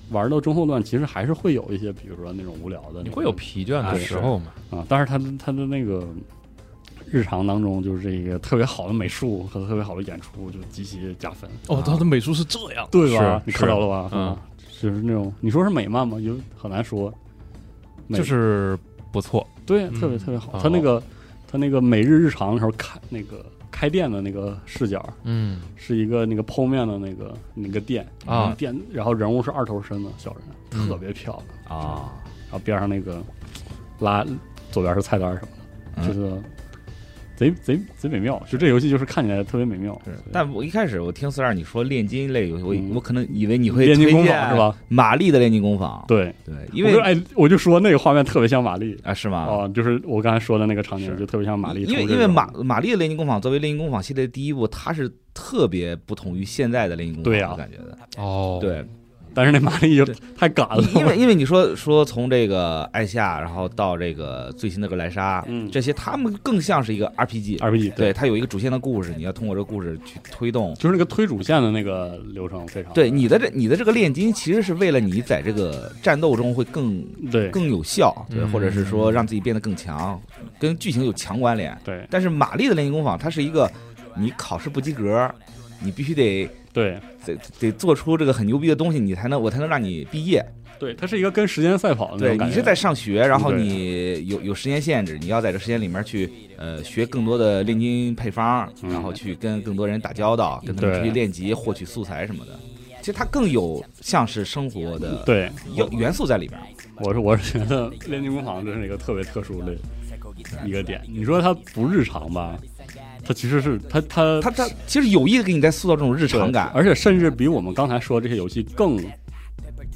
[SPEAKER 2] 玩到中后段，其实还是会有一些，比如说那种无聊的那种，
[SPEAKER 3] 你会有疲倦
[SPEAKER 2] 啊
[SPEAKER 3] 的时候嘛？
[SPEAKER 2] 啊，但是他的他的那个日常当中，就是这个特别好的美术和特别好的演出，就极其加分。
[SPEAKER 5] 哦，他的美术是这样，
[SPEAKER 2] 对吧
[SPEAKER 3] 是？
[SPEAKER 2] 你看到了吧？
[SPEAKER 3] 是嗯
[SPEAKER 2] 啊，就是那种你说是美漫吗？有很难说，美
[SPEAKER 3] 就是不错，
[SPEAKER 2] 对，
[SPEAKER 5] 嗯
[SPEAKER 2] 特别特别好。
[SPEAKER 3] 哦
[SPEAKER 2] 他那个他那个每日日常的时候开那个开店的那个视角
[SPEAKER 3] 嗯
[SPEAKER 2] 是一个那个剖面的那个那个店
[SPEAKER 3] 啊
[SPEAKER 2] 店，然后人物是二头身的小人，
[SPEAKER 3] 嗯
[SPEAKER 2] 特别漂亮。
[SPEAKER 4] 啊，
[SPEAKER 2] 然后边上那个拉左边是菜单什么的，
[SPEAKER 4] 嗯
[SPEAKER 2] 就是贼贼贼美妙，就这游戏就是看起来特别美妙。
[SPEAKER 4] 但我一开始我听四二你说炼金类游戏，我以
[SPEAKER 2] 嗯
[SPEAKER 4] 我可能以为你会
[SPEAKER 2] 炼金
[SPEAKER 4] 推
[SPEAKER 2] 工
[SPEAKER 4] 荐
[SPEAKER 2] 坊
[SPEAKER 4] 啊
[SPEAKER 2] 是？吧？
[SPEAKER 4] 玛丽的炼金工坊，
[SPEAKER 2] 对，
[SPEAKER 4] 对，因
[SPEAKER 2] 我
[SPEAKER 4] 为
[SPEAKER 2] 就哎，我就说那个画面特别像玛丽
[SPEAKER 4] 啊是吗？
[SPEAKER 2] 啊，就是我刚才说的那个场景，
[SPEAKER 4] 是
[SPEAKER 2] 就特别像玛丽出
[SPEAKER 4] 因
[SPEAKER 2] 这
[SPEAKER 4] 为
[SPEAKER 2] 种。
[SPEAKER 4] 因为玛玛丽的炼金工坊作为炼金工坊系列的第一部，它是特别不同于现在的炼金工坊，
[SPEAKER 2] 对呀啊
[SPEAKER 4] 我感觉的，
[SPEAKER 3] 哦，，
[SPEAKER 4] 对，
[SPEAKER 2] 但是那玛丽就
[SPEAKER 4] 对
[SPEAKER 2] 太赶了，
[SPEAKER 4] (laughs)
[SPEAKER 2] (laughs)
[SPEAKER 4] 因为因为你说说从这个艾夏，然后到这个最新的格莱莎，
[SPEAKER 2] 嗯
[SPEAKER 4] 这些他们更像是一个 RPG，
[SPEAKER 2] RPG
[SPEAKER 4] 对，它有一个主线的故事，你要通过这个故事去推动。
[SPEAKER 2] 就是那个推主线的那个流程非常
[SPEAKER 4] 对你的这你的这个炼金，其实是为了你在这个战斗中会更
[SPEAKER 2] 对
[SPEAKER 4] 更有效，对，
[SPEAKER 3] 嗯
[SPEAKER 4] 或者是说让自己变得更强，跟剧情有强关联。
[SPEAKER 2] 对
[SPEAKER 4] 但是玛丽的炼金工坊，它是一个你考试不及格，你必须得
[SPEAKER 2] 对
[SPEAKER 4] 得得做出这个很牛逼的东西，你才能我才能让你毕业。
[SPEAKER 2] 对，它是一个跟时间赛跑的那
[SPEAKER 4] 对
[SPEAKER 2] 种感
[SPEAKER 4] 你
[SPEAKER 2] 觉。
[SPEAKER 4] 是在上学，然后
[SPEAKER 2] 对
[SPEAKER 4] 你有有时间限制，你要在这时间里面去呃学更多的炼金配方，
[SPEAKER 2] 嗯
[SPEAKER 4] 然后去跟更多人打交道，跟他们
[SPEAKER 2] 对
[SPEAKER 4] 出去练级，获取素材什么的。其实它更有像是生活的
[SPEAKER 2] 对，
[SPEAKER 4] 要元素在里边。
[SPEAKER 2] 我是我是觉得炼金工坊真是一个特别特殊的一个点。你说它不日常吧，它其实是它它
[SPEAKER 4] 它它其实有意的给你在塑造这种日
[SPEAKER 2] 对
[SPEAKER 4] 常感，
[SPEAKER 2] 而且甚至比我们刚才说的这些游戏更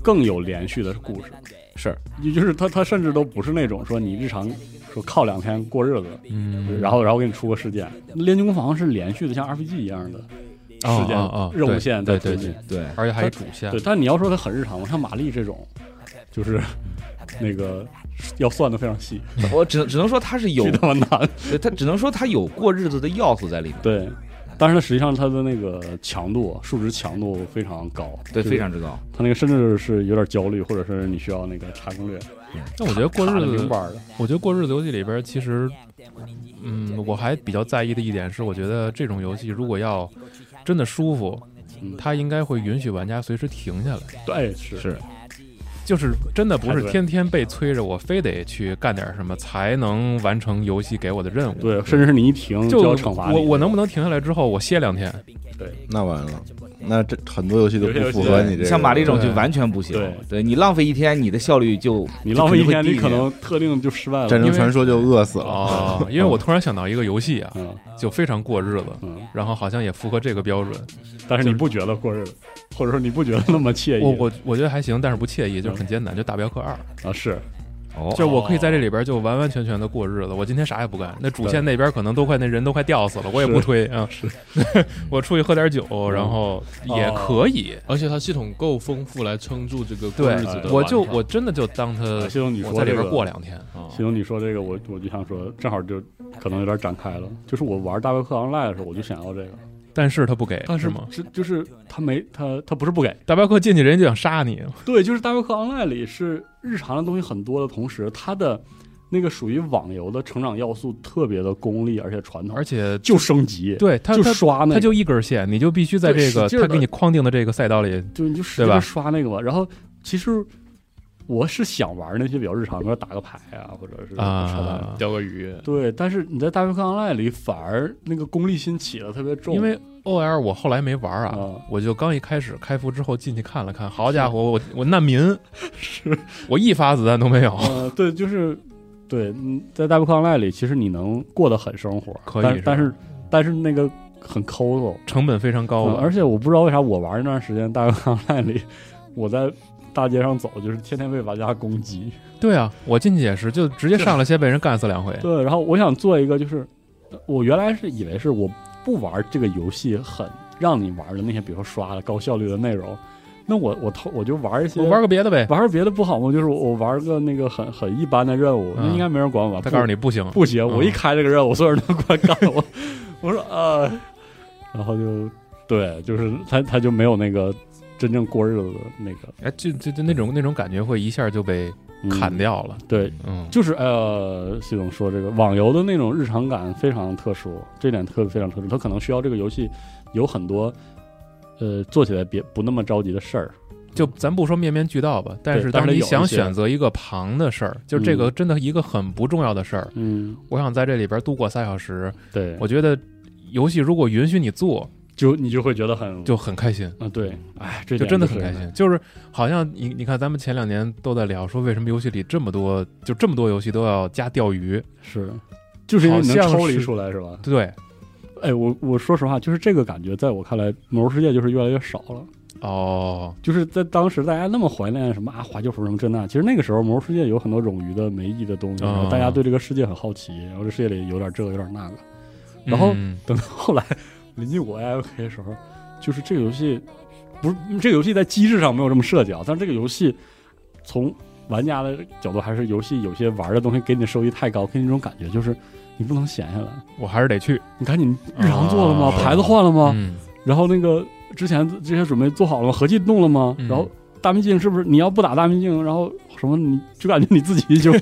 [SPEAKER 2] 更有连续的故事。
[SPEAKER 4] 是
[SPEAKER 2] 也就是它它甚至都不是那种说你日常说靠两天过日子，
[SPEAKER 3] 嗯，
[SPEAKER 2] 然后然后给你出个事件。炼金工坊是连续的，像 RPG 一样的
[SPEAKER 3] 哦
[SPEAKER 2] 事件、
[SPEAKER 3] 哦哦
[SPEAKER 2] 任务
[SPEAKER 3] 对
[SPEAKER 2] 线在推
[SPEAKER 3] 对对
[SPEAKER 2] 进。
[SPEAKER 3] 对，
[SPEAKER 4] 对。
[SPEAKER 3] 而且还有主线
[SPEAKER 2] 对，，但你要说它很日常，我像玛丽这种，就是那个要算的非常细，
[SPEAKER 4] 我只能只能说它是有
[SPEAKER 2] 巨，他妈难。
[SPEAKER 4] 对它只能说它有过日子的要素在里面，
[SPEAKER 2] 对，但是它实际上它的那个强度，数值强度非常高，就
[SPEAKER 4] 对，
[SPEAKER 2] 是
[SPEAKER 4] 非常之高。
[SPEAKER 2] 它那个甚至是有点焦虑，或者是你需要那个查攻略，
[SPEAKER 3] 但我觉得过
[SPEAKER 2] 卡
[SPEAKER 3] 日
[SPEAKER 2] 得明
[SPEAKER 3] 子
[SPEAKER 2] 白的，
[SPEAKER 3] 我觉得过日子游戏里边，其实，嗯，我还比较在意的一点是，我觉得这种游戏如果要真的舒服，
[SPEAKER 2] 嗯
[SPEAKER 3] 它应该会允许玩家随时停下来，
[SPEAKER 2] 对，哎是
[SPEAKER 4] 是
[SPEAKER 3] 就是真的不
[SPEAKER 2] 太
[SPEAKER 3] 是
[SPEAKER 2] 对了
[SPEAKER 3] 天天被催着我非得去干点什么才能完成游戏给我的任务。
[SPEAKER 2] 对，甚至是你一停
[SPEAKER 3] 就
[SPEAKER 2] 就要惩罚你
[SPEAKER 3] 我我能不能停下来之后我歇两天？
[SPEAKER 1] 那完了，那这很多游戏都
[SPEAKER 2] 有些
[SPEAKER 1] 不
[SPEAKER 2] 游
[SPEAKER 1] 符
[SPEAKER 2] 戏
[SPEAKER 1] 合你这个。
[SPEAKER 4] 像玛丽这种就
[SPEAKER 3] 对
[SPEAKER 4] 完全不行，
[SPEAKER 2] 对
[SPEAKER 4] 你浪费一天，你的效率就
[SPEAKER 2] 你浪费一天，
[SPEAKER 4] 就
[SPEAKER 2] 你可
[SPEAKER 4] 会低
[SPEAKER 2] 能特定就失败
[SPEAKER 1] 战
[SPEAKER 2] 了。
[SPEAKER 1] 争传说就饿死了，
[SPEAKER 3] 哦，因为我突然想到一个游戏啊，
[SPEAKER 2] 嗯
[SPEAKER 3] 就非常过日子，
[SPEAKER 2] 嗯，
[SPEAKER 3] 然后好像也符合这个标准。
[SPEAKER 2] 但是你不觉得过日子，或者说你不觉得那么惬意？
[SPEAKER 3] 我我我觉得还行，但是不惬意，就是
[SPEAKER 2] 嗯
[SPEAKER 3] 很艰难，就大镖客二。
[SPEAKER 2] 啊是，
[SPEAKER 4] 哦
[SPEAKER 3] 就是我可以在这里边就完完全全的过日子，我今天啥也不干。那主线那边可能都快那人都快吊死了，我也不推啊。是， (laughs) 我出去喝点酒，
[SPEAKER 2] 嗯
[SPEAKER 3] 然后
[SPEAKER 2] 哦
[SPEAKER 3] 也可以。
[SPEAKER 5] 而且它系统够丰富来撑住这个过
[SPEAKER 3] 对
[SPEAKER 5] 日子的，
[SPEAKER 3] 我就
[SPEAKER 5] 晚上
[SPEAKER 3] 我真的就当他
[SPEAKER 2] 啊，系统你说
[SPEAKER 3] 我在里
[SPEAKER 2] 这
[SPEAKER 3] 边
[SPEAKER 2] 个
[SPEAKER 3] 过两天。
[SPEAKER 5] 啊
[SPEAKER 2] 其实你说这个，我我就想说，正好就可能有点展开了。就是我玩大镖客 online 的时候，我就想要这个，
[SPEAKER 3] 但是他不给，
[SPEAKER 2] 但
[SPEAKER 3] 是
[SPEAKER 2] 是
[SPEAKER 3] 吗？
[SPEAKER 2] 是就是他没他他不是不给，
[SPEAKER 3] 大镖客进去人家就想杀你，
[SPEAKER 2] 对，就是大镖客 online 里是日常的东西很多的同时，它的那个属于网游的成长要素特别的功利，而且传统，
[SPEAKER 3] 而且
[SPEAKER 2] 就升级，
[SPEAKER 3] 对他
[SPEAKER 2] 就
[SPEAKER 3] 他
[SPEAKER 2] 刷那个，
[SPEAKER 3] 他就一根线，你就必须在
[SPEAKER 2] 对
[SPEAKER 3] 这个
[SPEAKER 2] 使劲儿
[SPEAKER 3] 他
[SPEAKER 2] 地
[SPEAKER 3] 给你框定的这个赛道里。
[SPEAKER 2] 就你就使
[SPEAKER 3] 对吧
[SPEAKER 2] 劲刷那个吧。然后其实我是想玩那些比较日常，比如说打个牌啊，或者是
[SPEAKER 3] 啊
[SPEAKER 2] 扯淡
[SPEAKER 5] 钓个鱼，
[SPEAKER 2] 对，但是你在大镖客 online 里反而那个功利心起的特别重，
[SPEAKER 3] 因为 O L 我后来没玩啊，
[SPEAKER 2] 啊
[SPEAKER 3] 我就刚一开始开服之后进去看了看，好家伙，我我难民，
[SPEAKER 2] (laughs)
[SPEAKER 3] 是我一发子弹都没有。
[SPEAKER 2] 呃，对，就是对，嗯在大不康赖里，其实你能过得很生活，
[SPEAKER 3] 可以
[SPEAKER 2] 但
[SPEAKER 3] 是吧
[SPEAKER 2] 但是但是那个很抠搜、
[SPEAKER 3] 成本非常高
[SPEAKER 2] 嗯
[SPEAKER 3] 了，
[SPEAKER 2] 而且我不知道为啥我玩那段时间大不康赖里，我在大街上走，就是天天被玩家攻击。
[SPEAKER 3] 对啊，我进去也是，就直接上来先被人干死两回。
[SPEAKER 2] 对，然后我想做一个，就是我原来是以为是我不玩这个游戏很让你玩的那些，比如说刷的高效率的内容，那我我偷我就玩一些
[SPEAKER 3] 我玩个别的呗，
[SPEAKER 2] 玩别的不好吗？就是我玩个那个很很一般的任务，那
[SPEAKER 3] 嗯
[SPEAKER 2] 应该没人管我吧？
[SPEAKER 3] 他
[SPEAKER 2] 不
[SPEAKER 3] 告诉你不行，
[SPEAKER 2] 不行，
[SPEAKER 3] 嗯
[SPEAKER 2] 我一开这个任务，所有人都过来干我。 (laughs) 我说呃，然后就对，就是他他就没有那个真正过日子的那个、
[SPEAKER 3] 哎，就就就那种那种感觉会一下就被
[SPEAKER 2] 嗯
[SPEAKER 3] 砍。掉了。
[SPEAKER 2] 对，
[SPEAKER 3] 嗯，
[SPEAKER 2] 就是呃，系总说这个网游的那种日常感非常特殊，这点特非常特殊。他可能需要这个游戏有很多呃做起来别不那么着急的事儿。
[SPEAKER 3] 就咱不说面面俱到吧，但是
[SPEAKER 2] 但
[SPEAKER 3] 当
[SPEAKER 2] 是
[SPEAKER 3] 你
[SPEAKER 2] 有一
[SPEAKER 3] 想
[SPEAKER 2] 些
[SPEAKER 3] 选择一个旁的事儿，就是这个真的一个很不重要的事儿，
[SPEAKER 2] 嗯，
[SPEAKER 3] 我想在这里边度过三小时，
[SPEAKER 2] 对，
[SPEAKER 3] 我觉得游戏如果允许你做，
[SPEAKER 2] 就你就会觉得很
[SPEAKER 3] 就很开心。
[SPEAKER 2] 啊，对，哎，这
[SPEAKER 3] 就
[SPEAKER 2] 点
[SPEAKER 3] 真的
[SPEAKER 2] 是
[SPEAKER 3] 很开心，就是好像你你看，咱们前两年都在聊说，为什么游戏里这么多，就这么多游戏都要加钓鱼，
[SPEAKER 2] 是就是因为你能
[SPEAKER 3] 好像
[SPEAKER 2] 抽离
[SPEAKER 3] 是
[SPEAKER 2] 出来是吧？
[SPEAKER 3] 对，
[SPEAKER 2] 哎，我我说实话，就是这个感觉，在我看来，魔兽世界就是越来越少了。
[SPEAKER 3] 哦，
[SPEAKER 2] 就是在当时大家那么怀念什么啊怀旧服什么这那，其实那个时候魔兽世界有很多冗余的没意义的东西，然后大
[SPEAKER 3] 啊
[SPEAKER 2] 家对这个世界很好奇，然后这世界里有点这个有点那个。然后
[SPEAKER 3] 嗯
[SPEAKER 2] 等到后来临近我 F K 的时候，就是这个游戏不是这个游戏在机制上没有这么设计啊，但是这个游戏从玩家的角度还是游戏有些玩的东西给你的收益太高，给你一种感觉就是你不能闲下来，
[SPEAKER 3] 我还是得去，
[SPEAKER 2] 你赶紧日常做了吗？
[SPEAKER 3] 啊
[SPEAKER 2] 牌子换了吗？
[SPEAKER 3] 嗯
[SPEAKER 2] 然后那个之前之前准备做好了吗？合计弄了吗？
[SPEAKER 3] 嗯
[SPEAKER 2] 然后大秘境是不是你要不打大秘境，然后什么你就感觉你自己
[SPEAKER 3] (laughs)
[SPEAKER 2] 就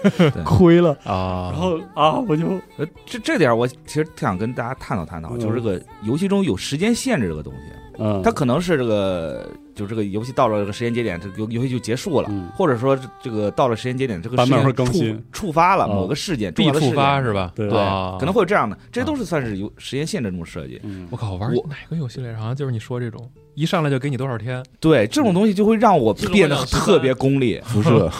[SPEAKER 2] 亏了，
[SPEAKER 3] 啊，
[SPEAKER 2] 然后啊我就
[SPEAKER 4] 呃，这这点我其实挺想跟大家探讨探讨，
[SPEAKER 2] 嗯
[SPEAKER 4] 就是这个游戏中有时间限制这个东西，
[SPEAKER 2] 嗯，
[SPEAKER 4] 它可能是这个，就这个游戏到了这个时间节点，这个游游戏就结束了，
[SPEAKER 2] 嗯
[SPEAKER 4] 或者说这这个到了时间节点，这个
[SPEAKER 2] 版
[SPEAKER 4] 事
[SPEAKER 2] 本
[SPEAKER 4] 件
[SPEAKER 2] 会更
[SPEAKER 4] 触
[SPEAKER 2] 新
[SPEAKER 4] 触发了
[SPEAKER 2] 啊
[SPEAKER 4] 某个事件，重
[SPEAKER 3] 必
[SPEAKER 4] 要的事
[SPEAKER 3] 触
[SPEAKER 4] 件
[SPEAKER 3] 发是吧？
[SPEAKER 2] 对
[SPEAKER 4] 对
[SPEAKER 3] 啊，
[SPEAKER 4] 可能会有这样的，这些都是算是有时间限制这种设计。
[SPEAKER 2] 嗯
[SPEAKER 3] 我靠，玩
[SPEAKER 4] 我
[SPEAKER 3] 哪个游戏来着？好像就是你说这种，一上来就给你多少天，
[SPEAKER 4] 对，这种东西就会让我
[SPEAKER 5] 这种
[SPEAKER 4] 变得
[SPEAKER 5] 两极端
[SPEAKER 4] 特别功利。
[SPEAKER 1] (laughs) 辐射。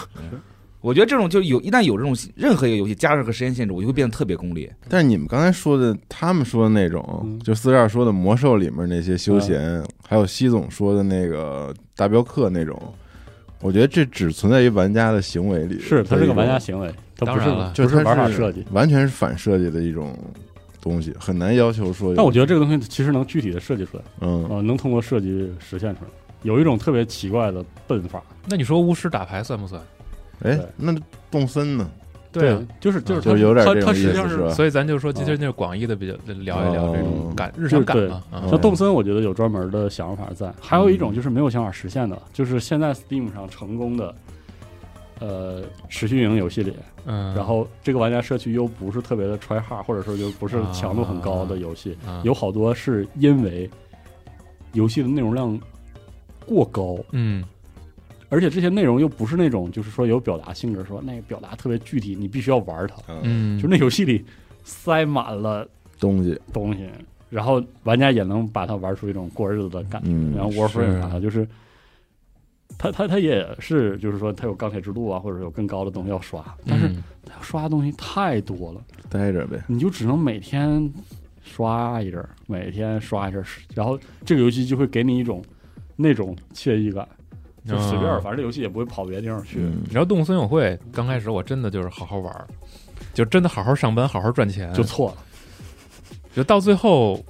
[SPEAKER 4] 我觉得这种就有，一旦有这种任何一个游戏加上个时间限制，我就会变得特别功利。
[SPEAKER 1] 但是你们刚才说的，他们说的那种
[SPEAKER 2] 嗯，
[SPEAKER 1] 就四十二说的魔兽里面那些休闲，还有西总说的那个大镖客那种，我觉得这只存在于玩家的行为里，
[SPEAKER 2] 是它是个玩家，行为，它
[SPEAKER 3] 当
[SPEAKER 2] 不是
[SPEAKER 3] 然了
[SPEAKER 2] 啊不
[SPEAKER 1] 就是
[SPEAKER 2] 是
[SPEAKER 1] 它
[SPEAKER 2] 玩法设计。，
[SPEAKER 1] 完全是反设计的一种东西，很难要求说有。
[SPEAKER 2] 但我觉得这个东西其实能具体的设计出来，
[SPEAKER 1] 嗯，
[SPEAKER 2] 呃，能通过设计实现出来。有一种特别奇怪的笨法，
[SPEAKER 3] 那你说巫师打牌算不算？
[SPEAKER 1] 哎
[SPEAKER 2] 对，
[SPEAKER 1] 那动森呢？
[SPEAKER 3] 对啊，
[SPEAKER 2] 就是就是
[SPEAKER 1] 就
[SPEAKER 2] 它
[SPEAKER 1] 是有点
[SPEAKER 2] 它
[SPEAKER 1] 这
[SPEAKER 2] 它
[SPEAKER 1] 种
[SPEAKER 2] 实
[SPEAKER 1] 意
[SPEAKER 2] 际上
[SPEAKER 1] 思，
[SPEAKER 2] 是哦
[SPEAKER 1] 是吧？
[SPEAKER 3] 所以咱就说今天就是广义的比较聊一聊这种感日常感嘛，啊
[SPEAKER 1] 嗯
[SPEAKER 2] 像动森，我觉得有专门的想法
[SPEAKER 3] 嗯
[SPEAKER 2] 在。还有一种就是没有想法实现的，就是现在 Steam 上成功的，呃，持续运营游戏里，
[SPEAKER 3] 嗯，
[SPEAKER 2] 然后这个玩家社区又不是特别的 try hard，或者说就不是强度很高的游戏，
[SPEAKER 3] 啊
[SPEAKER 2] 有好多是因为游戏的内容量过高，
[SPEAKER 3] 嗯
[SPEAKER 2] 而且这些内容又不是那种就是说有表达性质，说那个表达特别具体，你必须要玩它，
[SPEAKER 1] 嗯，
[SPEAKER 3] 嗯，
[SPEAKER 2] 就那游戏里塞满了
[SPEAKER 1] 东西，
[SPEAKER 2] 东西，然后玩家也能把它玩出一种过日子的感觉。
[SPEAKER 1] 嗯
[SPEAKER 2] 然后 Warframe 啥的，就是它它它也是，就是说它有钢铁之路啊，或者有更高的东西要刷，但是
[SPEAKER 3] 嗯
[SPEAKER 2] 它要刷的东西太多了，
[SPEAKER 1] 待着呗。
[SPEAKER 2] 你就只能每天刷一阵儿，每天刷一阵儿，然后这个游戏就会给你一种那种惬意感，就随便儿，
[SPEAKER 3] 嗯
[SPEAKER 2] 反正这游戏也不会跑别的地方去。
[SPEAKER 1] 嗯
[SPEAKER 3] 你知道动物森友会刚开始我真的就是好好玩儿，就真的好好上班，好好赚钱，
[SPEAKER 2] 就
[SPEAKER 3] 就
[SPEAKER 2] 错了，
[SPEAKER 3] 就到最后，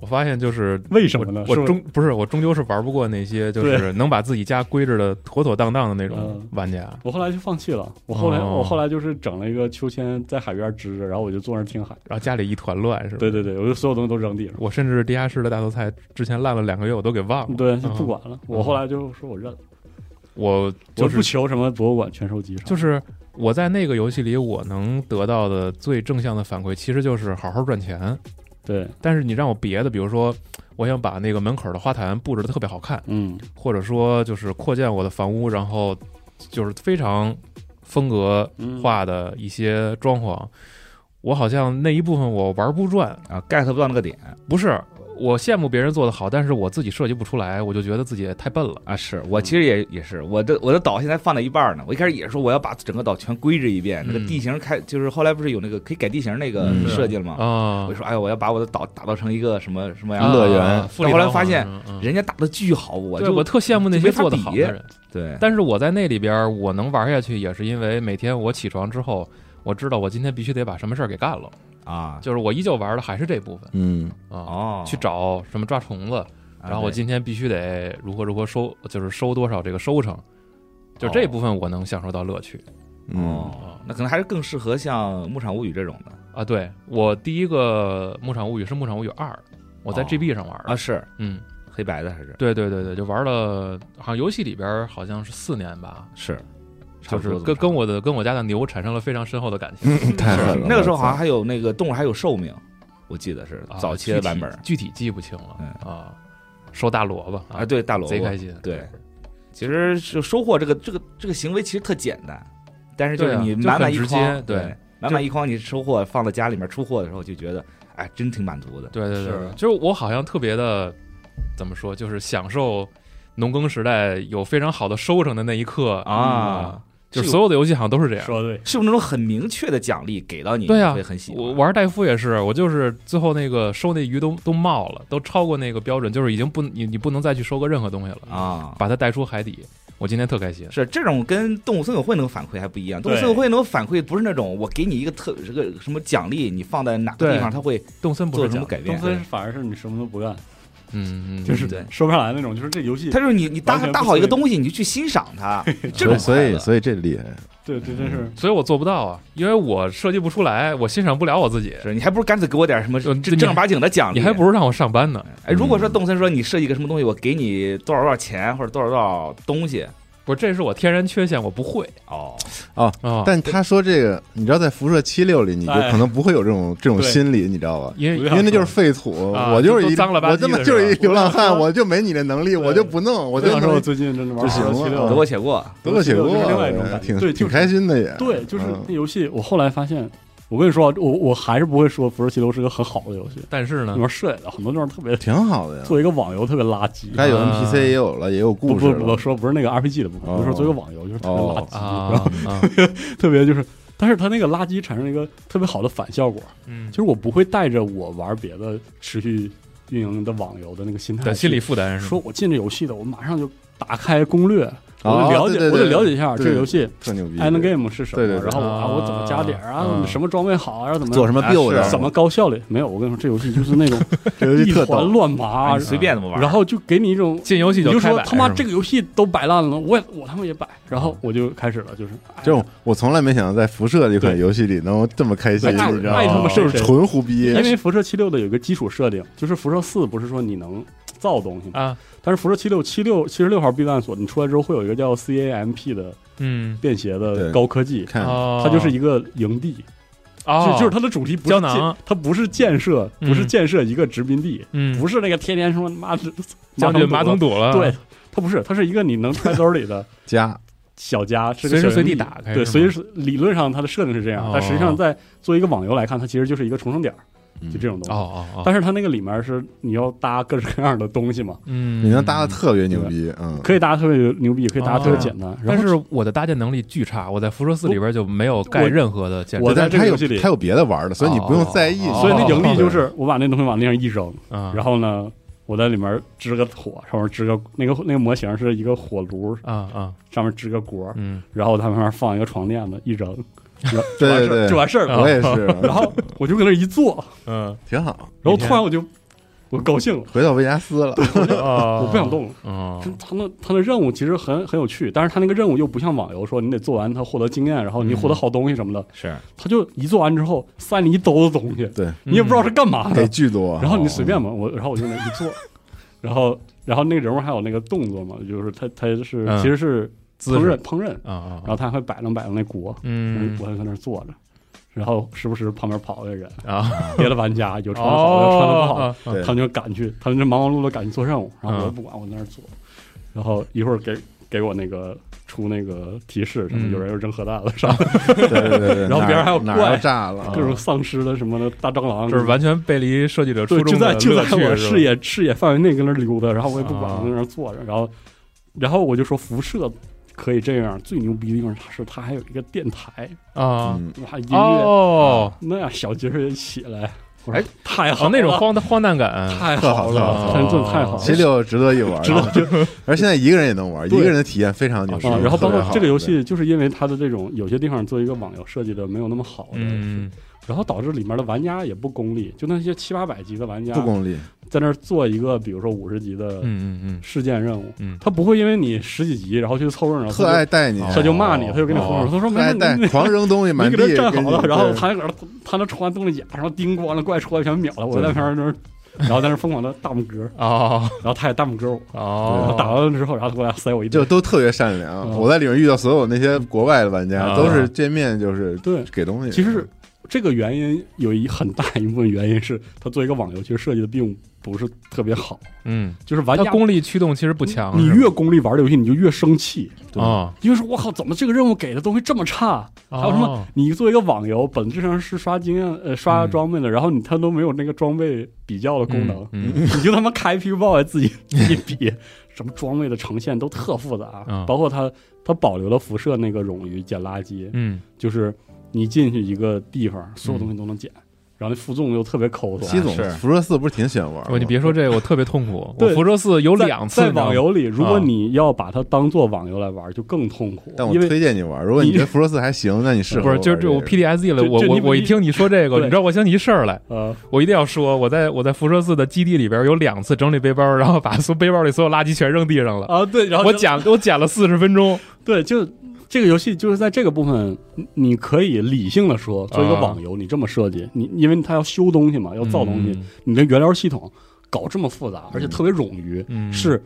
[SPEAKER 3] 我发现就是
[SPEAKER 2] 为什么呢？
[SPEAKER 3] 我
[SPEAKER 2] 是不是
[SPEAKER 3] 终不是我终究是玩不过那些就是能把自己家规制的妥妥当当的那种
[SPEAKER 2] 嗯
[SPEAKER 3] 玩家。
[SPEAKER 2] 我后来就放弃了。我后来、
[SPEAKER 3] 哦
[SPEAKER 2] 我后来就是整了一个秋千在海边支着，然后我就坐那儿听海。
[SPEAKER 3] 然后家里一团乱，是吧？
[SPEAKER 2] 对对对，我就所有东西都扔地上。
[SPEAKER 3] 我甚至地下室的大头菜之前烂了两个月，我都给忘了。
[SPEAKER 2] 对，就
[SPEAKER 3] 嗯
[SPEAKER 2] 不管了。我后来就说我认了，
[SPEAKER 3] 我
[SPEAKER 2] 我
[SPEAKER 3] 就
[SPEAKER 2] 不
[SPEAKER 3] 是
[SPEAKER 2] 求什么博物馆全收集啥的。
[SPEAKER 3] 就是我在那个游戏里，我能得到的最正向的反馈，其实就是好好赚钱。
[SPEAKER 2] 对，
[SPEAKER 3] 但是你让我别的，比如说，我想把那个门口的花坛布置的特别好看，
[SPEAKER 2] 嗯
[SPEAKER 3] 或者说就是扩建我的房屋，然后就是非常风格
[SPEAKER 2] 嗯
[SPEAKER 3] 化的一些装潢，我好像那一部分我玩不转，
[SPEAKER 4] 啊，get 不到那个点
[SPEAKER 3] 不是我羡慕别人做的好，但是我自己设计不出来，我就觉得自己太笨了。
[SPEAKER 4] 啊！是我其
[SPEAKER 3] 嗯
[SPEAKER 4] 实也也是我的我的岛现在放到一半儿呢。我一开始也是说我要把整个岛全规制一遍，那个
[SPEAKER 3] 嗯
[SPEAKER 4] 地形开就是后来不是有那个可以改地形那个
[SPEAKER 1] 嗯
[SPEAKER 4] 设计了吗？
[SPEAKER 3] 啊
[SPEAKER 4] 我就，说哎呀，我要把我的岛打造成一个什么什么样
[SPEAKER 1] 啊
[SPEAKER 4] 的？
[SPEAKER 1] 乐园
[SPEAKER 3] 富丽
[SPEAKER 4] 但后来
[SPEAKER 3] 堂皇
[SPEAKER 4] 发现
[SPEAKER 3] 嗯嗯
[SPEAKER 4] 人家打的巨好，我
[SPEAKER 3] 对
[SPEAKER 4] 就
[SPEAKER 3] 我特羡慕那
[SPEAKER 4] 就
[SPEAKER 3] 些
[SPEAKER 4] 没法
[SPEAKER 3] 做的
[SPEAKER 4] 比
[SPEAKER 3] 好的人，
[SPEAKER 4] 对
[SPEAKER 3] 但是我在那里边儿，我能玩下去，也是因为每天我起床之后，我知道我今天必须得把什么事儿给干了，
[SPEAKER 4] 啊
[SPEAKER 3] 就是我依旧玩的还是这部分
[SPEAKER 1] 嗯，
[SPEAKER 3] 啊，
[SPEAKER 4] 哦，
[SPEAKER 3] 去找什么抓虫子，
[SPEAKER 4] 啊，
[SPEAKER 3] 然后我
[SPEAKER 4] 对
[SPEAKER 3] 今天必须得如何如何收，就是收多少这个收成，就这部分我能享受到乐趣
[SPEAKER 1] 嗯，
[SPEAKER 4] 哦，那可能还是更适合像《牧场物语》这种的
[SPEAKER 3] 啊。对我第一个《牧场物语》是《牧场物语二》，我在
[SPEAKER 4] 哦
[SPEAKER 3] GB 上玩的
[SPEAKER 4] 啊，，是
[SPEAKER 3] 嗯，
[SPEAKER 4] 黑白的还是
[SPEAKER 3] 对对对对，就玩了，好像游戏里边儿好像是四年吧，
[SPEAKER 4] 是，差
[SPEAKER 3] 就
[SPEAKER 4] 不多
[SPEAKER 3] 是
[SPEAKER 4] 这么
[SPEAKER 3] 跟
[SPEAKER 4] 长
[SPEAKER 3] 跟我的跟我家的牛产生了非常深厚的感情。
[SPEAKER 1] 嗯太狠了。
[SPEAKER 4] (laughs) 那个时候好
[SPEAKER 1] 我
[SPEAKER 4] 像
[SPEAKER 1] 操
[SPEAKER 4] 还有那个动物还有寿命，我记得是
[SPEAKER 3] 嗯啊
[SPEAKER 4] 早期的版本
[SPEAKER 3] 具体具体记不清了
[SPEAKER 4] 嗯
[SPEAKER 3] 啊。收大萝卜
[SPEAKER 4] 啊，，对大萝
[SPEAKER 3] 贼开
[SPEAKER 4] 卜。
[SPEAKER 3] 心。
[SPEAKER 4] 对，其实就收获这个这个这个行为其实特简单，但是就
[SPEAKER 3] 对
[SPEAKER 4] 是
[SPEAKER 3] 啊
[SPEAKER 4] 你
[SPEAKER 3] 就
[SPEAKER 4] 满满
[SPEAKER 3] 很
[SPEAKER 4] 一
[SPEAKER 3] 直接
[SPEAKER 4] 筐，
[SPEAKER 3] 对
[SPEAKER 4] 对，满满一筐你收获放到家里面出货的时候就觉得，哎，真挺满足的。
[SPEAKER 3] 对对对
[SPEAKER 4] 是，
[SPEAKER 3] 就是我好像特别的怎么说，就是享受农耕时代有非常好的收成的那一刻
[SPEAKER 4] 啊，
[SPEAKER 3] 就是所有的游戏好像都是这样。
[SPEAKER 2] 说的对，
[SPEAKER 4] 是有那种很明确的奖励给到你，
[SPEAKER 3] 对
[SPEAKER 4] 你
[SPEAKER 3] 啊
[SPEAKER 4] 会很喜欢。
[SPEAKER 3] 我玩戴夫也是，我就是最后那个收那鱼都都冒了，都超过那个标准，就是已经不你你不能再去收割任何东西了，
[SPEAKER 4] 啊，
[SPEAKER 3] 把它带出海底。我今天特开心，
[SPEAKER 4] 是这种跟动物森友会那个反馈还不一样。动物森友会那种反馈不是那种我给你一个特这个什么奖励，你放在哪个地方，
[SPEAKER 3] 对
[SPEAKER 4] 它会
[SPEAKER 3] 动森不
[SPEAKER 4] 做
[SPEAKER 3] 是
[SPEAKER 4] 什么
[SPEAKER 3] 讲，
[SPEAKER 4] 改变
[SPEAKER 2] 东。森反而是你什么都不干，
[SPEAKER 3] 嗯嗯，
[SPEAKER 2] 就是
[SPEAKER 4] 对
[SPEAKER 2] 说不上来那种，就是这游戏
[SPEAKER 4] 它，就是你你
[SPEAKER 2] 完
[SPEAKER 4] 搭
[SPEAKER 2] 全不
[SPEAKER 4] 搭好一个
[SPEAKER 2] 脆弱
[SPEAKER 4] 东西，你就去欣赏
[SPEAKER 3] (laughs)
[SPEAKER 4] 它，这
[SPEAKER 1] 所以
[SPEAKER 4] 种
[SPEAKER 1] 所
[SPEAKER 4] 快
[SPEAKER 1] 以
[SPEAKER 4] 乐
[SPEAKER 1] 所以这厉害，
[SPEAKER 2] 啊对对，真是
[SPEAKER 3] 所以我做不到啊，因为我设计不出来，我欣赏不了我自己，
[SPEAKER 4] 是你还不如干脆给我点什
[SPEAKER 2] 呃
[SPEAKER 4] 么
[SPEAKER 3] 就
[SPEAKER 4] 正
[SPEAKER 3] 就你
[SPEAKER 4] 正儿八经的奖励，
[SPEAKER 3] 你还不如让我上班呢。
[SPEAKER 4] 啊哎，如果说动森说你设计个什么东西，我给你多少多少钱或者多少多少东西，
[SPEAKER 3] 不是，这是我天然缺陷，我不会
[SPEAKER 4] 哦，
[SPEAKER 3] 啊。
[SPEAKER 1] 但他说这个，你知道在辐射七六里，你就
[SPEAKER 2] 哎
[SPEAKER 1] 可能不会有这种这种
[SPEAKER 2] 对
[SPEAKER 1] 心理，你知道吧？
[SPEAKER 3] 因
[SPEAKER 2] 不
[SPEAKER 3] 为
[SPEAKER 2] 要
[SPEAKER 1] 因为那就是废土，
[SPEAKER 3] 啊
[SPEAKER 1] 我就是
[SPEAKER 3] 都
[SPEAKER 1] 一
[SPEAKER 3] 脏了吧唧
[SPEAKER 1] 我这么
[SPEAKER 3] 的
[SPEAKER 1] 就是
[SPEAKER 3] 是
[SPEAKER 1] 一
[SPEAKER 3] 吧
[SPEAKER 1] 流浪
[SPEAKER 2] 我想
[SPEAKER 1] 汉，
[SPEAKER 2] 说
[SPEAKER 1] 我就没你的能力，我就不弄，我
[SPEAKER 2] 我
[SPEAKER 1] 就
[SPEAKER 2] 想说，我
[SPEAKER 1] 弄
[SPEAKER 2] 最近真的玩
[SPEAKER 1] 不行
[SPEAKER 2] 了七
[SPEAKER 1] 啊
[SPEAKER 4] 得
[SPEAKER 2] 六，
[SPEAKER 4] 过且过，
[SPEAKER 1] 得过且过
[SPEAKER 2] 就是另外一种感，觉
[SPEAKER 1] 挺
[SPEAKER 2] 对
[SPEAKER 1] 挺
[SPEAKER 2] 就是
[SPEAKER 1] 开心的也。
[SPEAKER 2] 对，就是
[SPEAKER 1] 嗯
[SPEAKER 2] 那游戏，我后来发现，我跟你说啊，我我还是不会说《辐射七六》是个很好的游戏，
[SPEAKER 3] 但是呢
[SPEAKER 2] 里，面设计的很多地方特别，
[SPEAKER 1] 挺好的呀。
[SPEAKER 2] 作为一个网游特别垃圾。
[SPEAKER 1] 嗯该有
[SPEAKER 3] 啊
[SPEAKER 1] NPC 也有了，也有
[SPEAKER 2] 不
[SPEAKER 1] 故事
[SPEAKER 2] 不不，
[SPEAKER 1] 了
[SPEAKER 2] 我。说不是那个 RPG 的部分，
[SPEAKER 1] 哦
[SPEAKER 2] 我说作为一个网游就是特别垃圾，
[SPEAKER 3] 啊
[SPEAKER 2] 然后
[SPEAKER 3] 啊，
[SPEAKER 2] (laughs) 特别就是，但是它那个垃圾产生了一个特别好的反效果，
[SPEAKER 3] 嗯
[SPEAKER 2] 就，是我不会带着我玩别的持续运营的网游的那个心态去，
[SPEAKER 3] 的心理负担是吧
[SPEAKER 2] 说我进这游戏的，我马上就打开攻略，我
[SPEAKER 1] 哦
[SPEAKER 2] 就了解，
[SPEAKER 1] 对对
[SPEAKER 2] 我
[SPEAKER 1] 对
[SPEAKER 2] 就了解一下这
[SPEAKER 1] 对
[SPEAKER 2] 个游戏
[SPEAKER 1] 特牛逼
[SPEAKER 2] end game 是什么，
[SPEAKER 1] 对对对
[SPEAKER 2] 然后我啊
[SPEAKER 3] 啊
[SPEAKER 2] 我怎么加点儿啊
[SPEAKER 3] 嗯，
[SPEAKER 2] 什么装备好啊，然后怎么
[SPEAKER 1] 做什么 build
[SPEAKER 5] 啊
[SPEAKER 1] 的
[SPEAKER 5] 是
[SPEAKER 2] 怎么高效率？没有，我跟你说，这游戏就是那种
[SPEAKER 1] (laughs) 这 (laughs) 游戏
[SPEAKER 2] 一
[SPEAKER 1] 特
[SPEAKER 2] 团
[SPEAKER 1] 逗，
[SPEAKER 2] 乱麻
[SPEAKER 4] 你，随便怎么玩，
[SPEAKER 2] 然后就给你一种。
[SPEAKER 3] 进游戏
[SPEAKER 2] 你就
[SPEAKER 3] 开
[SPEAKER 2] 说
[SPEAKER 3] 摆
[SPEAKER 2] 他妈这
[SPEAKER 3] 个
[SPEAKER 2] 个游戏都摆烂了，我也我他妈也摆，然后我就开始了，就是哎
[SPEAKER 1] 这种我从来没想到在辐射这款游戏里能这么开心，
[SPEAKER 2] 对爱
[SPEAKER 1] 你知道
[SPEAKER 2] 爱他妈
[SPEAKER 1] 吗？
[SPEAKER 2] 谁
[SPEAKER 1] 就
[SPEAKER 2] 谁
[SPEAKER 1] 是纯胡逼
[SPEAKER 2] 因。为辐射七六的有一个基础设定，就是辐射四不是说你能造东西吗？
[SPEAKER 3] 啊，
[SPEAKER 2] 但是辐射七六七六七十六号避难所，你出来之后会有一个叫 CAMP 的
[SPEAKER 3] 嗯，
[SPEAKER 2] 便携的
[SPEAKER 1] 对
[SPEAKER 2] 高科技，
[SPEAKER 1] 看
[SPEAKER 3] 哦
[SPEAKER 2] 它就是一个营地，
[SPEAKER 3] 哦，
[SPEAKER 2] 就就是它的主题不是
[SPEAKER 3] 胶
[SPEAKER 2] 建
[SPEAKER 3] 囊
[SPEAKER 2] 它不是建设，
[SPEAKER 3] 嗯
[SPEAKER 2] 不是建设一个殖民地，
[SPEAKER 3] 嗯，
[SPEAKER 2] 不是那个天天说妈的
[SPEAKER 3] 将军马桶
[SPEAKER 2] 桶堵
[SPEAKER 3] 堵啊了，
[SPEAKER 2] 了，对，，它不是，它是一个你能揣兜里的
[SPEAKER 1] 加
[SPEAKER 2] 小家，是个
[SPEAKER 3] 随时
[SPEAKER 2] 小
[SPEAKER 3] 随
[SPEAKER 2] 营
[SPEAKER 3] 地
[SPEAKER 2] 地
[SPEAKER 3] 打开，
[SPEAKER 2] 对，
[SPEAKER 3] 是吗
[SPEAKER 2] 随时理论上它的设定是这样，
[SPEAKER 3] 哦
[SPEAKER 2] 但实际上在作为一个网游来看，它其实就是一个重生点儿，就这种东西。
[SPEAKER 3] 哦哦哦，
[SPEAKER 2] 但是它那个里面是你要搭各式各样的东西嘛，
[SPEAKER 3] 嗯，
[SPEAKER 1] 你能搭的特别牛逼，嗯，
[SPEAKER 2] 可以搭得特别牛逼，也可以搭得特别
[SPEAKER 3] 哦
[SPEAKER 2] 简单。然
[SPEAKER 3] 但
[SPEAKER 2] 后
[SPEAKER 3] 是我的搭建能力巨差，我在辐射四里边就没有盖
[SPEAKER 2] 我
[SPEAKER 3] 任何的建
[SPEAKER 2] 我
[SPEAKER 1] 对
[SPEAKER 3] 筑，
[SPEAKER 2] 在
[SPEAKER 1] 但
[SPEAKER 2] 这
[SPEAKER 1] 它
[SPEAKER 2] 个
[SPEAKER 1] 有
[SPEAKER 2] 游戏里
[SPEAKER 1] 它有别的玩的，所以你不用在意。
[SPEAKER 3] 哦
[SPEAKER 2] 所以那盈
[SPEAKER 3] 盈
[SPEAKER 2] 利
[SPEAKER 3] 利
[SPEAKER 2] 就是我把那东西往地上一扔，
[SPEAKER 1] 哦
[SPEAKER 3] 啊，
[SPEAKER 2] 然后呢，我在里面支个火，上面支个那个那个模型是一个火炉，
[SPEAKER 3] 啊啊
[SPEAKER 2] 上面支个锅，
[SPEAKER 3] 嗯，
[SPEAKER 2] 然后它旁边放一个床垫子，一扔，
[SPEAKER 1] 对对对，
[SPEAKER 2] 就完事儿
[SPEAKER 1] (laughs)
[SPEAKER 2] 了。
[SPEAKER 1] 我也是。
[SPEAKER 2] 啊
[SPEAKER 1] 嗯
[SPEAKER 2] 然后我就搁那一坐，
[SPEAKER 3] 嗯，
[SPEAKER 1] 挺好，
[SPEAKER 2] 然后突然我就我高兴了，
[SPEAKER 1] 回到维加斯了。
[SPEAKER 2] 我
[SPEAKER 3] 我
[SPEAKER 2] 不想，动了。
[SPEAKER 3] 哦
[SPEAKER 2] 就他那他那任务其实很很有趣，但是他那个任务又不像网游说你得做完它获得经验，然后你获得
[SPEAKER 3] 嗯
[SPEAKER 2] 好东西什么的，
[SPEAKER 4] 是
[SPEAKER 2] 他就一做完之后塞你一兜子东西，
[SPEAKER 1] 对，嗯
[SPEAKER 2] 你也不知道是干嘛的
[SPEAKER 1] 给，巨
[SPEAKER 3] 哦
[SPEAKER 1] 多。
[SPEAKER 2] 然后你随便嘛，我然后我就那一坐，然后然后那个人物还有那个动作嘛，就是他他是
[SPEAKER 3] 嗯
[SPEAKER 2] 其实是
[SPEAKER 3] 姿
[SPEAKER 2] 烹
[SPEAKER 3] 势
[SPEAKER 2] 饪烹饪，
[SPEAKER 3] 啊啊
[SPEAKER 2] 然，后他还摆弄摆弄那锅，
[SPEAKER 3] 嗯
[SPEAKER 2] 我还搁那儿坐着，然后时不时旁边跑个人，
[SPEAKER 3] 啊，
[SPEAKER 2] 别的玩家有穿得好的，有穿的不好的，
[SPEAKER 3] 哦，
[SPEAKER 1] 对
[SPEAKER 2] 他们就赶去，他们就忙忙碌碌赶去做任务，然后我
[SPEAKER 3] 嗯
[SPEAKER 2] 也不管，我在那儿坐，然后一会儿给给我那个。出那个提示什么，
[SPEAKER 3] 嗯
[SPEAKER 2] 有人又扔核弹了啥，
[SPEAKER 1] 对对对，
[SPEAKER 2] (laughs) 然后别人还有
[SPEAKER 1] 哪
[SPEAKER 2] 怪
[SPEAKER 1] 儿要炸了，
[SPEAKER 2] (laughs) 各种丧尸的什么的大蟑螂，
[SPEAKER 3] 哦就是完全背离设计者初
[SPEAKER 2] 对，就
[SPEAKER 3] 衷
[SPEAKER 2] 在
[SPEAKER 3] 的
[SPEAKER 2] 就在我
[SPEAKER 3] 乐趣
[SPEAKER 2] 视，野视野范围内跟那儿溜达，然后我也不管，
[SPEAKER 3] 啊
[SPEAKER 2] 我在那儿坐着，然后然后我就说辐射可以这样，最牛逼的地方是它还有一个电台，
[SPEAKER 3] 是吧啊，
[SPEAKER 1] 嗯，
[SPEAKER 2] 哇，音乐、啊
[SPEAKER 3] 哦。
[SPEAKER 2] 那样小节儿也起来，我说
[SPEAKER 4] 哎
[SPEAKER 2] 太啊好
[SPEAKER 3] 哦
[SPEAKER 2] 了，，
[SPEAKER 3] 那种荒荒诞感，啊嗯
[SPEAKER 2] 太嗯好
[SPEAKER 1] 特
[SPEAKER 2] 了，
[SPEAKER 1] 好
[SPEAKER 2] 真的太好了。
[SPEAKER 1] 七六值得一玩，值得。而现在一个人也能玩，一
[SPEAKER 2] 哦对
[SPEAKER 1] 个人的体验非常牛逼。
[SPEAKER 2] 啊，然后包括这个游
[SPEAKER 1] 特别好，
[SPEAKER 2] 戏，就是因为它的这种有些地方做一个网游设计的没有那么好的，
[SPEAKER 3] 嗯，
[SPEAKER 2] 然后导致里面的玩家也不功利，就那些七八百级的玩家
[SPEAKER 1] 对不功利，
[SPEAKER 2] 在那儿做一个，比如说五十级的
[SPEAKER 3] 嗯嗯
[SPEAKER 2] 事件任务，
[SPEAKER 3] 嗯
[SPEAKER 2] 他不会因为你十几级然后去凑热闹，
[SPEAKER 1] 特爱带你，
[SPEAKER 2] 他就他就骂你，他就给你封
[SPEAKER 3] 哦
[SPEAKER 2] 手，他说
[SPEAKER 1] 特
[SPEAKER 2] 没
[SPEAKER 1] 爱
[SPEAKER 2] 事，
[SPEAKER 1] 带，
[SPEAKER 2] 啊哦你
[SPEAKER 1] 狂扔东西
[SPEAKER 2] 你
[SPEAKER 1] 满
[SPEAKER 2] 给
[SPEAKER 1] 地，
[SPEAKER 2] 他站
[SPEAKER 1] 给
[SPEAKER 2] 好
[SPEAKER 1] 你
[SPEAKER 2] 了，然后
[SPEAKER 1] 对
[SPEAKER 2] 他还搁那他那穿动了甲，然后叮咣了，怪戳一拳秒了，我在
[SPEAKER 1] 对
[SPEAKER 2] 旁边那儿，然后在那儿疯狂的大拇哥，
[SPEAKER 3] 嗯，哦
[SPEAKER 2] 然后他也大拇哥我，然后
[SPEAKER 3] 哦，
[SPEAKER 2] 打完了之后，然后他过来塞我一顿
[SPEAKER 1] 就，都特别善良。
[SPEAKER 2] 嗯
[SPEAKER 1] 我在里面遇到所有那些国外的玩家，
[SPEAKER 3] 啊
[SPEAKER 1] 都是见面就是
[SPEAKER 2] 哦对
[SPEAKER 1] 给东西。
[SPEAKER 2] 其实
[SPEAKER 3] 嗯
[SPEAKER 2] 这个原因有一很大一部分原因是他作为一个网游，其实设计的并不是特别好，
[SPEAKER 3] 嗯，
[SPEAKER 2] 就是玩
[SPEAKER 3] 它
[SPEAKER 2] 家
[SPEAKER 3] 功力驱动其实不强，
[SPEAKER 2] 你
[SPEAKER 3] 是吧
[SPEAKER 2] 越功利玩这游戏，你就越生气，啊
[SPEAKER 3] 哦，
[SPEAKER 2] 因为说我靠，怎么这个任务给的东西这么差？还有什么
[SPEAKER 3] 哦？
[SPEAKER 2] 你作为一个网游，本质上是刷经验、呃刷
[SPEAKER 3] 嗯
[SPEAKER 2] 装备的，然后你它都没有那个装备比较的功能， (laughs)
[SPEAKER 3] 嗯嗯
[SPEAKER 2] 你就他妈开 P 报自己自己比，什么装备的呈现都特复杂，
[SPEAKER 3] 嗯
[SPEAKER 2] 包括它它保留了辐射那个冗余捡垃圾，
[SPEAKER 3] 嗯，
[SPEAKER 2] 就是你进去一个地方，所有东西都能捡，然后那负重又特别抠搜。
[SPEAKER 1] 西总
[SPEAKER 4] 是
[SPEAKER 1] 辐射四不是挺喜欢玩吗？
[SPEAKER 3] 我你别说这个，我特别痛
[SPEAKER 2] (laughs)
[SPEAKER 3] 苦。我
[SPEAKER 2] 对
[SPEAKER 3] 辐射四有
[SPEAKER 2] 在
[SPEAKER 3] 两次
[SPEAKER 2] 在网，游里，如果
[SPEAKER 3] 啊
[SPEAKER 2] 你要把它当做网游来玩，就更痛苦，
[SPEAKER 1] 但我
[SPEAKER 2] 因为
[SPEAKER 1] 推荐你玩。如果你觉得辐射四还行，那你适
[SPEAKER 3] 你知道
[SPEAKER 1] 合
[SPEAKER 3] 吗不是就是
[SPEAKER 1] 玩
[SPEAKER 3] 这我
[SPEAKER 1] 这
[SPEAKER 3] PDSD 了，
[SPEAKER 2] 就
[SPEAKER 3] 我
[SPEAKER 2] 就
[SPEAKER 3] 我
[SPEAKER 2] 你
[SPEAKER 3] 我一听你说这个，
[SPEAKER 2] 对
[SPEAKER 3] 你知道我想起一事儿来，
[SPEAKER 2] 呃，
[SPEAKER 3] 我一定要说，我在我在辐射四的基地里边有两次整理背包，然后把所背包里所有垃圾全扔地上了。
[SPEAKER 2] 啊，对，然后
[SPEAKER 3] 我
[SPEAKER 2] 就
[SPEAKER 3] 捡我捡了四十分钟，
[SPEAKER 2] 对，就这个游戏就是在这个部分，你你可以理性的说，做一个
[SPEAKER 3] 啊
[SPEAKER 2] 网游，你这么设计，你因为它要修东西嘛，要造东西，你的原料系统搞这么复杂，而且特别冗余，
[SPEAKER 3] 嗯，嗯
[SPEAKER 2] 是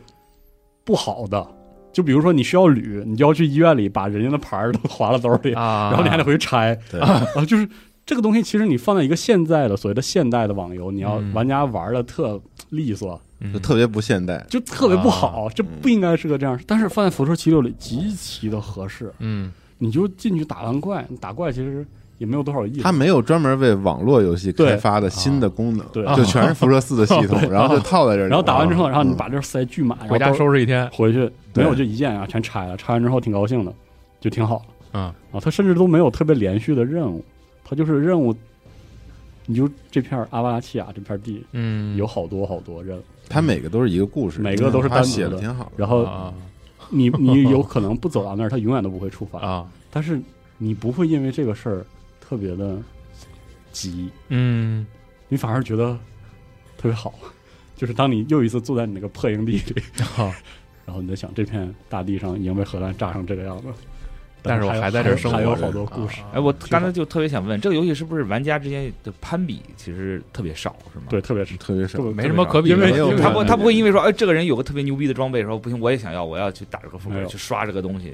[SPEAKER 2] 不好的。就比如说你需要铝，你就要去医院里把人家的牌儿都划了兜里，
[SPEAKER 3] 啊，
[SPEAKER 2] 然后你还得回去拆
[SPEAKER 1] 对
[SPEAKER 2] 啊，就是。这个东西其实你放在一个现在的所谓的现代的网游，你要
[SPEAKER 3] 嗯
[SPEAKER 2] 玩家玩的特利索，
[SPEAKER 3] 嗯
[SPEAKER 1] 个就特别不现代。
[SPEAKER 2] 就特别不好，
[SPEAKER 1] 啊嗯
[SPEAKER 2] 这不应该是个这样。但是放在《辐射七六》里极其的合适，
[SPEAKER 3] 嗯
[SPEAKER 2] 你就进去打完怪，你打怪其实也没有多少意思。
[SPEAKER 1] 它没有专门为网络游戏开发的新的功能，
[SPEAKER 2] 啊对啊
[SPEAKER 1] 就全是辐射四的
[SPEAKER 2] (laughs)
[SPEAKER 1] 系统，然后就套在这里。
[SPEAKER 2] 然后打完之后，
[SPEAKER 1] 嗯
[SPEAKER 2] 然后你把这塞巨满，然后
[SPEAKER 3] 回家
[SPEAKER 2] 都
[SPEAKER 3] 收拾一天，
[SPEAKER 2] 回去，没
[SPEAKER 1] 对
[SPEAKER 2] 有就一键啊，全拆了。拆完之后挺高兴的，就挺好
[SPEAKER 3] 啊
[SPEAKER 2] 啊。它甚至都没有特别连续的任务，它就是任务，你就这片儿阿瓦拉契亚这片地
[SPEAKER 3] 嗯，
[SPEAKER 2] 有好多好多任务，
[SPEAKER 1] 它每个都是一个故事，
[SPEAKER 2] 每个都是
[SPEAKER 1] 它
[SPEAKER 2] 单独
[SPEAKER 1] 写的
[SPEAKER 2] 的
[SPEAKER 1] 挺好的。
[SPEAKER 2] 然后
[SPEAKER 3] 啊 (laughs)
[SPEAKER 2] 你你有可能不走到那儿，它永远都不会触发，
[SPEAKER 3] 啊，
[SPEAKER 2] 但是你不会因为这个事儿特别的急，
[SPEAKER 3] 嗯，
[SPEAKER 2] 你反而觉得特别好，就是当你又一次坐在你那个破营地里，
[SPEAKER 3] 啊
[SPEAKER 2] (laughs) 然后你在想这片大地上已经被荷兰炸成这个样子，
[SPEAKER 3] 但是我
[SPEAKER 2] 还
[SPEAKER 3] 还在这儿生活
[SPEAKER 2] 还
[SPEAKER 3] 着，
[SPEAKER 2] 有好多故事。
[SPEAKER 3] 啊
[SPEAKER 4] 哎，我
[SPEAKER 2] 好
[SPEAKER 4] 刚才就特别想问，这个游戏是不是玩家之间的攀比其实特别少，是吗？
[SPEAKER 2] 对，，特别是
[SPEAKER 1] 特别少
[SPEAKER 2] 特，别
[SPEAKER 3] 没什么可比
[SPEAKER 2] 因为
[SPEAKER 3] 的，
[SPEAKER 1] 因为
[SPEAKER 4] 他不
[SPEAKER 1] 对
[SPEAKER 4] 他不会因为说，哎，这个人有个特别牛逼的装备，说哦不行，我也想要，我要去打这个副
[SPEAKER 2] 没
[SPEAKER 4] 本，
[SPEAKER 2] 有
[SPEAKER 4] 去刷这个东西。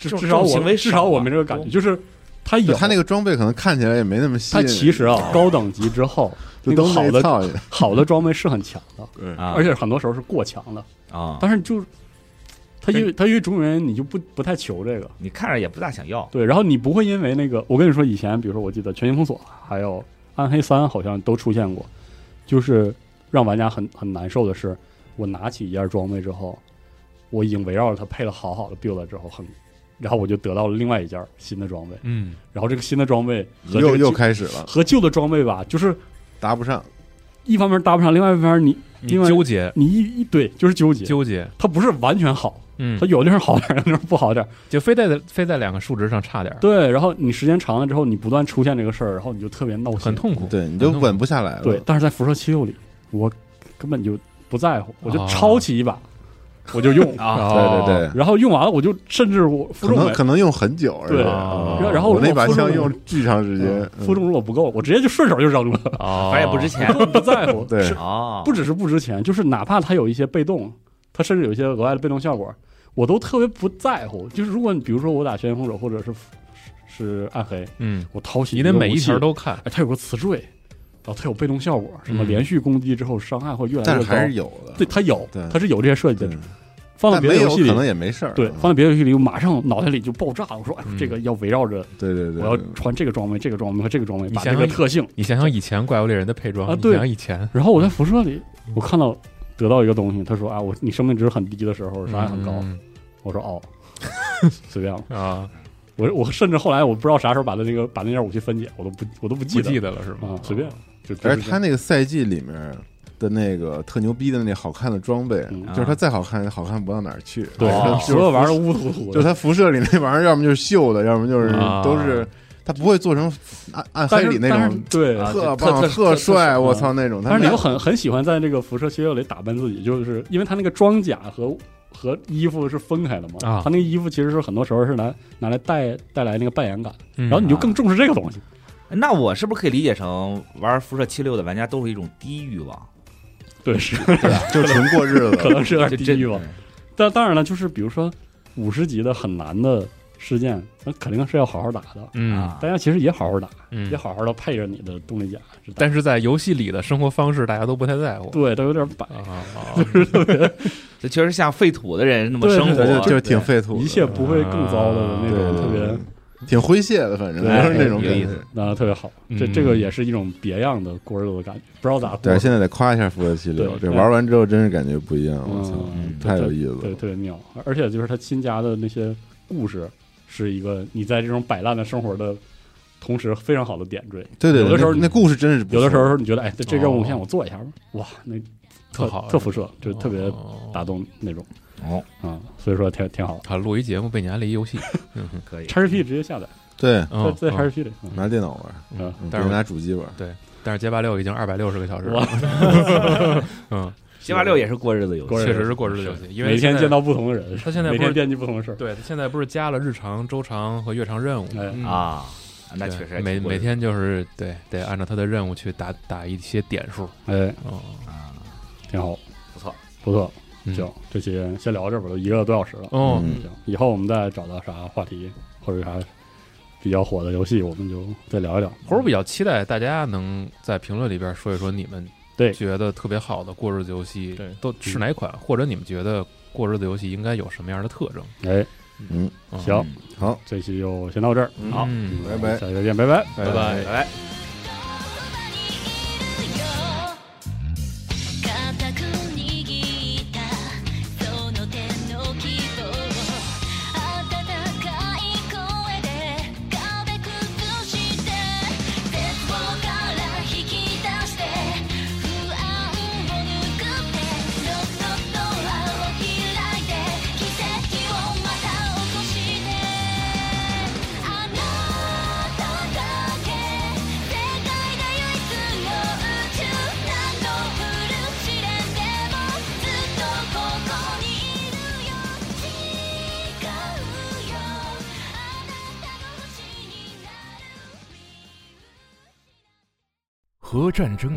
[SPEAKER 2] 至
[SPEAKER 4] 这种
[SPEAKER 2] 至少
[SPEAKER 4] 这种行
[SPEAKER 2] 我
[SPEAKER 4] 为
[SPEAKER 2] 至少
[SPEAKER 4] 少
[SPEAKER 2] 我
[SPEAKER 4] 吧
[SPEAKER 2] 没这个感觉，就是他有
[SPEAKER 1] 就它那个装备可能看起来也没那么吸
[SPEAKER 2] 他
[SPEAKER 1] 引。
[SPEAKER 2] 其实啊，高等级之后
[SPEAKER 1] 就
[SPEAKER 2] 那个
[SPEAKER 1] 都
[SPEAKER 2] 好
[SPEAKER 1] 没
[SPEAKER 2] 的
[SPEAKER 1] 套进去
[SPEAKER 2] 好的装备是很强的，
[SPEAKER 4] 啊，
[SPEAKER 2] 而且很多时候是过强的，
[SPEAKER 4] 啊，
[SPEAKER 2] 但是就是他因为他因为种种原因，你就不不太求这个。
[SPEAKER 4] 你看着也不大想要，
[SPEAKER 2] 对，然后你不会因为那个，我跟你说，以前比如说，我记得《全境封锁》还有《暗黑三》好像都出现过，就是让玩家很 (laughs) 很难受的是，我拿起一件装备之后，我已经围绕着它配了好好的 build 之后，很，然后我就得到了另外一件新的装备，
[SPEAKER 3] 嗯
[SPEAKER 2] 然后这个新的装备和这
[SPEAKER 1] 又
[SPEAKER 2] 个
[SPEAKER 1] 又
[SPEAKER 2] 旧
[SPEAKER 1] 开始了，
[SPEAKER 2] 和旧的装备吧，就是
[SPEAKER 1] 搭不上。
[SPEAKER 2] 一方面搭不上，另外一方面你
[SPEAKER 3] 你
[SPEAKER 2] 另外
[SPEAKER 3] 纠结
[SPEAKER 2] 你一一对就是纠结，
[SPEAKER 3] 纠结，
[SPEAKER 2] 它不是完全好，
[SPEAKER 3] 嗯
[SPEAKER 2] 它，有的地方好点儿，有的地方不好点儿。
[SPEAKER 3] 就非在非在两个数值上差点儿，
[SPEAKER 2] 对，然后你时间长了之后，你不断出现这个事儿，然后你就特别闹心，
[SPEAKER 3] 很痛苦，嗯
[SPEAKER 1] 对，你就
[SPEAKER 3] 很痛苦
[SPEAKER 1] 稳不下来了。
[SPEAKER 2] 对，，但是在辐射七六里，我根本就不在乎，我就
[SPEAKER 3] 啊
[SPEAKER 2] 抄起一把，我就
[SPEAKER 3] (laughs)
[SPEAKER 2] 用
[SPEAKER 4] 啊
[SPEAKER 1] 对对对，
[SPEAKER 2] 然后用完了我就甚至我哦负
[SPEAKER 1] 可
[SPEAKER 2] 重
[SPEAKER 1] 能
[SPEAKER 2] 没，
[SPEAKER 1] 可能用很久。而且
[SPEAKER 2] 对
[SPEAKER 1] 啊
[SPEAKER 2] 然后然后
[SPEAKER 1] 我那
[SPEAKER 2] 我
[SPEAKER 1] 把
[SPEAKER 2] 负重
[SPEAKER 1] 枪用巨长时间
[SPEAKER 2] 嗯，负重如果不够，我直接就顺手就
[SPEAKER 3] (laughs)
[SPEAKER 2] 扔了，
[SPEAKER 3] 哦，
[SPEAKER 4] 反正也不值钱
[SPEAKER 2] 我不在乎
[SPEAKER 1] 嗯。对
[SPEAKER 2] 是
[SPEAKER 4] 啊，
[SPEAKER 2] 不只是不值钱，就是哪怕它有一些被动，它甚至有一些额外的被动效果，我都特别不在乎。就是如果你比如说我打《轩辕封锁》或者是是暗黑，
[SPEAKER 3] 嗯，
[SPEAKER 2] 我掏起
[SPEAKER 3] 你得
[SPEAKER 2] 个
[SPEAKER 3] 每
[SPEAKER 2] 武
[SPEAKER 3] 一
[SPEAKER 2] 器
[SPEAKER 3] 条，都看，
[SPEAKER 2] 哎，它有个词缀，然后它有被动效果，什么
[SPEAKER 3] 嗯
[SPEAKER 2] 连续攻击之后伤害会越来
[SPEAKER 1] 但
[SPEAKER 2] 越
[SPEAKER 1] 是
[SPEAKER 2] 高。
[SPEAKER 1] 还是有的。
[SPEAKER 2] 对，它有
[SPEAKER 1] 对，
[SPEAKER 2] 它是有这些设计的
[SPEAKER 1] 对，。
[SPEAKER 2] 放到
[SPEAKER 1] 但
[SPEAKER 2] 别的
[SPEAKER 1] 没有
[SPEAKER 2] 游戏
[SPEAKER 1] 可能
[SPEAKER 2] 里，
[SPEAKER 1] 也没事儿。
[SPEAKER 2] 对，
[SPEAKER 1] 嗯
[SPEAKER 2] 放到别的游戏里，我马上脑袋里就爆炸了。我说，哎呦
[SPEAKER 3] 嗯，
[SPEAKER 2] 这个要围绕着
[SPEAKER 1] 对对嗯
[SPEAKER 2] 我
[SPEAKER 1] 对，
[SPEAKER 2] 要穿这个装备、这个装备和这个装备，
[SPEAKER 3] 你
[SPEAKER 2] 把
[SPEAKER 3] 想
[SPEAKER 2] 这个
[SPEAKER 3] 想
[SPEAKER 2] 特性。
[SPEAKER 3] 你想想以前怪物猎人的配装，
[SPEAKER 2] 啊
[SPEAKER 3] 你
[SPEAKER 2] 对
[SPEAKER 3] 想想以前，
[SPEAKER 2] 然后我在辐射里，我看到得到一个东西，他说啊，我你生命值很低的时候，伤害很高。
[SPEAKER 3] 嗯
[SPEAKER 2] 我说哦， (laughs) 随便吧。
[SPEAKER 3] 啊，
[SPEAKER 2] 我我甚至后来我不知道啥时候把它那个把那件武器分解，我都不我都不
[SPEAKER 3] 不
[SPEAKER 2] 记
[SPEAKER 3] 记
[SPEAKER 2] 得
[SPEAKER 3] 得了是吗
[SPEAKER 2] 啊？，随便。就就
[SPEAKER 1] 哦而
[SPEAKER 2] 是
[SPEAKER 1] 且
[SPEAKER 2] 这
[SPEAKER 1] 他
[SPEAKER 2] 样
[SPEAKER 1] 那个赛季里面的那个特牛逼的那好看的装备，
[SPEAKER 2] 嗯
[SPEAKER 1] 就是它再好看也好看不到哪儿去。
[SPEAKER 2] 对
[SPEAKER 1] 它
[SPEAKER 4] 哦
[SPEAKER 1] (laughs) 就是
[SPEAKER 2] 所有玩的乌突突
[SPEAKER 1] 就
[SPEAKER 2] 的，
[SPEAKER 1] 它辐射里那玩意儿，要么就是锈的，要么就是
[SPEAKER 3] 啊
[SPEAKER 1] 都是它不会做成暗暗
[SPEAKER 2] 但
[SPEAKER 1] 啊黑
[SPEAKER 2] 是
[SPEAKER 1] 里那
[SPEAKER 2] 但是
[SPEAKER 1] 种
[SPEAKER 2] 对
[SPEAKER 4] 啊
[SPEAKER 1] 特
[SPEAKER 4] 特
[SPEAKER 1] 棒、
[SPEAKER 4] 特特
[SPEAKER 1] 帅，
[SPEAKER 4] 特
[SPEAKER 1] 我操那种。
[SPEAKER 2] 嗯但是你
[SPEAKER 1] 它
[SPEAKER 2] 又很很喜欢在这个辐射七六里打扮自己，就是因为他那个装甲和和衣服是分开的嘛，
[SPEAKER 3] 啊
[SPEAKER 2] 他那个衣服其实是很多时候是拿拿来带带来那个扮演感，
[SPEAKER 3] 嗯
[SPEAKER 2] 然后你就更重视这个东西。
[SPEAKER 4] 那我是不是可以理解成玩辐射七六的玩家都是一种低欲望？
[SPEAKER 2] 对，是
[SPEAKER 1] (laughs) 就纯过日子。
[SPEAKER 2] 可能是有
[SPEAKER 4] 就
[SPEAKER 2] 点低
[SPEAKER 4] 这
[SPEAKER 2] 欲望。但当然了，就是比如说五十级的很难的事件，那肯定是要好好打的。
[SPEAKER 3] 嗯
[SPEAKER 4] 啊
[SPEAKER 2] 大，家其实也好好打，也
[SPEAKER 3] 嗯，
[SPEAKER 2] 好好的配着你的动力甲去打，
[SPEAKER 3] 但是在游戏里的生活方式大家都不太在乎
[SPEAKER 2] 对都有点摆，
[SPEAKER 3] 啊
[SPEAKER 2] (laughs)
[SPEAKER 3] 啊，
[SPEAKER 4] 这确实像废土的人那么
[SPEAKER 2] 对
[SPEAKER 4] 生
[SPEAKER 2] 对
[SPEAKER 1] 对，
[SPEAKER 4] 活，
[SPEAKER 1] 就就挺废土的，
[SPEAKER 2] 一切不会更糟的那种
[SPEAKER 1] 对
[SPEAKER 2] 特别。
[SPEAKER 1] 挺诙谐的，反正
[SPEAKER 2] 哎
[SPEAKER 1] 就是那种
[SPEAKER 4] 有
[SPEAKER 1] 感
[SPEAKER 4] 意
[SPEAKER 1] 觉
[SPEAKER 4] 思。
[SPEAKER 2] 那、特别好，这
[SPEAKER 5] 嗯
[SPEAKER 2] 这个也是一种别样的过日子的感觉，不知道咋过
[SPEAKER 1] 对，。现在得夸一下《复合七六》，
[SPEAKER 2] 对
[SPEAKER 1] 这
[SPEAKER 2] 对
[SPEAKER 1] 玩完之后真是感觉不一样，我操，
[SPEAKER 2] 嗯，
[SPEAKER 1] 太有
[SPEAKER 2] 对
[SPEAKER 1] 意思了
[SPEAKER 2] 对，特别妙。而且就是他新加的那些故事，是一个你在这种摆烂的生活的同时非常好的点缀。
[SPEAKER 1] 对对，
[SPEAKER 2] 有的时候
[SPEAKER 1] 那那故事真是不
[SPEAKER 2] 有的时
[SPEAKER 1] 错
[SPEAKER 2] 候你觉得，哎，这这任务
[SPEAKER 5] 哦
[SPEAKER 2] 像我做一下吧，哇，那
[SPEAKER 3] 特
[SPEAKER 2] 特
[SPEAKER 3] 好
[SPEAKER 2] 特辐射，就特别
[SPEAKER 3] 哦
[SPEAKER 2] 打动那种
[SPEAKER 4] 哦，
[SPEAKER 2] 啊，所以说挺挺好。
[SPEAKER 3] 啊，录一节目被你安利
[SPEAKER 2] (laughs)
[SPEAKER 3] 一游戏，
[SPEAKER 4] 可以，
[SPEAKER 2] x g p 直接下载，
[SPEAKER 1] 对，
[SPEAKER 2] 在
[SPEAKER 3] 嗯，
[SPEAKER 2] 在
[SPEAKER 3] 嗯
[SPEAKER 2] x g p 里，
[SPEAKER 1] 拿电脑玩，
[SPEAKER 2] 嗯，
[SPEAKER 1] 嗯
[SPEAKER 3] 但
[SPEAKER 1] 不是
[SPEAKER 3] 是
[SPEAKER 1] 拿主机玩，
[SPEAKER 3] 但是街霸六已经二百六十个小时了， (laughs) 嗯，
[SPEAKER 4] 七八六也是过日子游
[SPEAKER 2] 过日
[SPEAKER 4] 戏，
[SPEAKER 2] 子
[SPEAKER 3] 确实是过日子游戏，因为
[SPEAKER 2] 每天
[SPEAKER 3] 现在
[SPEAKER 2] 见到不同的人，
[SPEAKER 3] 他现在
[SPEAKER 2] 每
[SPEAKER 3] 不是
[SPEAKER 2] 天惦记不同的事儿，
[SPEAKER 3] 对，现在不是加了日常、周长和月长任务吗，
[SPEAKER 2] 哎，
[SPEAKER 5] 嗯
[SPEAKER 4] 啊，那确
[SPEAKER 3] 对
[SPEAKER 4] 实
[SPEAKER 3] 每每天就是对得按照他的任务去打打一些点数，
[SPEAKER 2] 哎，
[SPEAKER 3] 嗯，
[SPEAKER 4] 啊，
[SPEAKER 2] 挺好，
[SPEAKER 4] 不错，
[SPEAKER 2] 不错。
[SPEAKER 3] 嗯
[SPEAKER 2] 行，这期先聊这吧，都一个多小时了。
[SPEAKER 3] 哦，
[SPEAKER 1] 嗯
[SPEAKER 2] 行，以后我们再找到啥话题或者啥比较火的游戏，我们就再聊一聊。
[SPEAKER 3] 或者比较期待大家能在评论里边说一说你们
[SPEAKER 2] 对
[SPEAKER 3] 觉得特别好的过日子游戏
[SPEAKER 5] 对
[SPEAKER 3] 都是哪款，或者你们觉得过日子游戏应该有什么样的特征？
[SPEAKER 2] 哎，
[SPEAKER 1] 嗯，
[SPEAKER 3] 嗯
[SPEAKER 2] 行，
[SPEAKER 1] 好，
[SPEAKER 2] 这期就先到这儿，
[SPEAKER 1] 好
[SPEAKER 3] 嗯
[SPEAKER 1] 拜拜
[SPEAKER 2] 下期再见，拜拜。
[SPEAKER 5] 拜拜。
[SPEAKER 4] 拜拜。
[SPEAKER 6] 「固く握ったその手の希望」「温かい声で壁崩して」「絶望から引き出して不安を抜くって」「どんどんドアを開いて奇跡をまた起こして」「あなただけ世界で唯一の宇宙」「何度降る試練でもずっとここにいるよ」「違うよあなたの星になる」
[SPEAKER 7] 核战争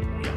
[SPEAKER 7] 模样。